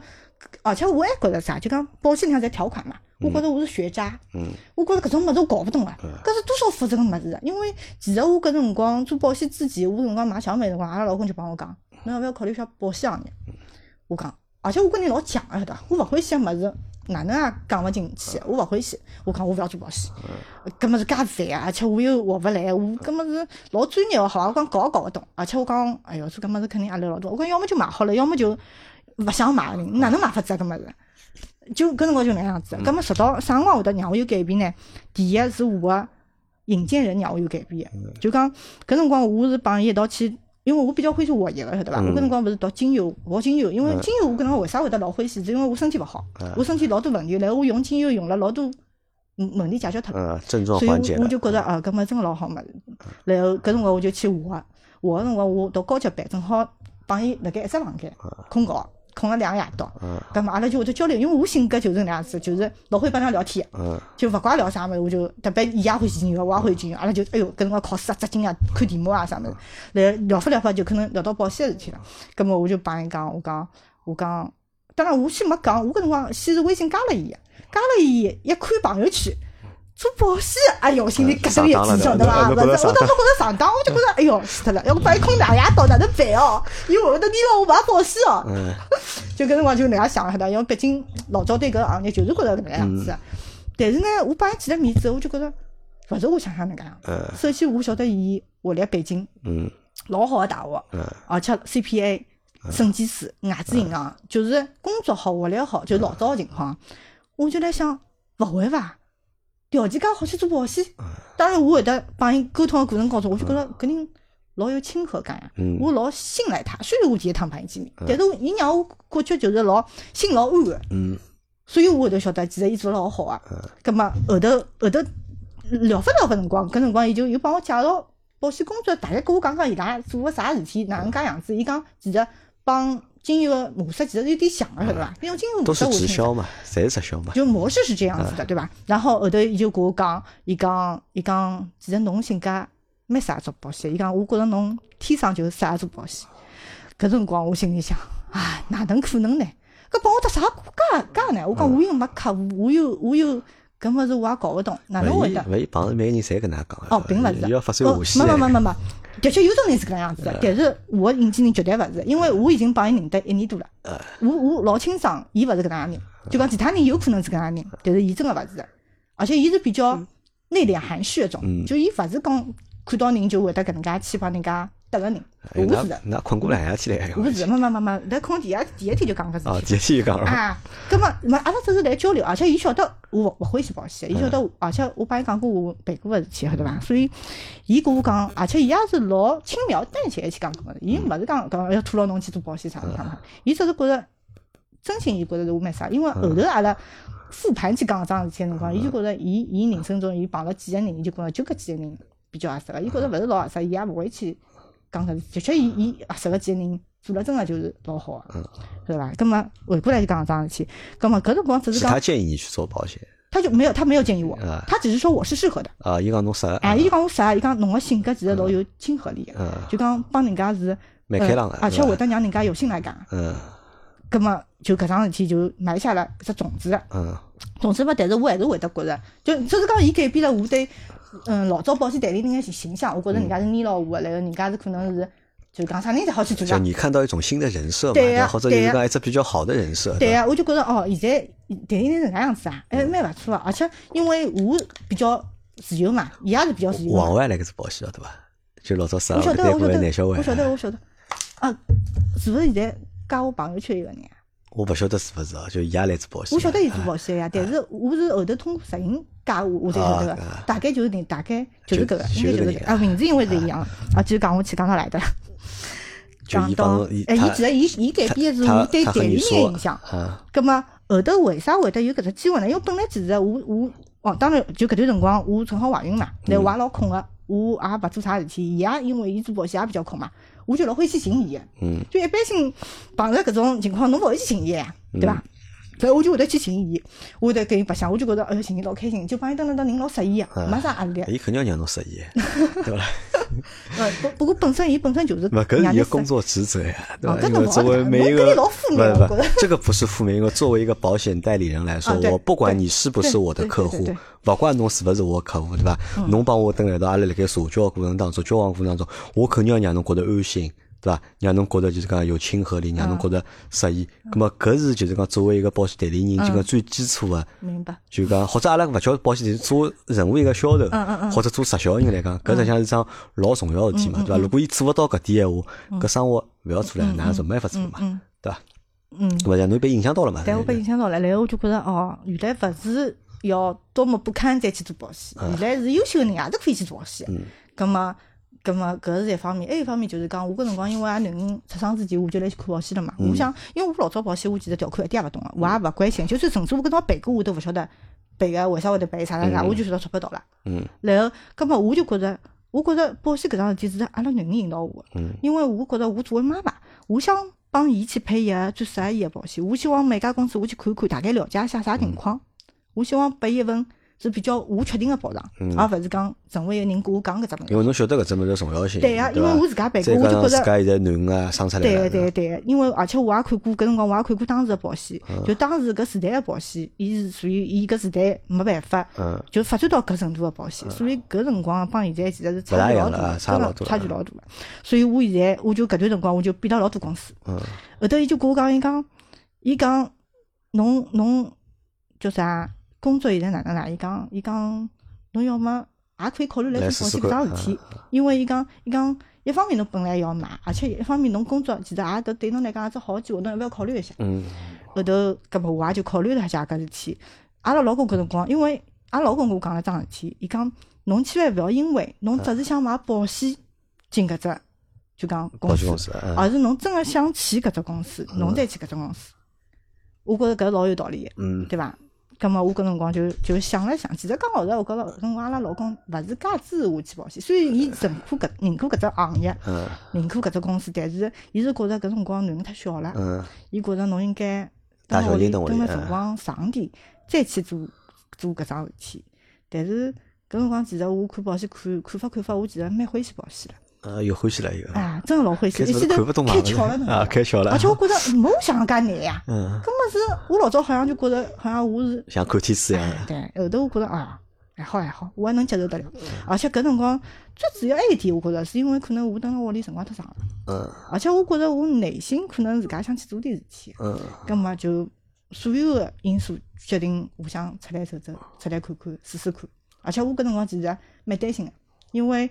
B: 而且我还觉着啥，就讲保险里向侪条款嘛。我觉着我是学渣，
A: 嗯
B: 我觉着搿种物事我搞勿懂啊，搿是多少复杂个物事啊！因为其实我搿辰光做保险之前，我搿辰光买小美辰光，阿拉老公就帮我讲，侬要勿要考虑一下保险行业？
A: 嗯
B: 我讲，而且我跟你老犟个晓得伐，我勿欢喜个物事，哪能也讲勿进
A: 嗯
B: 去，我勿欢喜。我讲我勿要做保险，搿物事介烦啊，而且我又学勿来，我搿物事老专业个好伐？我讲搞也搞勿懂，而且我讲，哎哟，做搿物事肯定压力老大。我讲要么就买好了，要么就勿想买个人，哪能买法子啊搿物事？就搿辰光就那样子。葛末直到啥辰光会得让我有改变呢？第一是我个引荐人让我有改变的，就讲搿辰光我是帮伊一道去。因为我比较欢喜学习个，晓得伐？我搿辰光勿是读精油，学精油，因为精油我搿辰光为啥会得老欢喜？是因为我身体勿好，我身体老多问题，然后我用精油用了老多嗯问题解决脱了，
A: 嗯，症状
B: 所以
A: 缓解嗯
B: 我我
A: 了。
B: 就觉着啊，搿么真个老好嘛。然后搿辰光我就啊去学，学个辰光我到高级班，正好帮伊辣盖一只房间
A: 啊
B: 困觉，困了两个夜到。
A: 嗯
B: 搿啊么阿拉就会得交流，因为我性格就是能样子，就是老欢喜帮人家聊天，
A: 嗯
B: 就勿怪聊啥物事，我就特别伊也欢喜金牛，我也欢喜金牛，阿拉就哎哟，搿辰光考试啊、扎金啊、看题目啊啥物事，来聊发聊发就可能聊到保险个事体了。搿么我就帮伊讲，我讲我讲，当然我先没讲，我搿辰光先是微信加了伊个，加了伊一看朋友圈。做保险，哎哟，我心里咯噔一记，晓得伐？
A: 上当了
B: 勿
A: 对
B: 是，
A: 吧
B: 我当时觉着上当，我就觉着，哎哟，死脱了！要不把伊困两夜到哪能办哦？伊会会得捏牢我买保险哦。
A: 嗯
B: 就搿辰光就能介想晓得，因为毕竟老早对搿个行业就是觉着搿能介样子。啊但是呢，我帮伊见了面之后，我就觉着勿是我想象那介样子。
A: 嗯
B: 首先，我晓得伊学历背景
A: 嗯
B: 老好个大学，
A: 嗯
B: 而且 CPA 审计师、外资银行，就是工作好、学历好，就是老早个情况。我就来想，勿会伐？条件介好去做保险？当然，我会得帮伊沟通个啊过程当中，我就觉着搿人老有亲和感呀。啊
A: 嗯
B: 我老信赖他，虽然我第一趟碰伊见面，但是我伊让我感觉就是老心老安个，
A: 嗯
B: 所以我会得晓得其实伊做了老好啊。葛末后头后头聊发聊发辰光，搿辰光伊就又帮我介绍保险工作，大概跟我讲讲伊拉做个啥事体，哪能介样子。伊讲其实帮金融个模式其实有点像个，晓得伐？因为金融
A: 嗯都
B: 模式
A: 是
B: 我
A: 直
B: 听
A: 销嘛，侪是直销嘛。
B: 就模式是这样子的，对吧？然后后头伊就跟我讲，伊讲伊讲，其实侬性格没啥做保险，伊讲我觉着侬天生就是适合做保险。搿辰光我心里想， 啊，哪能可能呢？搿帮我搭啥国家介呢？我讲我又没客户，我又我又搿物事我也搞勿懂，哪能
A: 勿
B: 会
A: 伊
B: 得？
A: 勿伊碰着每个人侪搿能介讲的。
B: 哦，并勿是，
A: 伊呃要发展下去
B: 哦
A: 的。
B: 没没没没没，的确有种人是搿能样子
A: 呃
B: 的，但是我引荐人绝对勿是，因为我已经帮伊认得一年多了，
A: 呃
B: 我我老清爽，伊勿是搿能样人，就讲其他人有可能是搿能样人，
A: 呃
B: 但是伊真个勿是的，而且伊是比较
A: 嗯
B: 内敛含蓄一种，就伊勿是讲看到人就会得搿能介去帮人家搭个人，
A: 哎
B: 我
A: 那
B: 是的，
A: 那困过两夜天来。
B: 我是的，没没没没，来可能第一第一天就讲搿事体
A: 啊
B: 了，。
A: 第一天就讲了。
B: 啊，葛么，么阿拉只是来交流，而且伊晓得我勿勿欢喜保险，伊晓得我，而且我帮伊讲过我办过个事体，晓得伐？所以伊跟我讲，而且伊也是老轻描淡写地去讲搿物事，伊勿是讲讲要拖牢侬去做保险啥啥啥，伊只是觉着真心伊觉着是我蛮啥，因为后头阿拉。复盘去讲搿桩事体个辰光，伊就觉着伊伊人生中伊碰了几个人，伊就觉着就搿几个人比较合适个，伊觉着勿是老合适，伊也勿会去讲搿事体。的确，伊伊合啊适个几个人做了真个就是老好个，
A: 嗯
B: 是伐？葛末回过来就讲搿桩事体，葛末搿辰光只是
A: 是
B: 讲
A: 他建议你去做保险
B: 他就没有，他没有建议我
A: 啊，
B: 他只是说我是适合的。
A: 啊，伊讲侬适合，
B: 哎，伊就讲我啥？伊讲侬个性格其实老有亲和力的
A: 嗯，
B: 就讲帮人家是
A: 蛮
B: 呃
A: 开朗的
B: 而
A: 是
B: 且
A: 吧
B: 会得让人家有信赖感。
A: 嗯
B: 葛么就搿桩事体就埋下了一只种子了。
A: 嗯
B: 总之嘛，但是我还是会得觉着，就就是讲伊改变了我对嗯老早保险代理人个形形象，我觉着人家是捏牢我的，然后人家是可能是就讲啥人侪好去做
A: 就
B: 啊。
A: 你看到一种新的人设嘛，
B: 对呀
A: 然后或者就是
B: 对呀
A: 讲一只比较好的人设，
B: 对
A: 吧，嗯
B: 啊，我就觉着哦，现在电影是搿能样子啊，还蛮勿错啊。而且因为我比较自由嘛，伊也是比较自由
A: 王
B: 嘛。
A: 万来搿只保险对伐？就老早适
B: 我
A: 合
B: 晓得，
A: 对
B: 我晓
A: 过
B: 得
A: 男小，
B: 我
A: 万，
B: 晓得，我晓得。啊，是勿是现在加我朋友圈一个人啊？
A: 我勿晓得是勿是啊，就伊也来做保险。
B: 我晓得伊做
A: 啊
B: 保险呀，啊但是我是后头通过实行介我我才晓得个
A: 啊，
B: 大概就是那，大概就是搿个，应
A: 就就
B: 该就是是
A: 搿
B: 搿
A: 个
B: 个啊，名字因为是一样的啊，继续讲下去讲到哪里搭了？
A: 就伊
B: 讲
A: 帮
B: 到
A: 伊
B: 哎，
A: 他
B: 伊其实伊伊改变的是
A: 他
B: 我对
A: 他
B: 代
A: 和你
B: 理人
A: 说
B: 的印象。
A: 啊，
B: 葛么后头为啥会得有搿只机会呢？因为本来其实我我哦，当然就搿段辰光我正好怀孕嘛，
A: 嗯
B: 但我也老空个，我也勿做啥事体，伊也因为伊做保险也比较空嘛，我就老欢喜寻伊个。
A: 嗯，
B: 就一般性碰着搿种情况，侬勿会去寻伊呀，对伐？
A: 嗯
B: 所以我就会得去寻伊，我会得跟伊白相，我就觉得哎哟寻伊老开心，就帮伊当当当人老适意
A: 啊
B: 个，没啥压力。
A: 哎
B: 啊
A: 伊肯定要让侬适 意，对伐？
B: 呃，不不过本身伊本身就是
A: 勿，搿是
B: 让
A: 伊
B: 你
A: 个
B: 适
A: 工作职责呀，对
B: 哦
A: 伐？
B: 搿
A: 因
B: 侬
A: 为
B: 勿
A: 作
B: 好
A: 为
B: 讲
A: 每一
B: 侬
A: 个
B: 搿老负
A: 勿
B: 面我
A: 勿
B: 觉得，
A: 这个不是负面，因为作为一个保险代理人来说
B: 啊，对
A: 我不管
B: 对
A: 你是不是我的
B: 对对
A: 客
B: 对
A: 户
B: 对，嗯
A: 勿管侬是勿是我的客户，对伐？侬帮我蹲辣一道，阿拉辣盖社交的过程当中、交往过程当中，我肯定要让侬觉得安心。对伐？让侬觉得就是讲有亲和力，让
B: 嗯
A: 侬觉得适意。咁么，搿是就是讲作为一个保险代理人，
B: 嗯
A: 就讲最基础的
B: 明白。
A: 就讲或者阿拉勿叫保险，就是做任何一个销
B: 嗯
A: 售，或者做直销人来讲，搿实际上是桩老重要的事体
B: 嗯
A: 嘛，对伐？如果伊做勿到搿点闲话，搿生活勿要做了，哪是没法做嘛，对伐？
B: 嗯，
A: 对伐？让侬被影响到了嘛，
B: 但我被影响到了，然后我就觉得哦，原来勿是要多么不堪再去做保险，原来是优秀的人也是可以去做保险。咁么，咁么搿是一方面，还有一方面就是讲，我搿辰光因为阿囡恩出生之前，我就来去看保险了嘛。我想，因为我老早保险，我其实条款一点也勿懂个，我也勿关心，就算甚至我搿辰光赔过，我都勿晓得赔个为啥会得赔啥啥啥，我就晓得钞票到了。
A: 嗯。
B: 然后，咁么我就觉着。我觉着保险搿桩事体是阿拉囡恩引导我的，
A: 嗯
B: 因为我觉着我作为妈妈，我想帮伊去配一个最适合伊个保险。我希望每家公司我去看一看，大概了解一下啥情
A: 嗯
B: 况。我希望拨伊一份是比较我确定个保障，
A: 嗯
B: 而勿是讲成为一个人跟我讲搿只物事
A: 因。为侬晓得搿只物事重要性，
B: 对
A: 呀
B: 啊，，因为我自家办过，
A: 再
B: 我
A: 加
B: 就
A: 上
B: 觉
A: 自
B: 着。
A: 家现在囡啊生出来
B: 对
A: 了，
B: 对对，因为而且我也看过，搿辰光我也看过当时个保险，
A: 嗯
B: 就当时搿时代个保险，伊是属于伊搿时代没办法，
A: 嗯，
B: 就发展到搿程度个保险，所以搿辰光帮现在其实是
A: 不大
B: 差距
A: 一样了
B: 老大
A: 啊
B: 的，
A: 差
B: 真
A: 老
B: 的
A: 多
B: 差
A: 了
B: 距老大的。所以我现在我就搿段辰光我就变了老多公司，
A: 嗯
B: 后头伊就跟我讲，伊讲，伊讲，侬侬叫啥？工作现在哪能啦？伊讲，伊讲，侬要么也可以考虑来
A: 来
B: 做保
A: 试试
B: 险搿桩
A: 看嗯
B: 事体，因为伊讲，伊讲，一方面侬本来要买，而且一方面侬工作其实也都对侬来讲也是好机会，侬要不要考虑一下？
A: 嗯，
B: 后头搿么我也就考虑了一下搿事体。阿拉老公搿辰光，因为阿拉老公跟我讲了桩事体，伊讲侬千万勿要因为侬只是想买保险进搿只，就讲
A: 保
B: 公
A: 险
B: 司
A: 公，司，嗯
B: 而是啊侬真个想去搿只公司，侬再去搿只公司。我觉着搿老有道理，
A: 嗯，
B: 对伐？葛么我搿辰光就就想了想，其实讲老实，我觉着搿辰光阿拉老公勿是介支持我去保险，虽然伊认可搿认可搿只行业，
A: 嗯
B: 认可搿只公司，但是伊是觉着搿辰光囡恩太小了，
A: 嗯
B: 伊觉着侬应该
A: 带
B: 等
A: 小
B: 屋
A: 人
B: 里
A: 等屋里嗯
B: 蹲了辰光长点，再去做做搿桩事体。但是搿辰光其实我看保险看看法看法，我其实蛮欢喜保险的，
A: 呃，有欢喜了一个，
B: 啊，真个老欢喜，
A: 开
B: 一
A: 始
B: 记
A: 看
B: 头
A: 不懂嘛
B: 开窍了，侬
A: 啊，
B: 晓得伐
A: 开窍了，
B: 而且我觉着没有想介难呀。
A: 嗯，
B: 根本是我老早好像就觉着，好像我是
A: 像看天书一样，
B: 对，后头我觉着啊，还好还好，我还能接受得了。而且搿辰光最主要一点，我觉着是因为可能我蹲辣屋里辰光太长了，
A: 嗯
B: 而且我觉着我内心可能自家想去做点事体，啊
A: 嗯
B: 葛么就所有个因素决定我想出来走走，出来看看，试试看。而且我搿辰光其实蛮担心个，因为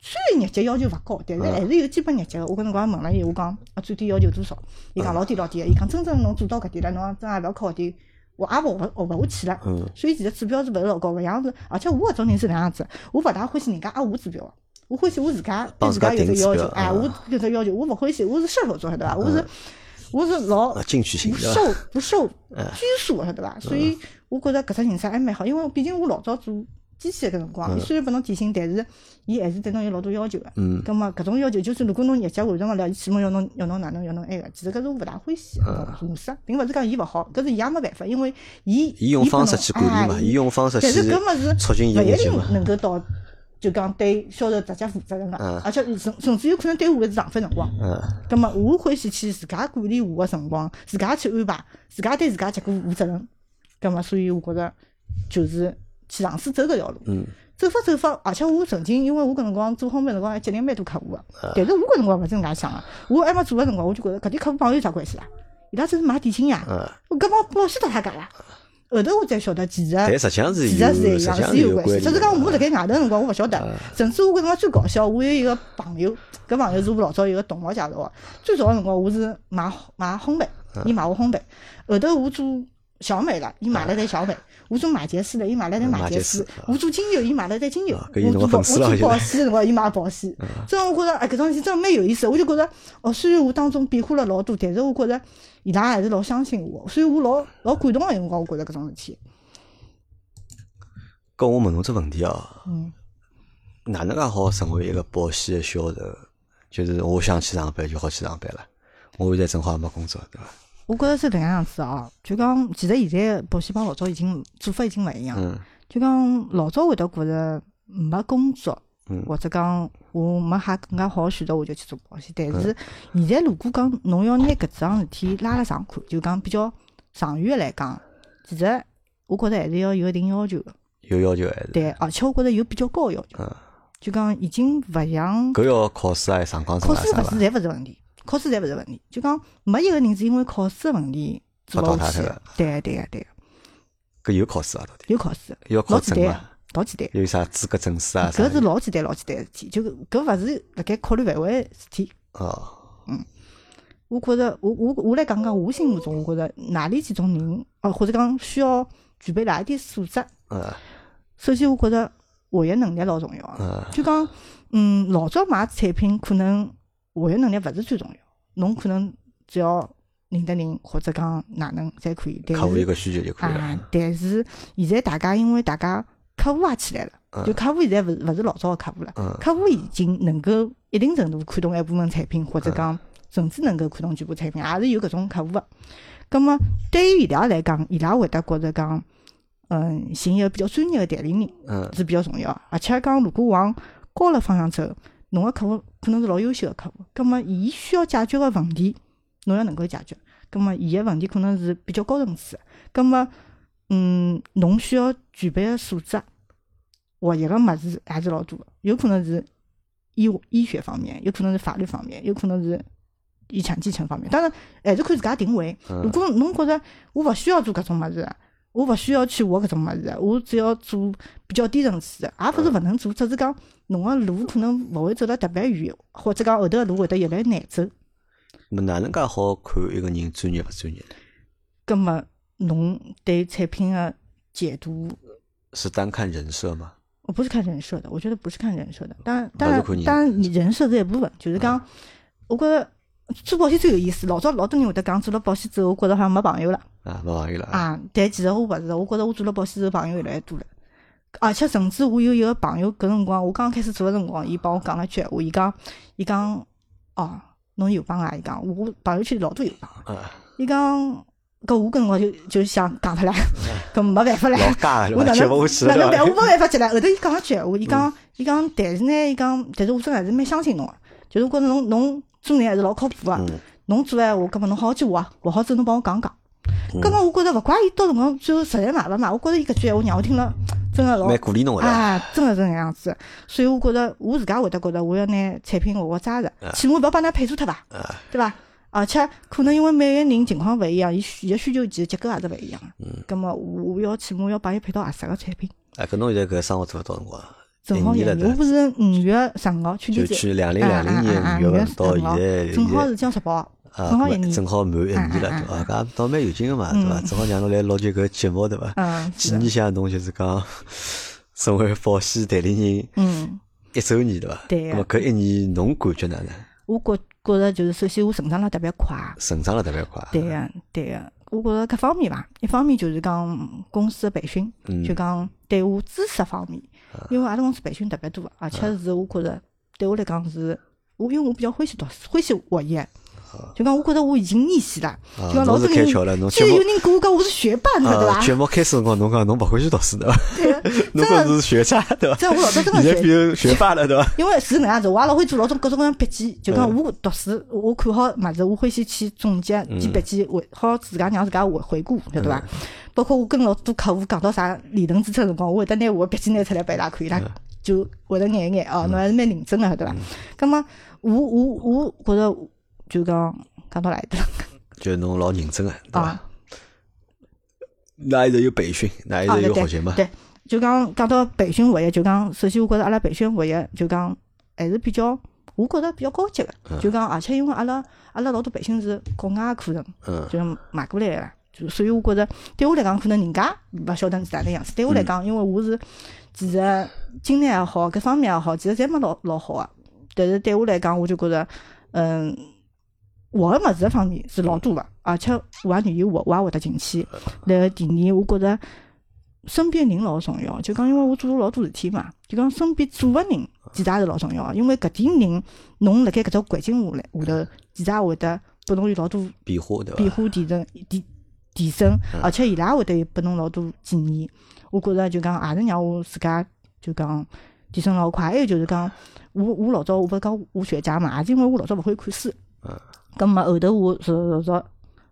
B: 虽然日节要求勿高，但
A: 嗯
B: 是还是有基本日节个。我搿辰光问了伊，我讲啊最低要求多少？伊
A: 嗯
B: 讲老低老低个，伊讲真正侬做到搿点了，侬真也勿要靠搿点，我也勿学学勿下去了。
A: 嗯
B: 所以其实指标是勿是老高个，样子。而且我搿种人是哪样子？我勿大欢喜人家压我指标个。我欢喜我自家
A: 帮
B: 对
A: 自
B: 自
A: 家
B: 家有
A: 定
B: 只
A: 指
B: 要
A: 标
B: 求，哎，
A: 嗯
B: 我有只要求，我勿欢喜，我是射手座，晓得伐？我是我是老
A: 啊，进取型
B: 不
A: 对嗯伐？
B: 受 不受拘束，晓得伐？所以我觉着搿只形式还蛮好，因为毕竟我老早做机器的搿辰光，伊虽然拨侬底薪，但是伊还是对侬有老多要求个。
A: 嗯
B: 葛末搿种要求，就是如果侬日节完成勿了，伊起码要侬要侬哪能要侬埃个。其实搿是我勿大欢喜个
A: 嗯
B: 模式，并勿是讲伊勿好，搿是伊也没办法，因为伊
A: 伊用
B: 拨
A: 方式
B: 侬
A: 去管理嘛，
B: 哎
A: 伊用方式去
B: 但是搿物事
A: 促进伊
B: 勿
A: 个业
B: 一
A: 绩
B: 定
A: 嘛。
B: 能够到，就讲对销售直接负责任个
A: 嗯，
B: 而且甚甚至有可能对我是浪费辰光。
A: 嗯
B: 咁么，我欢喜去自家管理我个辰光，自家去安排，自家对自家结果负责任。咁么，所以我觉着就是去尝试走搿条路。
A: 嗯。
B: 走法走法，而且我曾经因为我搿辰光做烘焙辰光还接待蛮多客户个，
A: 啊
B: 但是我搿辰光勿是搿能介想个，我还没做个辰光，我就觉着搿点客户帮我有啥关系啦？啊伊拉只是买点心呀，
A: 嗯，
B: 我搿帮保险搭啥界啦？啊后头我才晓得，其实
A: 但实际上是
B: 其实是
A: 有，实
B: 一
A: 际
B: 样，
A: 上
B: 是有
A: 关
B: 关
A: 系
B: 系。只
A: 的。
B: 是讲我辣盖外头辰光，我勿晓
A: 嗯
B: 得。甚至我搿辰光最搞笑，我有一 个朋友，搿朋友是我老早有个同学介绍个。最早个辰光，我是买买烘焙，伊买我烘焙。后头我做小米了，
A: 啊
B: 伊买了台小米；我做马杰斯了，伊买了
A: 嗯
B: 台马杰斯；我做精油，伊买了台精油；
A: 啊搿伊
B: 我
A: 侬
B: 做
A: 个
B: 保
A: 粉丝了
B: 我做
A: 现在嗯
B: 保险的辰光，伊买保险。所以我觉着哎，搿桩事体真的蛮有意思。我就觉着哦，虽然我当中变化了老多，但是我觉着伊拉还是老相信我，所以我老老感动个辰光，我觉着搿桩事体。
A: 搿我问侬只问题哦，
B: 嗯，
A: 哪能介好成为一个保险的销售？就是我想去上班就好去上班了，我现在正好也没工作，对伐？
B: 我觉着是搿能样子哦，就讲其实现在保险帮老早已经做法已经勿一样了。
A: 嗯
B: 就讲老早会得觉着没工作，
A: 嗯
B: 或者讲我没哈更加好的选择，我就去做保险。但是
A: 嗯
B: 现在如果讲侬要拿搿桩事体拉了长看，就讲比较长远的来讲，其实我觉着还是要有一定要求的。
A: 有要求还是？
B: 对，而且我觉着有比较高的要求，
A: 嗯，
B: 就讲已经勿像
A: 搿要考试啊，上岗证
B: 考
A: 啊
B: 试
A: 啥
B: 勿
A: 伐
B: 是？侪勿是问题，考试侪勿是问题。就讲没一个人是因为考试的问题做
A: 被淘
B: 勿
A: 汰
B: 下去
A: 掉
B: 的。对个对个啊对个，
A: 搿有考试啊，到底
B: 有考试，
A: 要考
B: 老简
A: 证
B: 单
A: 伐
B: 的？，老简单。
A: 有啥资格证书啊？啥
B: 搿是老简单老简单的事体，就搿勿是辣盖考虑范围的事体。
A: 哦，
B: 我觉着，我我我来讲讲我心目中，我觉着哪里几种人，哦，或者讲需要具备哪一点素质。
A: 嗯
B: 首先，我觉着学习能力老重要啊。
A: 嗯
B: 就讲，嗯，老早买产品可能学习能力勿是最重要，侬可能只要认得人或者讲哪能侪可以。但
A: 客户有
B: 是
A: 个需求就可以了。
B: 啊，但是现在大家因为大家客户也起来了，就客户现在勿是勿是老早的客户了。
A: 嗯
B: 客户已经能够一定程度看懂一部分产品，或者讲甚至能够看懂全部产品，也是有搿种客户个。葛么对于伊拉来讲，伊拉会得觉着讲，嗯，寻一个比较专业个代理人
A: 嗯
B: 是比较重要的。而且讲，如果往高了方向走，侬个客户可能是老优秀个客户，葛么伊需要解决个问题，侬要能够解决。葛么伊个问题可能是比较高层次的，葛么嗯，侬需要具备个素质，学习个物事还是老多的，有可能是医医学方面，有可能是法律方面，有可能是遗产继承方面。当然，还是看自家定位。如果侬觉着我勿需要做搿种物事，我勿需要去学搿种物事，我只要做比较低层次的，也勿是勿能做，只是讲侬个路可能勿会走得特别远，或者讲后头个路会得越来越难走。
A: 那哪能介好看一个人专业勿专业呢？
B: 葛么侬对产品个解读，
A: 是单看人设吗？
B: 我不是看人设的，我觉得不是看人设的。当然，
A: 还
B: 当
A: 是
B: 然
A: 看人，
B: 当然，你人设是一部分，就是讲，我觉着做保险最有意思。老早老多人会得讲，做了保险之后，我觉着好像没朋友了
A: 啊，没朋友了。
B: 啊。但其实我勿是的，我觉着我做了保险之后，朋友越来越多了。而且甚至我有一个朋友，搿辰光我刚开始做个辰光，伊帮我讲了一句闲话，伊讲，伊讲，哦，侬友帮啊？伊讲，我朋友圈里老多友帮。
A: 啊，
B: 伊讲，搿我搿辰光就就想讲出来， 搿没办法唻。
A: 啊老尬
B: 我
A: 了，
B: 哪
A: 接
B: 能
A: 勿下去
B: 哪
A: 了是
B: 能办？我
A: 吧。嗯
B: 没办法接来。后头伊讲了句闲话，伊讲伊讲，但是呢，伊讲，但是我真的还是蛮相信侬个，就是我觉着侬侬做人还是老靠谱个
A: 嗯。
B: 侬做闲话，搿么侬好好去学啊，学好之后侬帮我讲讲。
A: 嗯
B: 搿么我觉着勿怪伊到辰光最后实在买勿买，我觉着伊搿句闲话让我听了真个老
A: 蛮鼓励侬个对伐
B: 啊，真个是搿样子。所以我觉着我自家会得觉着我要拿产品学学扎实，
A: 啊
B: 起码勿要把㑚配错脱伐，对伐？而且可能因为每个人情况勿一样，伊需伊个需求其实结构也是勿一样。嗯。葛么我我要起码要帮伊配到合适个产品。
A: 哎，搿侬现在搿生活做了多少辰光？
B: 正好
A: 一
B: 廿
A: 年
B: 年，我
A: 了
B: 不是五月十五号去
A: 对，
B: 年
A: 就
B: 节，
A: 去两零两零年
B: 啊
A: 五月份
B: 啊
A: 到
B: 啊
A: 现
B: 啊
A: 在，
B: 正好
A: 现
B: 是江十八号，
A: 在啊
B: 正好一
A: 搿么
B: 年
A: 正。好满一年了，对伐？
B: 啊
A: 啊，搿也倒蛮有劲个嘛，对伐？正好让侬来录就搿节目，对伐？
B: 嗯，
A: 纪
B: 是的，
A: 念一下侬就是讲 成为保险代理人
B: 嗯，
A: 一周年，对伐？
B: 对啊
A: 那么搿一年侬感觉哪能？
B: 我觉觉着就是，首先我成长了特别快，
A: 成长了特别快。
B: 对个，对个，我觉着各方面吧，一方面就是讲公司的培训，
A: 嗯啊
B: 就讲对我知识方面，因为阿拉公司培训特别多，而且是我觉着对我来讲是，我因为我比较欢喜读书，欢喜学习，就讲我觉着我已经逆袭了，
A: 啊
B: 就讲老
A: 侬
B: 多
A: 是
B: 人
A: 开窍了侬
B: 居然
A: 节目
B: 有人跟我讲我是学霸，侬晓得
A: 啊，
B: 伐？
A: 节目开始辰光侬讲侬勿欢喜读书对伐？ 侬
B: 啊
A: 搿
B: 真的
A: 是学渣对伐？
B: 这我老早真的
A: 现在
B: 学
A: 变学霸了对伐？
B: 因为是搿能样子，我也老会做老种各种各样笔记，就讲我读书，我看好物事，我欢喜去总结记笔记，回好自家让自家回回顾，晓得伐？包括我跟老多客户讲到啥理论支撑辰光，我会得拿我的笔记拿出来拨伊拉看，伊拉就会得眼一眼哦，侬还是蛮认真个，晓得伐？葛么，我我我觉着就讲讲到哪里搭了
A: 就侬老认真个对伐？
B: 啊？
A: 哪现在有培训，哪现
B: 啊，
A: 在
B: 对
A: 有
B: 对
A: 学习嘛？
B: 对，就讲讲到培训学习，就讲首先我觉着阿拉培训学习就讲还是比较我觉着比较高级个，就讲而且因为阿拉阿拉老多培训是国外课程，
A: 嗯
B: 就是买过来个，就所以我觉着对我来讲，可能人家勿晓得是哪能样子。对我来讲，因为我是其实经历也好，各方面也好，其实侪没老老好个。但是对我来讲，我就觉着，嗯，学个物事方面是老多个，而且我也愿意学，我也活得进去。然后第二，我觉着身边人老重要，就讲因为我做了老多事体嘛，就讲身边做个人其实也是老重要的，因为搿点人侬辣盖搿只环境下来下头，其实也会得拨侬有老多
A: 变化对伐？
B: 变化提升提提升，
A: 嗯
B: 而且伊拉也会得拨侬老多建议。我觉着就讲也是让我自家就讲提升老快。还有就是讲，我我老早我勿是讲我学家嘛，也是因为我老早勿会看书。
A: 嗯。
B: 咁么后头我受受受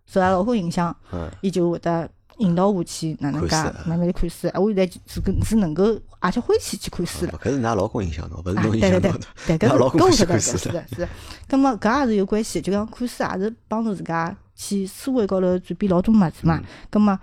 B: 受阿老公影响，
A: 嗯
B: 伊就会得引导我去哪能介
A: 看书啊
B: 慢慢地看书。啊我现在是跟是能够而且欢喜去看书了。
A: 搿是㑚老公影响侬，勿是
B: 啊，
A: 侬
B: 对
A: 影响
B: 对对
A: 侬的。
B: 对，搿
A: 那
B: 是
A: 老公
B: 搿我
A: 是
B: 晓得
A: 看
B: 是
A: 书
B: 是
A: 的
B: 的，是的。葛么搿也是有关系，就讲看书也是帮助自家去思维高头转变老多物事
A: 嗯
B: 嘛。葛么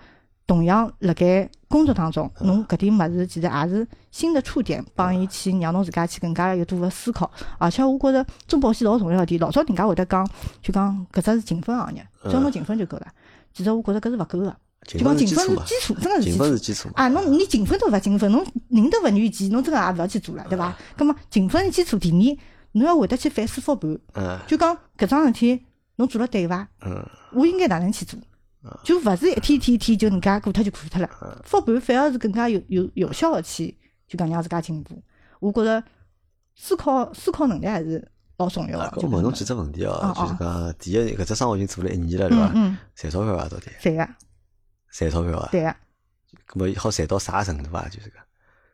B: 同样辣盖工作当
A: 嗯
B: 中，侬搿点物事其实也是新的触点，帮伊去让侬自家去更加有多个思考。而且我觉着做保险老重要一点，老早人家会得讲，就讲搿只是勤奋行业，只要侬勤奋就够了。其实我觉着搿是勿够个，就
A: 勤
B: 讲
A: 嗯奋是
B: 勤
A: 基
B: 奋
A: 础
B: 是
A: 嘛，
B: 基础，真个是基
A: 勤
B: 础
A: 奋。是基础嘛。
B: 啊，侬连勤奋都勿勤奋，侬人都勿愿意见，侬真个也勿要去做了，
A: 哎
B: 对伐？葛么勤奋是基础，第二，侬要会得去反思复盘，
A: 嗯
B: 就讲搿桩事体侬做了对伐？
A: 嗯，
B: 我应该哪能去做？
A: 啊
B: 就勿是一天一天一天就能介过脱就过脱了，复盘反而是更加有有有效个去，就讲让自家进步。我觉着思考思考能力还是老重要
A: 啊
B: 个。
A: 搿
B: 就
A: 我问侬
B: 讲
A: 几只问题
B: 哦
A: 哦，就是
B: 哦
A: 讲第一，搿只生活已经做了一年了，对
B: 嗯
A: 伐？
B: 嗯，
A: 赚钞票啊伐？到底
B: 对个
A: 赚钞票伐？
B: 对个，啊
A: 搿么好赚到啥程度啊？就是讲，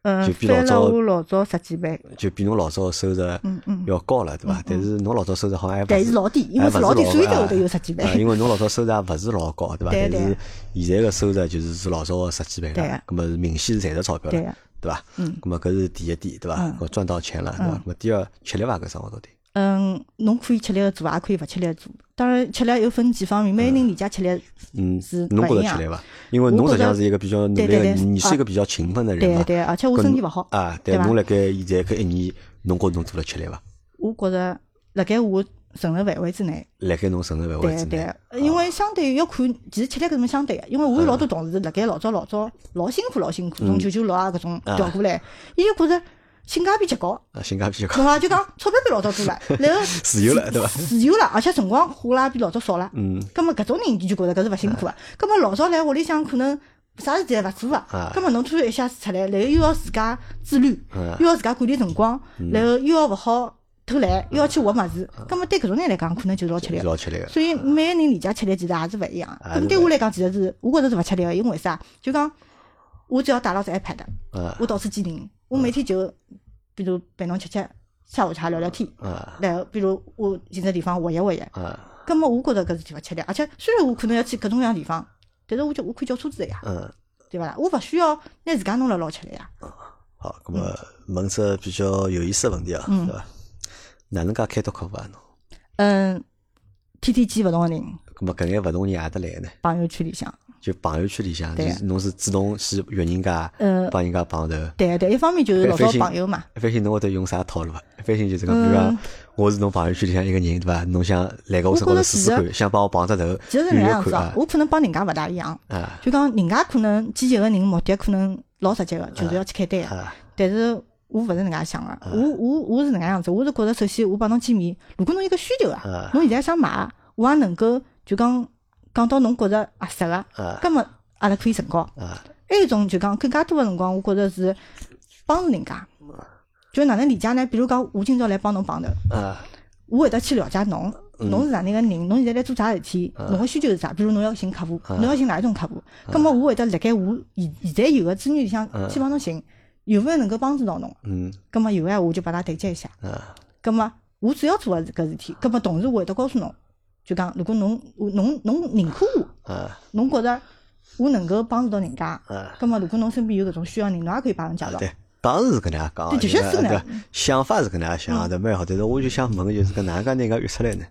B: 嗯，
A: 就比老
B: 翻了
A: 早
B: 我老早十几倍，
A: 就比侬老早收入
B: 嗯嗯，
A: 要高了，对伐？但是侬老早收入好像还
B: 但
A: 勿
B: 是老低，因为
A: 还
B: 是
A: 勿
B: 老低，
A: 是
B: 所以
A: 老高
B: 才会得
A: 啊
B: 有十几倍
A: 啊，。因为侬老早收入也勿是老高，对伐？
B: 对
A: 但
B: 对
A: 是现在个收入就是是老早个十几倍
B: 对
A: 了
B: 啊，
A: 咁么是明显是赚到钞票
B: 对
A: 了
B: 个，
A: 对伐？
B: 嗯
A: 咁么搿是第一点，对伐？我赚到钱了，对伐？咁么第二，吃力伐？搿生活到底？
B: 嗯，侬可以吃力个做，也可以勿吃力个做。当然，吃力又分几方面，每个人理解吃力
A: 嗯
B: 是，
A: 侬觉
B: 勿
A: 着
B: 一
A: 吃力
B: 样。
A: 伐？因为侬
B: 我
A: 实
B: 觉
A: 际上
B: 着
A: 是一个比较努力
B: 对
A: 个
B: 对对
A: 人，你是
B: 啊
A: 一个比较勤奋的人
B: 对
A: 嘛
B: 个。对个，而且我身体勿好，
A: 啊，
B: 对
A: 但
B: 伐
A: 侬辣盖现在搿一年，侬觉着侬做了吃力伐？
B: 我觉着辣盖我承受范围之内。
A: 辣盖侬承受范围
B: 对
A: 之
B: 个对
A: 内啊
B: 个，，因为相对于要看，其实吃力搿种相对啊个，因为我有老
A: 嗯
B: 多同事辣盖老早老早老辛苦老辛苦，从九九六啊搿种调过来，伊就觉着性价比极高，
A: 啊，性价比 较高，
B: 对伐？就讲钞票比老早多了，然后
A: 自由了，对伐？
B: 自由了，而且辰光花了也比老早少了。
A: 嗯，
B: 咁么搿种人就觉着搿是勿辛苦个。咁么老早来屋里向可能啥事体侪勿做
A: 啊
B: 个，咁么侬突然一下子出来，然后又要自家自律
A: 嗯，
B: 又要自家管理辰光，然后又要勿好偷
A: 啊
B: 懒，又要去学物事，咁么对搿种人来讲，可能就是老 吃力
A: 是
B: 个。
A: 老吃力个。
B: 所以每个人理解吃力其实也是勿一样的。
A: 啊
B: 咁对我来讲，其实是我觉着是勿吃力个，因为啥？就讲我只要带牢只 iPad，
A: 啊
B: 我到处见人，我每天就比如陪侬吃吃下午茶聊聊天，
A: 啊
B: 然后比如我寻只地方活跃活跃。
A: 啊
B: 咁么我觉着搿事体勿吃力，而且虽然我可能要去各种各样地方，但是我叫我可以叫车子的呀，
A: 嗯，
B: 对伐啦？我勿需要拿自家弄了老吃力呀。
A: 好，咁么问只比较有意思个问题啊，对伐？哪能介开拓客户啊？侬，
B: 嗯，天天见勿同个人，
A: 咁么搿眼勿同人何得来呢？
B: 朋友圈里向，
A: 就朋友圈里向，就
B: 对啊
A: 是侬是主动去约人家
B: 呃，
A: 帮人家碰头。
B: 对个对，一方面就是老
A: 反
B: 早
A: 省
B: 朋友嘛，
A: 一般性侬会得用啥套路伐？一般性就是讲，比如
B: 嗯
A: 讲，我是侬朋友圈里向一个人，对伐？侬想来个我身高头试试
B: 我觉
A: 看，想帮我碰只头，
B: 其实
A: 约
B: 是搿
A: 约
B: 能样
A: 看
B: 子哦
A: 啊，
B: 我可能帮人家勿大一样，
A: 啊
B: 就讲人家可能见一个人目的可能老直接个，就是要去开单个，
A: 啊
B: 但是。我勿是能介想个，我我我是能介样子，我是觉着首先我帮侬见面，如果侬有一个需求
A: 啊
B: 啊，侬现在想买，我也能够就讲讲到侬觉着合适个，
A: 啊
B: 咁么阿拉可以成交。
A: 啊！
B: 还有一种就讲更加多的辰光，我觉着是帮助人家，就哪能理解呢？比如讲，我今朝来帮侬碰头，
A: 啊，
B: 我会得去了解侬，侬是哪能个人，侬现在来做啥事体，侬个需求是啥？比如侬要寻客户，侬要寻哪一种客户，咁么我会得辣盖我现现在有个资源里向去帮侬寻，有没有能够帮助到侬？
A: 嗯
B: 咁么有闲话我就帮㑚对接一下。
A: 啊
B: 咁么我主要做个是搿事体，咁么同时我会得告诉侬，就讲如果侬侬侬认可我。
A: 啊
B: 侬觉着我能够帮助到人家，
A: 啊！
B: 葛么如果侬身边有搿种需要的人，侬也可以帮人介绍。
A: 对，当时是搿能介讲啊，
B: 对的确是搿能嗯
A: 对伐想法是搿能介想的，蛮好。但是我就想问，就是搿哪能介拿人家约出来呢？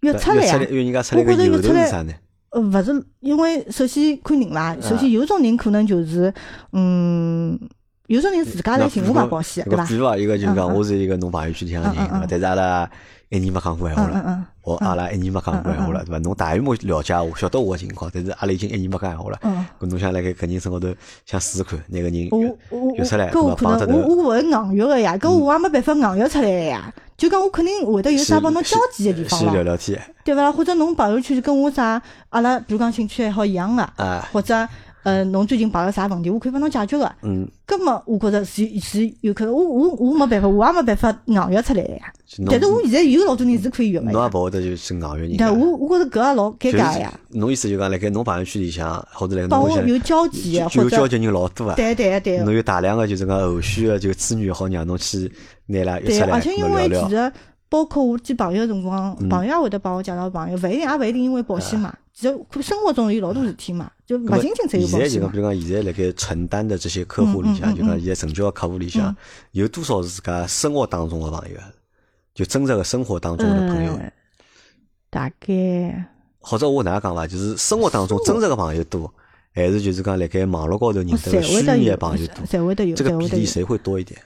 B: 约出来
A: 约
B: 呀
A: 出来，，约人家出来个
B: 我觉得
A: 由
B: 约
A: 头
B: 出来
A: 是啥呢？
B: 呃，勿
A: 啊
B: 是，因为首先看人伐，首先有种人可能就是，嗯，有种人自家来寻我
A: 勿
B: 勿保险，对伐？
A: 比如啊，一个就是讲，
B: 嗯嗯
A: 我是一个侬朋友圈里向的人，
B: 嗯嗯
A: 对伐但是阿拉一年没讲过闲话
B: 嗯嗯
A: 了，
B: 嗯，
A: 我阿拉一年没讲过闲话了，对伐？侬大约莫了解我，晓得我个情况，但是阿拉已经一年没讲闲话了。
B: 嗯
A: 搿侬想辣盖搿人身高头想试试看，拿搿人
B: 我
A: 约
B: 我我
A: 约出来，
B: 搿
A: 对伐
B: 我？可
A: 帮着
B: 能我
A: 头，
B: 我勿是硬约个呀，搿
A: 嗯
B: 我也没办法硬约出来个呀。就讲我肯定会得有啥帮侬交集个地方
A: 先聊
B: 伐？
A: 聊天
B: 对伐？或者侬朋友圈跟我啥阿拉，比如讲兴趣爱好一样个，
A: 啊，
B: 或者呃侬最近碰到啥问题，我可以帮侬解决个。
A: 嗯，
B: 搿么我觉着是是有可能，我我我没办法，我也没办法硬约出来个呀。
A: 就侬
B: 但是我现在有老多人是可以约个
A: 侬也
B: 呀。
A: 勿会得就去硬约人
B: 但
A: 家。
B: 我我觉着搿也老尴
A: 啊就
B: 尬个
A: 是
B: 呀，
A: 侬意思就讲，辣盖侬朋友圈里向，或者辣盖
B: 帮
A: 侬
B: 我
A: 屋里
B: 有交集
A: 向，
B: 个
A: 就就
B: 或
A: 有交
B: 者
A: 集人老多啊。
B: 对对个对个
A: 侬。有大量个就是讲后续个就资源，好让侬去拿伊拉约
B: 对，
A: 出来，
B: 而且因
A: 侬聊
B: 为
A: 聊嗯
B: 其。实包括我见朋友的辰光，朋友也会得帮我介绍朋友，勿一定也勿一定因为保险
A: 哎
B: 嘛。其实可生活中有老多事体嘛，就
A: 那
B: 勿
A: 么
B: 仅仅只有
A: 现
B: 保
A: 在就讲，
B: 险啊嗯嘛
A: 比。如讲，现在辣盖承担的这些客户里向，就讲现在成交的客户里
B: 嗯
A: 向，有多少是自家生活当中的朋友啊？就真正的生活当中的朋友，
B: 呃，大概
A: 或者我哪能讲伐？就是生活当中真正的朋友多，还是就是讲辣盖网络高头认
B: 哦
A: 得
B: 我侪
A: 的
B: 会
A: 虚
B: 得
A: 拟
B: 有
A: 的，朋友多？
B: 侪会得有，
A: 这个
B: 侪
A: 比
B: 会得
A: 例
B: 有。
A: 谁会多一点？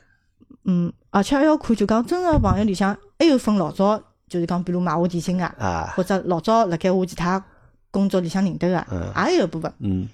B: 嗯，而且还要看，就讲真个朋友里向还有分老早，就是讲比如买我甜心啊，
A: 啊，
B: 或者老早辣盖我其他工作里向认得
A: 嗯
B: 个，也有一部分。
A: 嗯，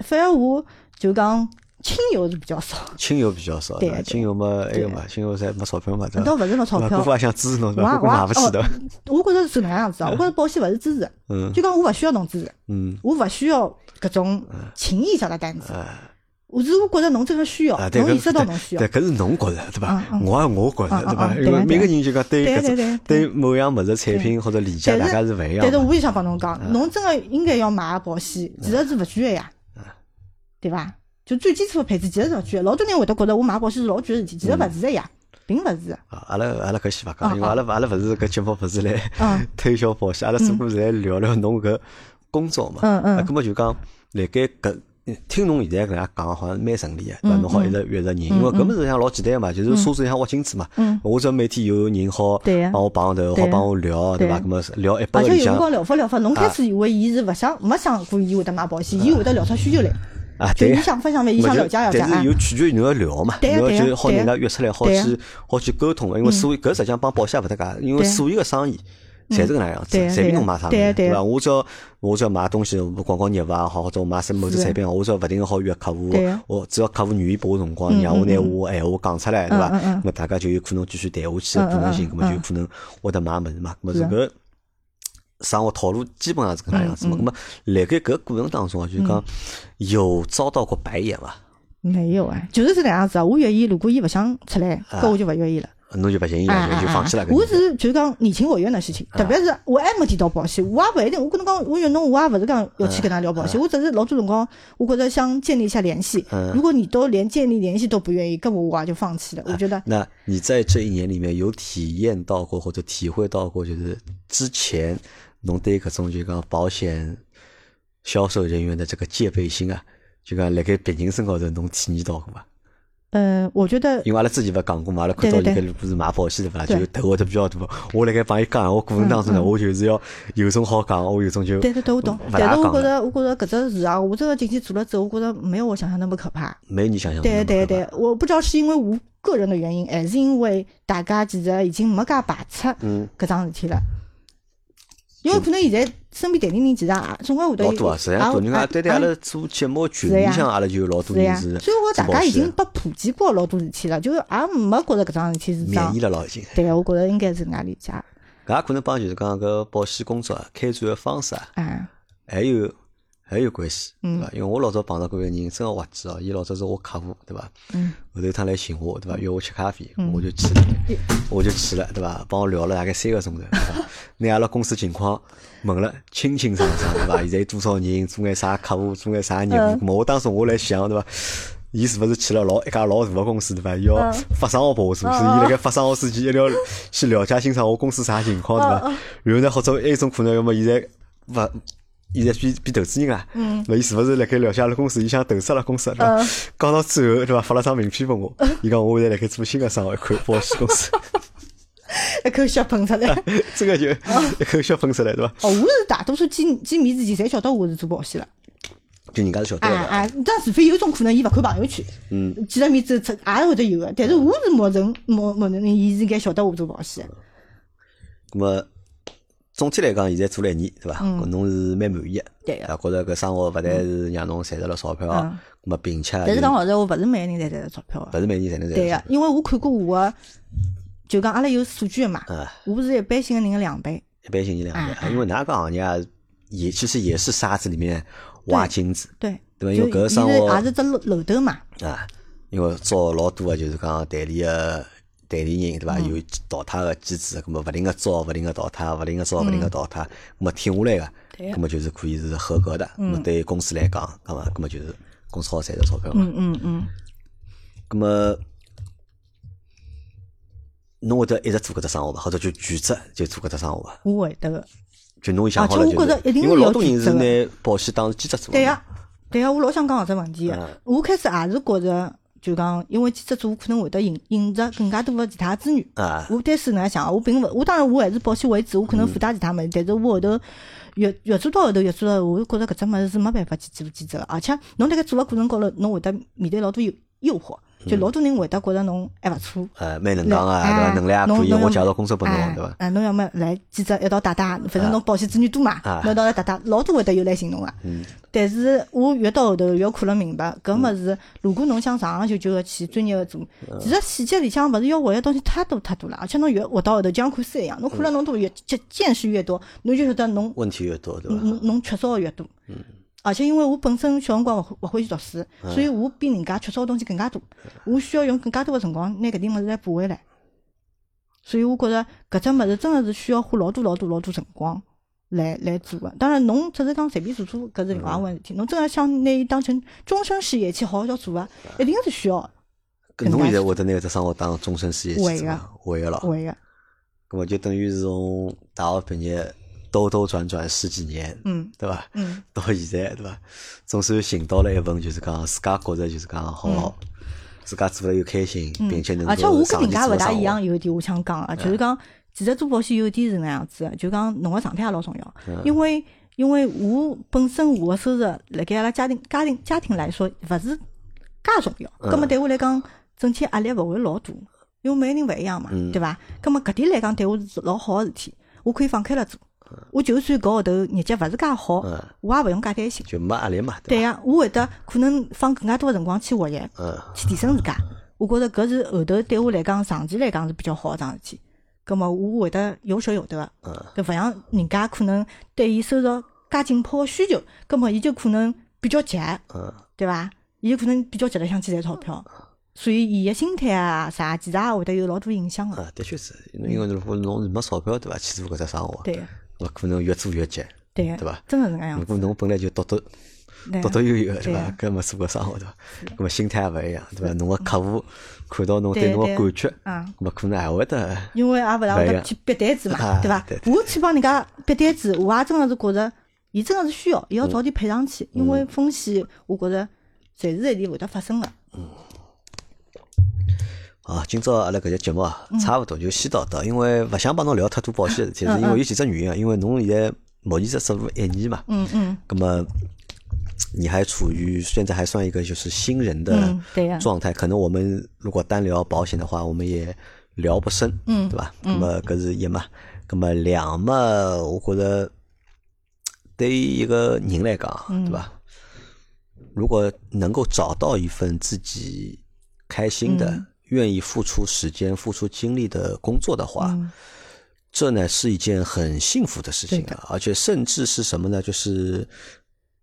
B: 反而我就讲亲友是比较少，
A: 亲友比较少，
B: 对
A: 吧
B: 对
A: 亲友嘛，那
B: 对
A: 个嘛，亲友侪没钞票嘛，对
B: 倒
A: 吧？
B: 勿是没钞
A: 对吧
B: 票啊哦
A: 姑。父也想支持侬，对
B: 我
A: 吧？
B: 也
A: 姑父买
B: 我
A: 不
B: 也
A: 起的，
B: 我觉着是搿能样子啊，我觉着保险勿是支持，
A: 嗯
B: 就讲我勿需要侬支持，
A: 嗯
B: 我勿需要搿种情谊上的单子，
A: 啊。
B: 我是我觉着侬真个需要
A: 啊，，对，
B: 侬
A: 搿
B: 意识到侬需要
A: 对，，搿是侬觉着对伐
B: 嗯？嗯
A: 我也我觉着
B: 嗯
A: 对伐？
B: 嗯嗯
A: 因
B: 对
A: 为
B: 啊
A: 每个
B: 对
A: 人就讲对
B: 对
A: 搿
B: 对
A: 种
B: 对
A: 对某样物事产品或者理解，
B: 但
A: 大
B: 是
A: 家是勿一样
B: 但是
A: 的。
B: 我也想帮侬讲，
A: 嗯
B: 侬真个应该要买个保险，其实是勿贵个呀，
A: 嗯
B: 对伐？就最基础的配置其实是勿贵的，老多人会得觉着我买保险是老贵个事体，其实勿是个呀，并勿 是的。
A: 啊，阿拉阿拉搿先勿讲，
B: 嗯
A: 因为阿拉阿拉勿是搿节目勿是 来
B: 嗯
A: 推销保险，阿拉只不过是来聊聊侬搿工作嘛。
B: 嗯嗯
A: 啊，搿么就讲，辣盖搿嗯听侬现在搿能介讲，好像蛮顺利个，对
B: 嗯
A: 伐？侬好一直约着人，因为搿物事像老简单个嘛，就是车子里向挖金子嘛。
B: 嗯
A: 我只要每天有人好
B: 对呀
A: 帮我碰头，
B: 对
A: 好
B: 呀
A: 帮我聊，对伐？
B: 对呀
A: 搿么聊一百
B: 而
A: 个
B: 且
A: 里
B: 有辰
A: 向
B: 光聊法
A: 啊
B: 聊法，侬开始以为伊是勿想没想过伊会得买保险，伊会得聊出需求来，
A: 啊，
B: 就
A: 对
B: 伊
A: 呀。
B: 想法想法，伊
A: 没
B: 想
A: 就
B: 了解了解。
A: 但
B: 哎
A: 是有取决于侬要聊嘛，
B: 对呀
A: 侬
B: 对
A: 要
B: 呀
A: 就好
B: 对
A: 人
B: 呀
A: 家约出来，好
B: 对呀嗯
A: 去好去沟通，因为所有搿实际上帮保险也勿搭界，因为
B: 对呀嗯
A: 所有个生意。侪是搿能样子
B: 对，呀
A: 随
B: 对
A: 便
B: 呀
A: 侬买啥物
B: 对呀
A: 事，
B: 对呀
A: 伐？我只要我只要买东西，广告业务也啊好，或者我买什某只
B: 是
A: 产品也好，我只要勿停个好约客户
B: 对呀，
A: 我只要客户愿意拨我辰光，
B: 嗯
A: 让我拿
B: 嗯
A: 我闲话讲出来，对伐？
B: 嗯嗯嗯
A: 那么大家就有可能继续谈下去的
B: 嗯
A: 可能性，
B: 嗯
A: 那么就
B: 嗯
A: 可能会得买物事嘛。那么
B: 是啊
A: 是搿生活套路基本上是搿能样
B: 嗯
A: 子嘛。那么辣盖搿过程当中啊，就是讲有遭到过白眼伐？
B: 没有哎，就是这能样子啊。我约伊，如果伊勿想出来，搿我就勿约伊了。
A: 侬就勿啊行，伊
B: 啊
A: 就
B: 啊
A: 就放
B: 啊
A: 弃了。！搿
B: 我
A: 人啊
B: 是就是讲你情我愿的事情，特别是我还没提到保险，我也勿一定。我跟侬讲，我约侬，我也勿是讲要去跟他聊保险，我只是老多辰光，我觉得想建立一下联系
A: 嗯。啊
B: 如果你都连建立联系都不愿意，搿么我也就放弃了。我觉得
A: 那你在这一年里面有体验到过或者体会到过，就是之前侬对搿种就讲保险销售人员的这个戒备心啊，就讲辣盖别人身高头侬体验到过伐？
B: 呃，我觉得
A: 因为阿拉之前勿讲过嘛，阿拉看到
B: 对
A: 伊搿
B: 对对
A: 如果是买保险对伐，
B: 对嗯
A: 就头会得比较大。我辣盖帮伊讲闲话过程当中呢，我就是要有种好讲，我有种就
B: 对对对，我懂
A: 勿。大
B: 但是我
A: 讲
B: 觉
A: 了
B: 得，我觉得搿只事啊，我真的进去做了之后，我觉得没有我想象那么可怕。
A: 没你想象中那
B: 对
A: 么
B: 对
A: 可怕
B: 对，我不知道是因为我个人的原因，还是因为大家其实已经没介排斥
A: 嗯
B: 搿桩事体了。因为可能现在身边谈恋人其实也总归会得
A: 老
B: 有
A: 多啊，实际
B: 也
A: 上
B: 会
A: 多人家
B: 也
A: 对对，
B: 也
A: 阿拉做节目群
B: 是
A: 里
B: 呀
A: 向阿拉就有老多
B: 啊是呀
A: 人，是
B: 所以我觉
A: 做保
B: 得大家已
A: 险
B: 经被普及过老多事体了，就是也没觉着搿桩事体是
A: 免
B: 桩
A: 疫。了老已经。
B: 对，我觉着应该是搿能介理解。
A: 搿也可能帮就是讲搿保险工作啊，开展个方式啊，
B: 哎，
A: 还有还有关系，对伐？因为我老早碰到过一个人，真个滑稽哦，伊老早是我客户，对伐？
B: 嗯。
A: 后头一趟来寻我，对伐？约我吃咖啡，我就去了， 我就去了，对伐？帮我聊了大概三个钟头，对伐？拿阿拉公司情况问了清清爽爽，对伐？现在有多少人，做眼啥客户，做眼啥业务？咾么我当时我来想，对伐？伊是勿是去了老一家老大个公司对伐？伊要发商务部是不是？伊辣盖发商务之前一定要去了解清爽我公司啥情况对伐？然后呢，或者还有一种可能，要么现在勿现在变变投资人啊，
B: 嗯
A: 那伊是勿是辣盖了解阿拉公司，伊想投资阿拉公司，对伐？讲到最后，对伐？发了张名片拨我，
B: 嗯
A: 伊讲我现在辣盖做新个生活一块保险公 司，
B: 一口血 喷出来。
A: 这个就
B: 嗯
A: 一口血喷出来，对伐？
B: 哦，我是大多数见见面之前，侪晓得我是做保险了。
A: 就人家是晓得
B: 啊
A: 个，
B: 啊，但除非有种可能，伊勿看朋友圈，
A: 嗯，
B: 见了面之后出也是会得有个。但是我是默认默默认，伊是应该晓得我做保险的。
A: 咁么总体来讲，现在做了一年，对伐？
B: 嗯
A: 搿侬是蛮满意的，
B: 对个
A: 啊，觉着搿生活勿但是让侬赚到了钞票，
B: 嗯
A: 咁么并且
B: 但是
A: 又
B: 讲老实话，勿是每个人侪赚到钞票
A: 勿
B: 个。
A: 是每年才能赚
B: 对
A: 到
B: 个，因为我看过我个，就讲阿拉有数据个嘛，
A: 钞票，啊，
B: 我是一般性个人个两倍。
A: 一般性一两
B: 啊
A: 倍，因为哪个行业啊也其实也是沙子里面挖金子，
B: 对，
A: 对吧
B: 就
A: 因为搿个
B: 伊是
A: 生活
B: 也是只漏漏斗嘛，
A: 啊，因为招老多个就是讲代理个代理人对
B: 嗯
A: 伐？有淘汰个机制，咁么勿停个招，勿停个淘汰，勿停个招，勿停个淘汰，咁么挺下来个，
B: 嗯对嗯
A: 咁么就是可以是合格的，咁么对公司来讲，咁么咁么就是公司好赚到钞票嘛，
B: 嗯嗯嗯，
A: 咁么。侬会得一直做搿只生活伐？或者就全职就做搿只生活伐？
B: 我会得个。
A: 就侬想好了
B: 而且
A: 就
B: 啊我觉
A: 是
B: 着一，定
A: 因为
B: 是
A: 老
B: 要
A: 多人
B: 全
A: 是
B: 职的
A: 拿保险当兼职做的嘛。
B: 对呀、对呀、我老想讲搿只问题
A: 嗯
B: 个。我开始也是觉着，就讲因为兼职做，我可能会得引引入更加多个其他资源。
A: 啊，
B: 我但是能想，我并勿，我当然我还是保险为主，我可能附带其他物事，但是我后头越越做到后头越做到，我就觉着搿只物事是没办法去做兼职个，而且侬辣盖做个过程高头，侬会得面对老多诱诱惑，就老多人会得觉着侬还勿错。
A: 呃，蛮能讲啊，对伐？
B: 哎
A: 能力也可以，
B: 侬
A: 我
B: 侬
A: 介绍工作拨
B: 哎
A: 侬，对伐？
B: 哎，侬要么来兼职一道打打，反正侬保险资源多嘛
A: 啊，嗯
B: 侬一道来打打，老多会得有来寻侬个。但是我越到后头越看了明白，搿物
A: 嗯
B: 事如果侬想长长久久个去专业个做，其实细节里向勿是要会个东西太多太多了，而且侬越活到后头，就像看书一样，侬看了
A: 嗯
B: 侬多越见见识越多，侬就晓得侬
A: 问题越多，对伐？
B: 侬侬缺少个越多。而且因为我本身小辰光勿会勿欢喜读书，所以我比人家缺少个东西更加多，我需要用更加多个辰光拿搿点物事来补回来。所以我觉着搿只物事真个是需要花老多老多老多辰光来来做个。当然，侬只是讲随便做做，搿是另外一回事体。侬真个想拿伊当成终身事业去好好叫做啊，一定是需要
A: 搿侬现在会得拿搿只生活当终身事业去
B: 会
A: 做
B: 的
A: 吗？会个咯，
B: 会个。
A: 搿么就等于是从大学毕业兜兜转转十几年，
B: 嗯
A: 对伐？
B: 嗯，
A: 到现在对伐？总算寻到了一份，就是讲自家觉着就是讲
B: 嗯
A: 好，自家做了又开心，并且能
B: 而啊且我
A: 够长
B: 跟人
A: 期
B: 家
A: 做
B: 勿
A: 个
B: 大
A: 生
B: 一
A: 活。
B: 样，有一点我想讲啊，就是讲，其实做保险有一点是那样子的，就讲侬个状态也老重要，因为因为我本身我个收入辣盖阿拉家庭家庭家庭来说勿是介重要，葛么对我来讲整体压力勿会老大，因为每个人勿一样嘛，对伐？葛么搿点来讲对我是老好个事体，我可以放开了做，我就算搿号头日脚勿是介好，我也勿用介担心。
A: 就没压力嘛，
B: 对
A: 伐？
B: 呀、我会得可能放更加多个辰光去学习，
A: 嗯，
B: 去提升自家。我觉着搿是后头对我来讲，长期来讲是比较好个桩事体。葛末我会得有舍有得个，搿勿像人家可能对伊收入介紧迫个需求，葛末伊就可能比较急，
A: 嗯
B: 对伐？伊就可能比较急了想去赚钞票，所以伊个心态啊啥，其实也会得有老大影响个。
A: 啊，的确是，因为如果侬是没钞票对伐，去做搿只生活，
B: 嗯对个，
A: 那可能越做越急。
B: 对个，
A: 对嗯伐
B: 真个是搿
A: 如
B: 样。
A: 果侬本来就读读
B: 对
A: 抖
B: 个
A: 抖悠悠的对
B: 哎对
A: 伐
B: 啊？
A: 搿么做个生活对伐？搿么心态也勿一样对伐？侬个客户看到侬
B: 对
A: 对侬个
B: 嗯对
A: 感觉，
B: 嗯
A: 搿么可能还会得
B: 因为也勿大会得去逼单子
A: 哎呀
B: 嘛，对伐
A: 对？
B: 我去帮人家逼单子，我也真个是觉着，伊真个是需要，伊要早点赔上去，
A: 嗯
B: 因为风险我觉着随时随地会得发生个。
A: 啊。今朝阿拉搿节节目啊，
B: 嗯
A: 差勿多就先到这，因为勿想帮侬聊太多保险的事体，是因为有几只原因啊。因为侬现在目前只只入一年嘛，
B: 嗯嗯，
A: 搿么你还处于现在还算一个就是新人的
B: 嗯对呀
A: 状态，可能我们如果单聊保险的话，我们也聊不深，嗯，对吧？那么搿是一嘛，那么两嘛，我觉着对于一个人来讲，啊
B: 嗯
A: 对吧？如果能够找到一份自己开心的、
B: 嗯
A: 愿意付出时间、付出精力的工作的话，
B: 嗯
A: 这呢是一件很幸福的事情
B: 对的
A: 啊，而且甚至是什么呢？就是，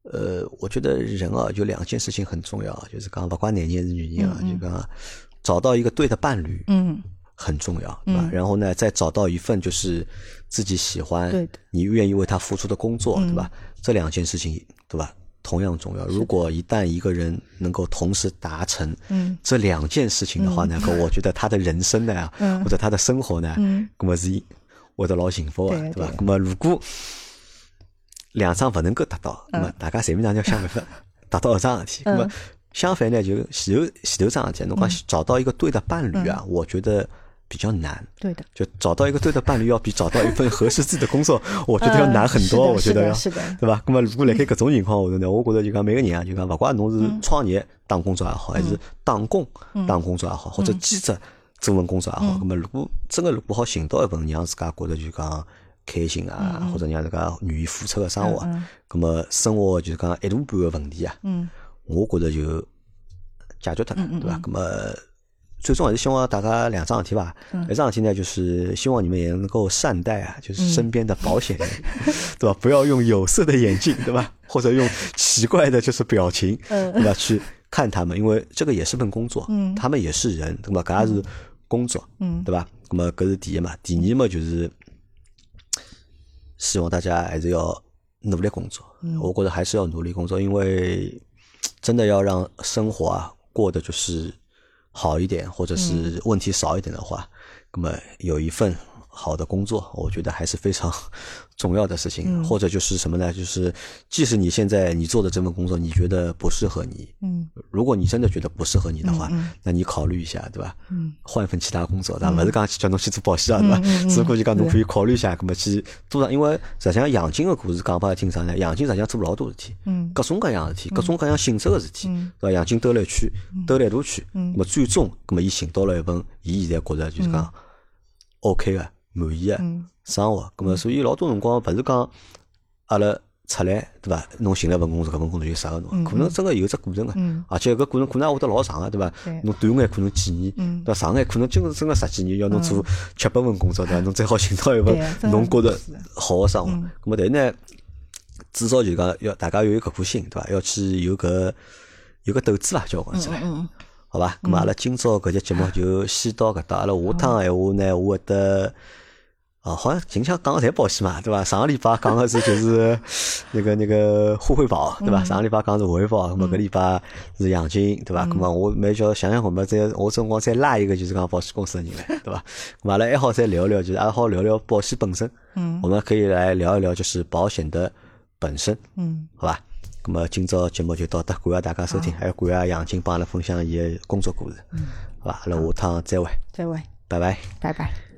A: 呃，我觉得人啊，有两件事情很重要啊，就是刚刚不管男人还是女人啊，就刚刚找到一个对的伴侣，
B: 嗯，
A: 很重要，对吧？然后呢，再找到一份就是自己喜
B: 对
A: 欢
B: 的、嗯
A: 你愿意为他付出的工作，对吧？这两件事情，对吧？同样重要。如果一旦一个人能够同时达成
B: 嗯
A: 这两件事情的话呢，可我觉得他的人生呢，
B: 嗯
A: 或者他的生活呢，那么是我的老幸福啊，
B: 对的
A: 对吧
B: 对？的
A: 那么如果两桩勿能够达到，
B: 嗯
A: 那么大家随便哪能要想办法达到一桩事体。那么
B: 嗯
A: 相反呢，就前头前头桩事体，侬讲找到一个对的伴侣啊，我觉得比较难。
B: 对的，
A: 就找到一个对的伴侣，要比找到一份合适自己的工作， 我觉得要难很多。
B: 呃
A: 我觉得要，
B: 是的，是的，
A: 对吧？那么如果辣盖搿种情况下头呢，我觉着就讲每个人啊，就讲勿怪侬是创业打工作也
B: 嗯
A: 好，还是打工打工作也好，或者兼职做份工作也
B: 嗯
A: 好，那么如果真个如果好寻到一份让自家觉着就讲开心
B: 嗯
A: 啊，或者让自家愿意付出个生活啊，那么生活就是讲一大半个问题啊，
B: 嗯
A: 我觉着就解决脱了，对伐？那么最终还是希望大家两桩事体吧。
B: 嗯
A: 一桩事体呢，就是希望你们也能够善待啊，就是身边的保险人， 对吧？不要用有色的眼镜，对 吧？或者用奇怪的就是表情，
B: 嗯
A: 对吧？去看他们，因为这个也是份工作，
B: 嗯
A: 他们也是人，对吧？搿也是工作，
B: 嗯
A: 对吧？那么搿是第一嘛，第二嘛就是希望大家还是要努力工作。我觉得还是要努力工作，因为真的要让生活啊过得就是好一点，或者是问题少一点的话，那么有一份好的工作，我觉得还是非常 重要的事情。或者就是什么呢？就是即使你现在你做的这份工作，你觉得不适合你，
B: 嗯
A: 如果你真的觉得不适合你的话，
B: 嗯嗯
A: 那你考虑一下，对吧？
B: 嗯
A: 换一份其他工作，对吧？勿是讲去叫侬去做保险啊，对吧？
B: 嗯嗯嗯
A: 只不过就讲侬可以考虑一下，葛么去做上，因为实际上杨金个故事讲拨阿拉听啥呢？杨金实际上做老多事体，
B: 嗯
A: 各种各样的事体，各种各样性质个事体
B: 嗯，
A: 对伐？杨金兜了一圈，兜了一大圈，葛么最终，葛么伊寻到了一份伊现在觉着就是讲 OK 个、满意个
B: 嗯
A: 生活。葛么所以老多辰光勿是讲阿拉出来，对伐？侬寻了份工作，搿份工作就适合侬，可能真个有只过程个
B: 嗯，
A: 而且搿过程可能也会得老长个，啊对伐
B: 对？
A: 侬短眼可能几年，
B: 嗯
A: 对伐？长眼可能今真个十几年，要侬做七八份工作， 对伐？侬才好寻到一
B: 对啊
A: 份
B: 真的
A: 侬觉着
B: 是
A: 好个啊生活。葛么但是呢？至少就讲要大家要有搿颗心，对伐？要去有搿有搿斗志伐，叫我讲起来，
B: 嗯
A: 好伐？咁么阿拉今朝搿节节目就先到搿搭，阿拉下趟闲话
B: 嗯
A: 呢，我会得。啊，好像今腔讲个侪保险嘛，对伐？上个礼拜讲个是就是那 个那个互惠宝，对
B: 嗯
A: 伐？上个礼拜讲是惠宝，那么搿礼拜是杨金，
B: 嗯
A: 对伐？那么我蛮叫想想看嘛，再我总光再拉一个就是讲保险公司的人来，对 伐？那么阿拉还好再聊聊，就是阿拉好聊聊保险本身，
B: 嗯
A: 我们可以来聊一聊就是保险的本身，
B: 嗯，
A: 好吧？那么今朝节目就到这，感谢大家收听，还有感谢杨静帮阿拉分享伊个工作故事，好吧？阿拉下趟再会，
B: 再会，
A: 拜拜。
B: 拜拜。